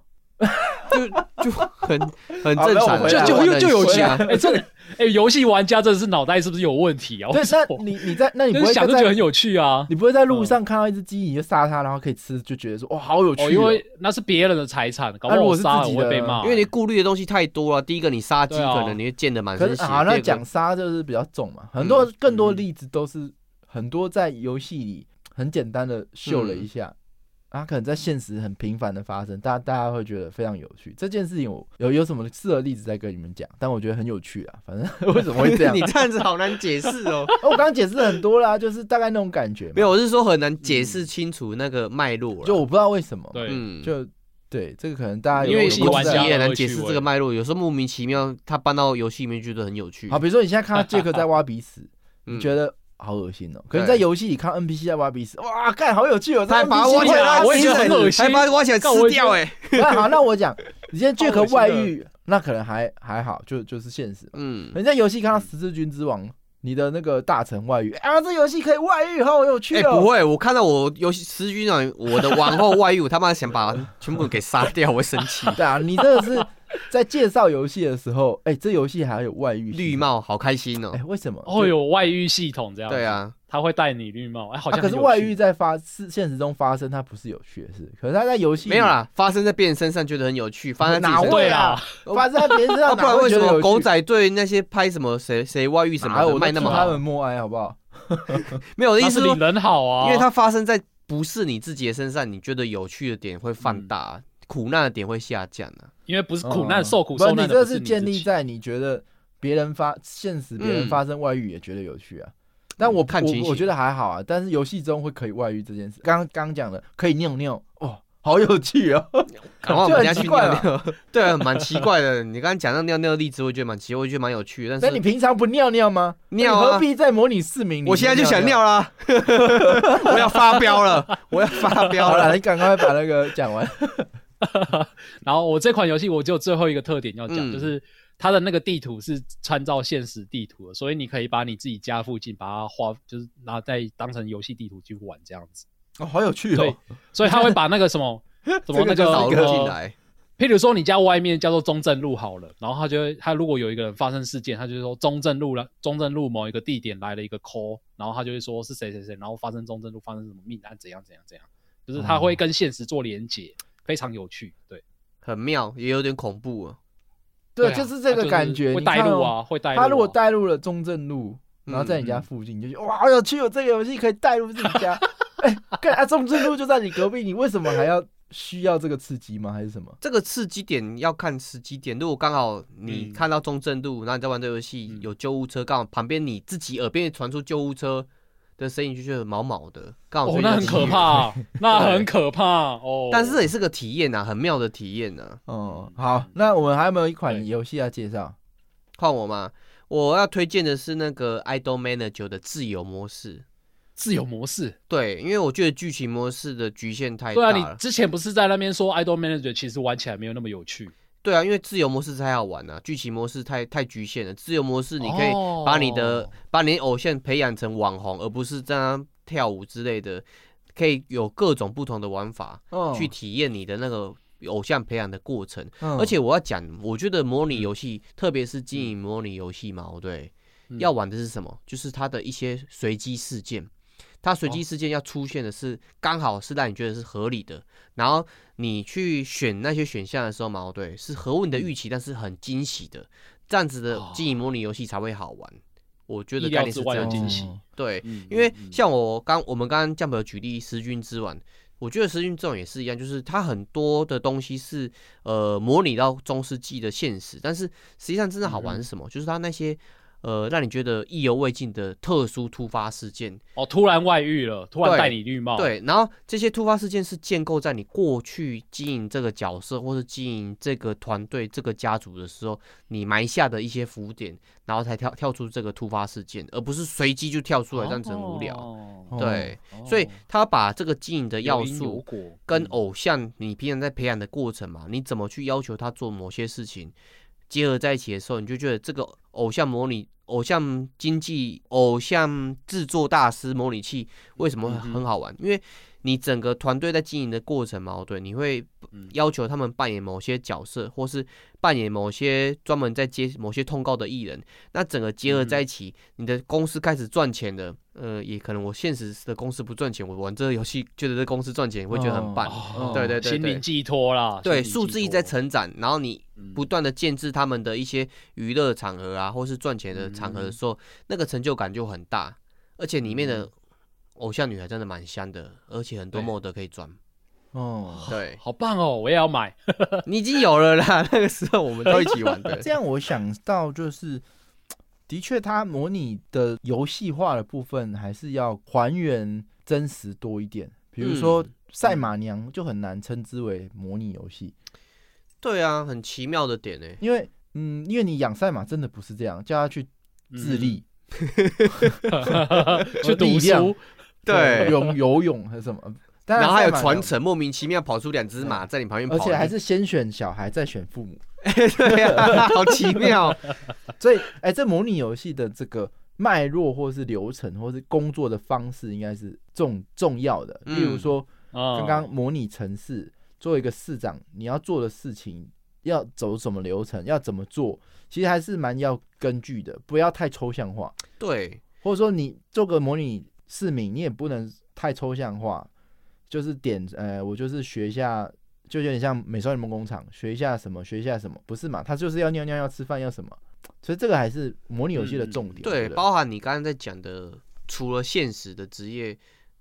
[SPEAKER 3] 就就很很
[SPEAKER 1] 好
[SPEAKER 3] 正
[SPEAKER 1] 那我
[SPEAKER 3] 常啊，
[SPEAKER 1] 回
[SPEAKER 2] 就
[SPEAKER 1] 来
[SPEAKER 2] 就
[SPEAKER 1] 我
[SPEAKER 2] 又就有
[SPEAKER 3] 趣
[SPEAKER 2] 钱，哎、真的，哎、游戏玩家真的是脑袋是不是有问题啊？
[SPEAKER 1] 对，
[SPEAKER 2] 我
[SPEAKER 1] 那你你在那你不
[SPEAKER 2] 就
[SPEAKER 1] 会
[SPEAKER 2] 是想就觉得
[SPEAKER 1] 在
[SPEAKER 2] 很有趣啊。
[SPEAKER 1] 你不会在路上看到一只鸡，你就杀它，然后可以吃，就觉得说哇，好有趣、
[SPEAKER 2] 哦，
[SPEAKER 1] 哦。
[SPEAKER 2] 因为那是别人的财产，搞
[SPEAKER 1] 那
[SPEAKER 2] 不好
[SPEAKER 1] 如
[SPEAKER 2] 我
[SPEAKER 1] 果是自
[SPEAKER 2] 杀了
[SPEAKER 1] 己
[SPEAKER 2] 我
[SPEAKER 1] 的
[SPEAKER 2] 会被骂。 欸
[SPEAKER 3] 因为你顾虑的东西太多了。第一个，你杀鸡
[SPEAKER 2] 对啊
[SPEAKER 3] 可能你会溅得满
[SPEAKER 1] 可是
[SPEAKER 3] 身血；
[SPEAKER 1] 啊，
[SPEAKER 3] 第
[SPEAKER 1] 那
[SPEAKER 3] 二
[SPEAKER 1] 讲
[SPEAKER 3] 个，
[SPEAKER 1] 杀就是比较重嘛，很多更多
[SPEAKER 2] 嗯
[SPEAKER 1] 例子都是很多在游戏里很简单的秀了一下，啊，可能在现实很频繁的发生，大大家会觉得非常有趣。这件事情我有有什么适合的例子再跟你们讲，但我觉得很有趣啊，反正为什么会这样？ 啊
[SPEAKER 3] 你这样子好难解释哦。
[SPEAKER 1] 我刚刚解释了很多啦，就是大概那种感觉嘛。
[SPEAKER 3] 没有，我嗯是说很难解释清楚那个脉络啦。
[SPEAKER 1] 就我不知道为什么，
[SPEAKER 2] 对，
[SPEAKER 3] 嗯，
[SPEAKER 1] 就对这个可能大家有
[SPEAKER 3] 因为
[SPEAKER 1] 有
[SPEAKER 2] 游
[SPEAKER 3] 游戏
[SPEAKER 2] 戏
[SPEAKER 1] 不知
[SPEAKER 2] 玩
[SPEAKER 1] 道
[SPEAKER 2] 家
[SPEAKER 3] 也很
[SPEAKER 2] 都
[SPEAKER 3] 难
[SPEAKER 2] 会
[SPEAKER 3] 解
[SPEAKER 2] 去
[SPEAKER 3] 释这
[SPEAKER 2] 玩
[SPEAKER 3] 个脉络，有时候莫名其妙他搬到游戏里面觉得很有趣。
[SPEAKER 1] 好，比如说你现在看到杰克在挖鼻屎，你
[SPEAKER 3] 嗯
[SPEAKER 1] 觉得好恶心哦。可是
[SPEAKER 3] 对
[SPEAKER 1] 你在游戏里看到 NPC 在挖鼻屎，哇，干好有趣哦！
[SPEAKER 3] 他还
[SPEAKER 1] 这
[SPEAKER 3] 把它
[SPEAKER 1] NPC
[SPEAKER 3] 挖起
[SPEAKER 1] 会
[SPEAKER 3] 来，
[SPEAKER 1] 拉
[SPEAKER 2] 我也觉得
[SPEAKER 1] 屎
[SPEAKER 2] 很恶心
[SPEAKER 3] 还把它挖起来
[SPEAKER 2] 干我
[SPEAKER 3] 吃
[SPEAKER 2] 也
[SPEAKER 3] 掉，
[SPEAKER 2] 觉
[SPEAKER 3] 哎，
[SPEAKER 1] 那好，那我讲，你今天
[SPEAKER 2] 好
[SPEAKER 1] Jack
[SPEAKER 2] 恶心的
[SPEAKER 1] 外遇，
[SPEAKER 3] 啊
[SPEAKER 1] 那可能还还好，就就是现实嘛。
[SPEAKER 3] 嗯，
[SPEAKER 1] 你在游戏看到十字军之王，你的那个大臣外遇啊，这游戏可以外遇，好有趣
[SPEAKER 3] 哎，
[SPEAKER 1] 哦。
[SPEAKER 3] 不会，我看到我游戏时局长，我的王后外遇，我他妈想把全部给杀掉，我会生 气。
[SPEAKER 1] 对啊，你这个是在介绍游戏的时候， 哎，这游戏还有外遇
[SPEAKER 3] 绿，帽好开心哦
[SPEAKER 1] 哎，，为什么？
[SPEAKER 2] 哦，有外遇系统这样。
[SPEAKER 3] 对，啊，
[SPEAKER 2] 他会戴你绿帽，哎、好
[SPEAKER 1] 啊。
[SPEAKER 2] 像、
[SPEAKER 1] 可是外遇，在发是现实中发生，它不是有趣的事。可是它在游戏里
[SPEAKER 3] 没有，啦，发生在别人身上觉得很有趣，发生在自己
[SPEAKER 1] 哪
[SPEAKER 3] 身上
[SPEAKER 1] 会
[SPEAKER 2] 对
[SPEAKER 1] 啊
[SPEAKER 2] 啊？
[SPEAKER 1] 发生在别人身
[SPEAKER 3] 啊
[SPEAKER 1] 上，
[SPEAKER 3] 不然
[SPEAKER 1] 哪
[SPEAKER 3] 为
[SPEAKER 1] 会
[SPEAKER 3] 什
[SPEAKER 1] 觉得
[SPEAKER 3] 么
[SPEAKER 1] 有
[SPEAKER 3] 狗
[SPEAKER 1] 趣
[SPEAKER 3] 仔对那些拍什么谁谁外遇什么
[SPEAKER 1] 哪有
[SPEAKER 3] 的
[SPEAKER 1] 我
[SPEAKER 3] 卖
[SPEAKER 1] 在
[SPEAKER 3] 那么
[SPEAKER 1] 替他
[SPEAKER 3] 好？
[SPEAKER 1] 们默哀好不好？
[SPEAKER 3] 没有，我的
[SPEAKER 2] 那
[SPEAKER 3] 意
[SPEAKER 2] 是
[SPEAKER 3] 思说
[SPEAKER 2] 领人好啊，
[SPEAKER 3] 因为它发生在不是你自己的身上，你觉得有趣的点会放大，苦难的点会下降嗯啊。
[SPEAKER 2] 因为不是苦难
[SPEAKER 1] 嗯
[SPEAKER 2] 受苦
[SPEAKER 1] 不
[SPEAKER 2] 受
[SPEAKER 1] 是
[SPEAKER 2] 难
[SPEAKER 1] 你
[SPEAKER 2] 的不
[SPEAKER 1] 这
[SPEAKER 2] 是
[SPEAKER 1] 是
[SPEAKER 2] 你
[SPEAKER 1] 建
[SPEAKER 2] 自
[SPEAKER 1] 立
[SPEAKER 2] 己
[SPEAKER 1] 在你觉得别人发现实，别人
[SPEAKER 3] 嗯
[SPEAKER 1] 发生外遇也觉得有趣啊。但我
[SPEAKER 3] 看情
[SPEAKER 1] 我我
[SPEAKER 3] 形
[SPEAKER 1] 觉得还好啊，但是游戏中会可以外遇这件事，刚刚刚讲的可以尿尿哦，好有趣哦。
[SPEAKER 3] 赶快我
[SPEAKER 1] 就
[SPEAKER 3] 们
[SPEAKER 1] 很
[SPEAKER 3] 家去
[SPEAKER 1] 奇怪
[SPEAKER 3] 尿尿， 对啊，蛮奇怪的。你刚刚讲到尿尿的例子，我觉得蛮奇怪，我觉得蛮有趣的。
[SPEAKER 1] 那
[SPEAKER 3] 但
[SPEAKER 1] 你
[SPEAKER 3] 是
[SPEAKER 1] 平常不尿尿吗？
[SPEAKER 3] 尿
[SPEAKER 1] 你
[SPEAKER 3] 啊
[SPEAKER 1] 何必在模拟市民里？
[SPEAKER 3] 我现在就想。尿啦， 我要发飙了，我要发飙
[SPEAKER 1] 好了，
[SPEAKER 3] 了。
[SPEAKER 1] 你赶快把那个讲 完。
[SPEAKER 2] 然后我这款游戏我只有最后一个特点要讲，
[SPEAKER 3] 嗯
[SPEAKER 2] 就是它的那个地图是参照现实地图的，所以你可以把你自己家附近把它画，就是然后再当成游戏地图去玩这样子。
[SPEAKER 1] 哦，好有趣
[SPEAKER 2] 对
[SPEAKER 1] 哦。，
[SPEAKER 2] 所以它会把那个什 么什么
[SPEAKER 1] 这
[SPEAKER 2] 那
[SPEAKER 1] 个就
[SPEAKER 2] 个
[SPEAKER 1] 是
[SPEAKER 3] 导
[SPEAKER 1] 一
[SPEAKER 3] 入
[SPEAKER 1] 个
[SPEAKER 3] 进
[SPEAKER 2] 呃，
[SPEAKER 3] 来，
[SPEAKER 2] 譬如说你家外面叫做中正路好了，然后他就会他如果有一个人发生事件，他就说中正路了，中正路某一个地点来了一个 call，然后他就会说是谁谁谁，然后发生中正路发生什么命案怎样怎样怎样，就是他会跟现实做连结，非常有趣，对。
[SPEAKER 3] 很妙，也有点恐怖啊。
[SPEAKER 1] 对，
[SPEAKER 2] 啊
[SPEAKER 1] 就是这
[SPEAKER 2] 它
[SPEAKER 1] 个感觉。
[SPEAKER 2] 会
[SPEAKER 1] 你
[SPEAKER 2] 带
[SPEAKER 1] 看
[SPEAKER 2] 路
[SPEAKER 1] 哦
[SPEAKER 2] 啊，会带路啊。
[SPEAKER 1] 他如果带入了中正路，然后在你家附近，你就觉得哇，好有趣哦！这个游戏可以带入自己家。哎，看啊，中正路就在你隔壁，你为什么还要需要这个刺激吗？还是什么？
[SPEAKER 3] 这个刺激点要看时机点，如果刚好你
[SPEAKER 2] 嗯
[SPEAKER 3] 看到中正路，然后你在玩这游戏
[SPEAKER 2] 嗯，
[SPEAKER 3] 有救护车，刚好旁边你自己耳边传出救护车的声音，就觉得毛毛的，刚好
[SPEAKER 2] 哦
[SPEAKER 3] 最，近
[SPEAKER 2] 那
[SPEAKER 3] 要
[SPEAKER 2] 很
[SPEAKER 3] 起
[SPEAKER 2] 可
[SPEAKER 3] 雨。
[SPEAKER 2] 怕，那很可怕哦。
[SPEAKER 3] 但是这也是个体验呐、啊，很妙的体验呐、啊。
[SPEAKER 1] 哦，好，那我们还有没有一款
[SPEAKER 2] 对
[SPEAKER 1] 游戏要介绍？
[SPEAKER 3] 换我吗？我要推荐的是那个《Idol Manager》的自由模式。
[SPEAKER 2] 自由模式。
[SPEAKER 3] 对，因为我觉得剧情模式的局限太
[SPEAKER 2] 对
[SPEAKER 3] 大
[SPEAKER 2] 啊，你
[SPEAKER 3] 了。
[SPEAKER 2] 之前不是在那边说 Idol Manager 其实玩起来没有那么有趣？
[SPEAKER 3] 对啊，因为自由模式才好玩啊，剧情模式太太局限了。自由模式你可以
[SPEAKER 2] 哦
[SPEAKER 3] 把你的、把你的偶像培养成网红，而不是在那跳舞之类的，可以有各种不同的玩法、
[SPEAKER 1] 嗯
[SPEAKER 3] 去体验你的那个偶像培养的过程。
[SPEAKER 1] 嗯
[SPEAKER 3] 而且我要讲，我觉得模拟游戏，特别是经营模拟游戏嘛，对，
[SPEAKER 2] 嗯
[SPEAKER 3] 要玩的是什么？就是它的一些随机事件，它随
[SPEAKER 2] 哦
[SPEAKER 3] 机事件要出现的是刚好是让你觉得是合理的，然后你去选那些选项的时候嘛，哦对，是合乎你的预期，但是很惊喜的，这样子的
[SPEAKER 2] 哦
[SPEAKER 3] 经营模拟游戏才会好玩。我觉
[SPEAKER 2] 意
[SPEAKER 3] 得概
[SPEAKER 2] 料
[SPEAKER 3] 念
[SPEAKER 2] 之
[SPEAKER 3] 是
[SPEAKER 2] 外的
[SPEAKER 3] 这样子，
[SPEAKER 2] 惊喜。
[SPEAKER 1] 哦
[SPEAKER 3] 对，
[SPEAKER 2] 嗯
[SPEAKER 3] 因为
[SPEAKER 2] 嗯嗯
[SPEAKER 3] 像我刚我们刚刚 Jump 有举例《十军之王》，我觉得《十军之王》也是一样，就是它很多的东西是呃模拟到中世纪的现实，但是实际上真正好
[SPEAKER 2] 嗯
[SPEAKER 3] 玩是什么？就是它那些呃让你觉得意犹未尽的特殊突发事件。
[SPEAKER 2] 哦，突然外遇了，突然
[SPEAKER 3] 对
[SPEAKER 2] 戴你绿帽，，
[SPEAKER 3] 对，然后这些突发事件是建构在你过去经营这个角色或是经营这个团队、这个家族的时候，你埋下的一些伏点，然后才跳跳出这个突发事件，而不是随机就跳出来，这样子很无聊。
[SPEAKER 2] 哦
[SPEAKER 1] 哦
[SPEAKER 3] 对，所以他把这个经营的要
[SPEAKER 2] 有因有
[SPEAKER 3] 素
[SPEAKER 2] 果
[SPEAKER 3] 跟
[SPEAKER 2] 嗯
[SPEAKER 3] 偶像你平常在培养的过程嘛，你怎么去要求他做某些事情结合在一起的时候，你就觉得这个偶像模拟、偶像经济、偶像制作大师模拟器为什么
[SPEAKER 2] 嗯哼
[SPEAKER 3] 很好玩？因为你整个团队在经营的过程嘛，对，你会
[SPEAKER 2] 嗯
[SPEAKER 3] 要求他们扮演某些角色，或是扮演某些专门在接某些通告的艺人，那整个
[SPEAKER 2] 嗯
[SPEAKER 3] 结合在一起，你的公司开始赚钱了。呃，也可能我现实的公司不赚钱，我玩这个游戏觉得这公司赚钱，会觉得很棒。
[SPEAKER 2] 哦
[SPEAKER 3] 对对对
[SPEAKER 2] 心灵
[SPEAKER 3] 对
[SPEAKER 2] 寄托啦，心
[SPEAKER 3] 对，
[SPEAKER 2] 灵
[SPEAKER 3] 数字
[SPEAKER 2] 寄
[SPEAKER 3] 一直在
[SPEAKER 2] 托，
[SPEAKER 3] 成长，然后你
[SPEAKER 2] 嗯
[SPEAKER 3] 不断的建制他们的一些娱乐场合啊，或是赚钱的场合的时候，那个成就感就很大，而且里面的
[SPEAKER 2] 嗯
[SPEAKER 3] 偶像女孩真的蛮香的，而且很多
[SPEAKER 2] 对
[SPEAKER 3] mod 可以装。
[SPEAKER 1] 哦，
[SPEAKER 3] 对，
[SPEAKER 2] 好棒哦，我也要买。
[SPEAKER 3] 你已经有了啦，那个时候我们都一起玩的。
[SPEAKER 1] 这样我想到就是，的确，它模拟的游戏化的部分还是要还原真实多一点。比如说
[SPEAKER 3] 嗯
[SPEAKER 1] 赛马娘就很难称之为模拟游戏，
[SPEAKER 3] 对啊，很奇妙的点呢。欸
[SPEAKER 1] 因为嗯，因为你养赛马真的不是这样，叫他去自立、
[SPEAKER 2] 嗯
[SPEAKER 3] 嗯
[SPEAKER 2] 去
[SPEAKER 1] 力
[SPEAKER 2] 读
[SPEAKER 1] 量
[SPEAKER 2] 书，
[SPEAKER 3] 对
[SPEAKER 1] 游游泳还是什么，当
[SPEAKER 3] 然后还有
[SPEAKER 1] 赛马
[SPEAKER 3] 传承，莫名其妙跑出两只马在你旁边跑，
[SPEAKER 1] 而且还是先选小孩再选父母，
[SPEAKER 3] 对啊，好奇妙。
[SPEAKER 1] 所以哎、这模拟游戏的这个。脉络或是流程或是工作的方式应该是重重要的，例如
[SPEAKER 3] 嗯
[SPEAKER 1] 说
[SPEAKER 2] 刚
[SPEAKER 1] 刚刚模拟城市，做一个市长，你要做的事情要走什么流程，要怎么做，其实还是蛮要根据的，不要太抽象化。
[SPEAKER 3] 对，
[SPEAKER 1] 或者说你做个模拟市民，你也不能太抽象化，就是点呃，我就是学一下，就有点像美少女梦工厂，学一下什么，学一下什么，不是嘛？他就是要尿尿，要吃饭，要什么，所以这个还是模拟游戏的重点。
[SPEAKER 3] 嗯对，
[SPEAKER 1] 不
[SPEAKER 3] 包含你刚刚在讲的，除了现实的职业、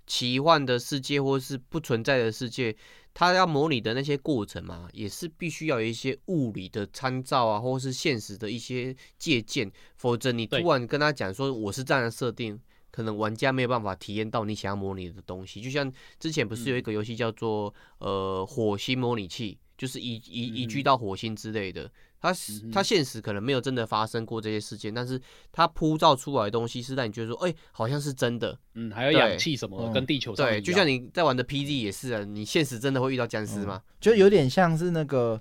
[SPEAKER 3] 奇幻的世界或是不存在的世界，它要模拟的那些过程嘛，也是必须要有一些物理的参照啊，或是现实的一些借鉴，否则你
[SPEAKER 2] 对
[SPEAKER 3] 突然跟他讲说我是这样的设定。可能玩家没有办法体验到你想要模拟的东西，就像之前不是有一个游戏叫做、呃火星模拟器，就是移移移居
[SPEAKER 2] 嗯
[SPEAKER 3] 到火星之类的，它
[SPEAKER 2] 嗯
[SPEAKER 3] 是
[SPEAKER 2] 哼
[SPEAKER 3] 它现实可能没有真的发生过这些事件，但是它铺造出来的东西是让你觉得说，哎、好像是真的。
[SPEAKER 2] 嗯，还有
[SPEAKER 3] 对
[SPEAKER 2] 氧气什么的，
[SPEAKER 1] 嗯
[SPEAKER 2] 跟地球上
[SPEAKER 3] 对，
[SPEAKER 2] 一
[SPEAKER 3] 就
[SPEAKER 2] 样
[SPEAKER 3] 像你在玩的 PZ 也是啊，你现实真的会遇到僵尸吗？
[SPEAKER 1] 就有点像是那个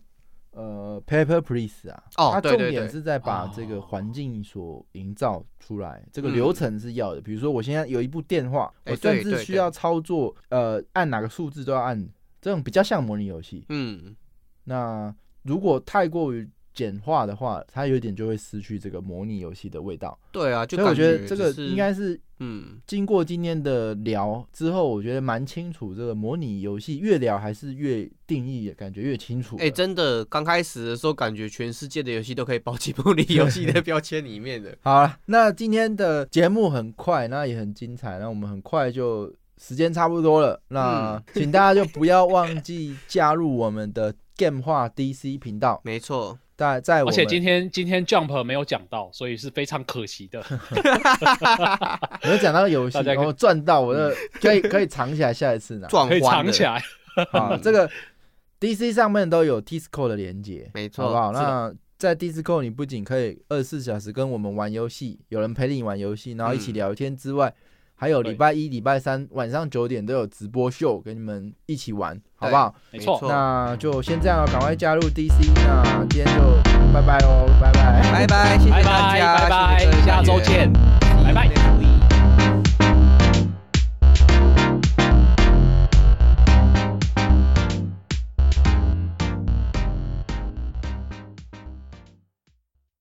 [SPEAKER 1] 呃，Paper Please 啊，
[SPEAKER 3] 哦
[SPEAKER 1] 它
[SPEAKER 3] 对
[SPEAKER 1] 重
[SPEAKER 3] 对
[SPEAKER 1] 点
[SPEAKER 3] 对
[SPEAKER 1] 是在把这个
[SPEAKER 2] 哦
[SPEAKER 1] 环境所营造出来，这个流程是要的。比如说，我现在有一部电话，
[SPEAKER 3] 嗯哎
[SPEAKER 1] 我甚
[SPEAKER 3] 对
[SPEAKER 1] 至
[SPEAKER 3] 对
[SPEAKER 1] 需
[SPEAKER 3] 对
[SPEAKER 1] 要操作，呃，按哪个数字都要按，这种比较像模拟游戏。
[SPEAKER 3] 嗯，
[SPEAKER 1] 那如果太过于简化的话，它有点就会失去这个模拟游戏的味道。
[SPEAKER 3] 对啊，就
[SPEAKER 1] 所以我
[SPEAKER 3] 感
[SPEAKER 1] 觉得这
[SPEAKER 3] 就
[SPEAKER 1] 个
[SPEAKER 3] 是
[SPEAKER 1] 应该是
[SPEAKER 3] 嗯，
[SPEAKER 1] 经过今天的聊之后，我觉得蛮清楚这个模拟游戏，越聊还是越定义，感觉越清楚了。
[SPEAKER 3] 哎、真的，刚开始的时候感觉全世界的游戏都可以包进 模拟游戏的标签里面的。
[SPEAKER 1] 好了，那今天的节目很快，那也很精彩，那我们很快就时间差不多了，那
[SPEAKER 3] 嗯
[SPEAKER 1] 请大家就不要忘记加入我们的 Game 化 DC 频道，
[SPEAKER 3] 没错，
[SPEAKER 1] 在在我
[SPEAKER 2] 而且今
[SPEAKER 1] 们
[SPEAKER 2] 天今天 Jump 没有讲到，所以是非常可惜的。
[SPEAKER 1] 没有讲到游戏，
[SPEAKER 2] 大家可以
[SPEAKER 1] 然后赚到我
[SPEAKER 3] 嗯
[SPEAKER 1] 的可以可以藏起来，下一次拿。
[SPEAKER 3] 转
[SPEAKER 2] 可以
[SPEAKER 3] 换
[SPEAKER 2] 藏
[SPEAKER 3] 的
[SPEAKER 2] 起来。
[SPEAKER 1] 好，这个 DC 上面都有 Discord 的连接，
[SPEAKER 3] 没错
[SPEAKER 1] 好不好？
[SPEAKER 3] 是的
[SPEAKER 1] 那在 Discord 你不仅可以二十四小时跟我们玩游戏，有人陪你玩游戏，然后一起
[SPEAKER 3] 嗯
[SPEAKER 1] 聊天之外，还有礼
[SPEAKER 2] 对
[SPEAKER 1] 拜一、礼拜三晚上九点都有直播秀，跟你们一起玩，好不
[SPEAKER 3] 对
[SPEAKER 1] 好？
[SPEAKER 2] 没错
[SPEAKER 3] 没，错
[SPEAKER 1] 那就先这样了，赶快加入 DC。那今天就拜拜喽，拜拜。
[SPEAKER 3] 拜拜，谢谢
[SPEAKER 2] 拜
[SPEAKER 3] 大
[SPEAKER 2] 拜
[SPEAKER 3] 家，
[SPEAKER 2] 拜
[SPEAKER 3] 谢谢各位
[SPEAKER 2] 拜，下周
[SPEAKER 3] 成员
[SPEAKER 2] 见。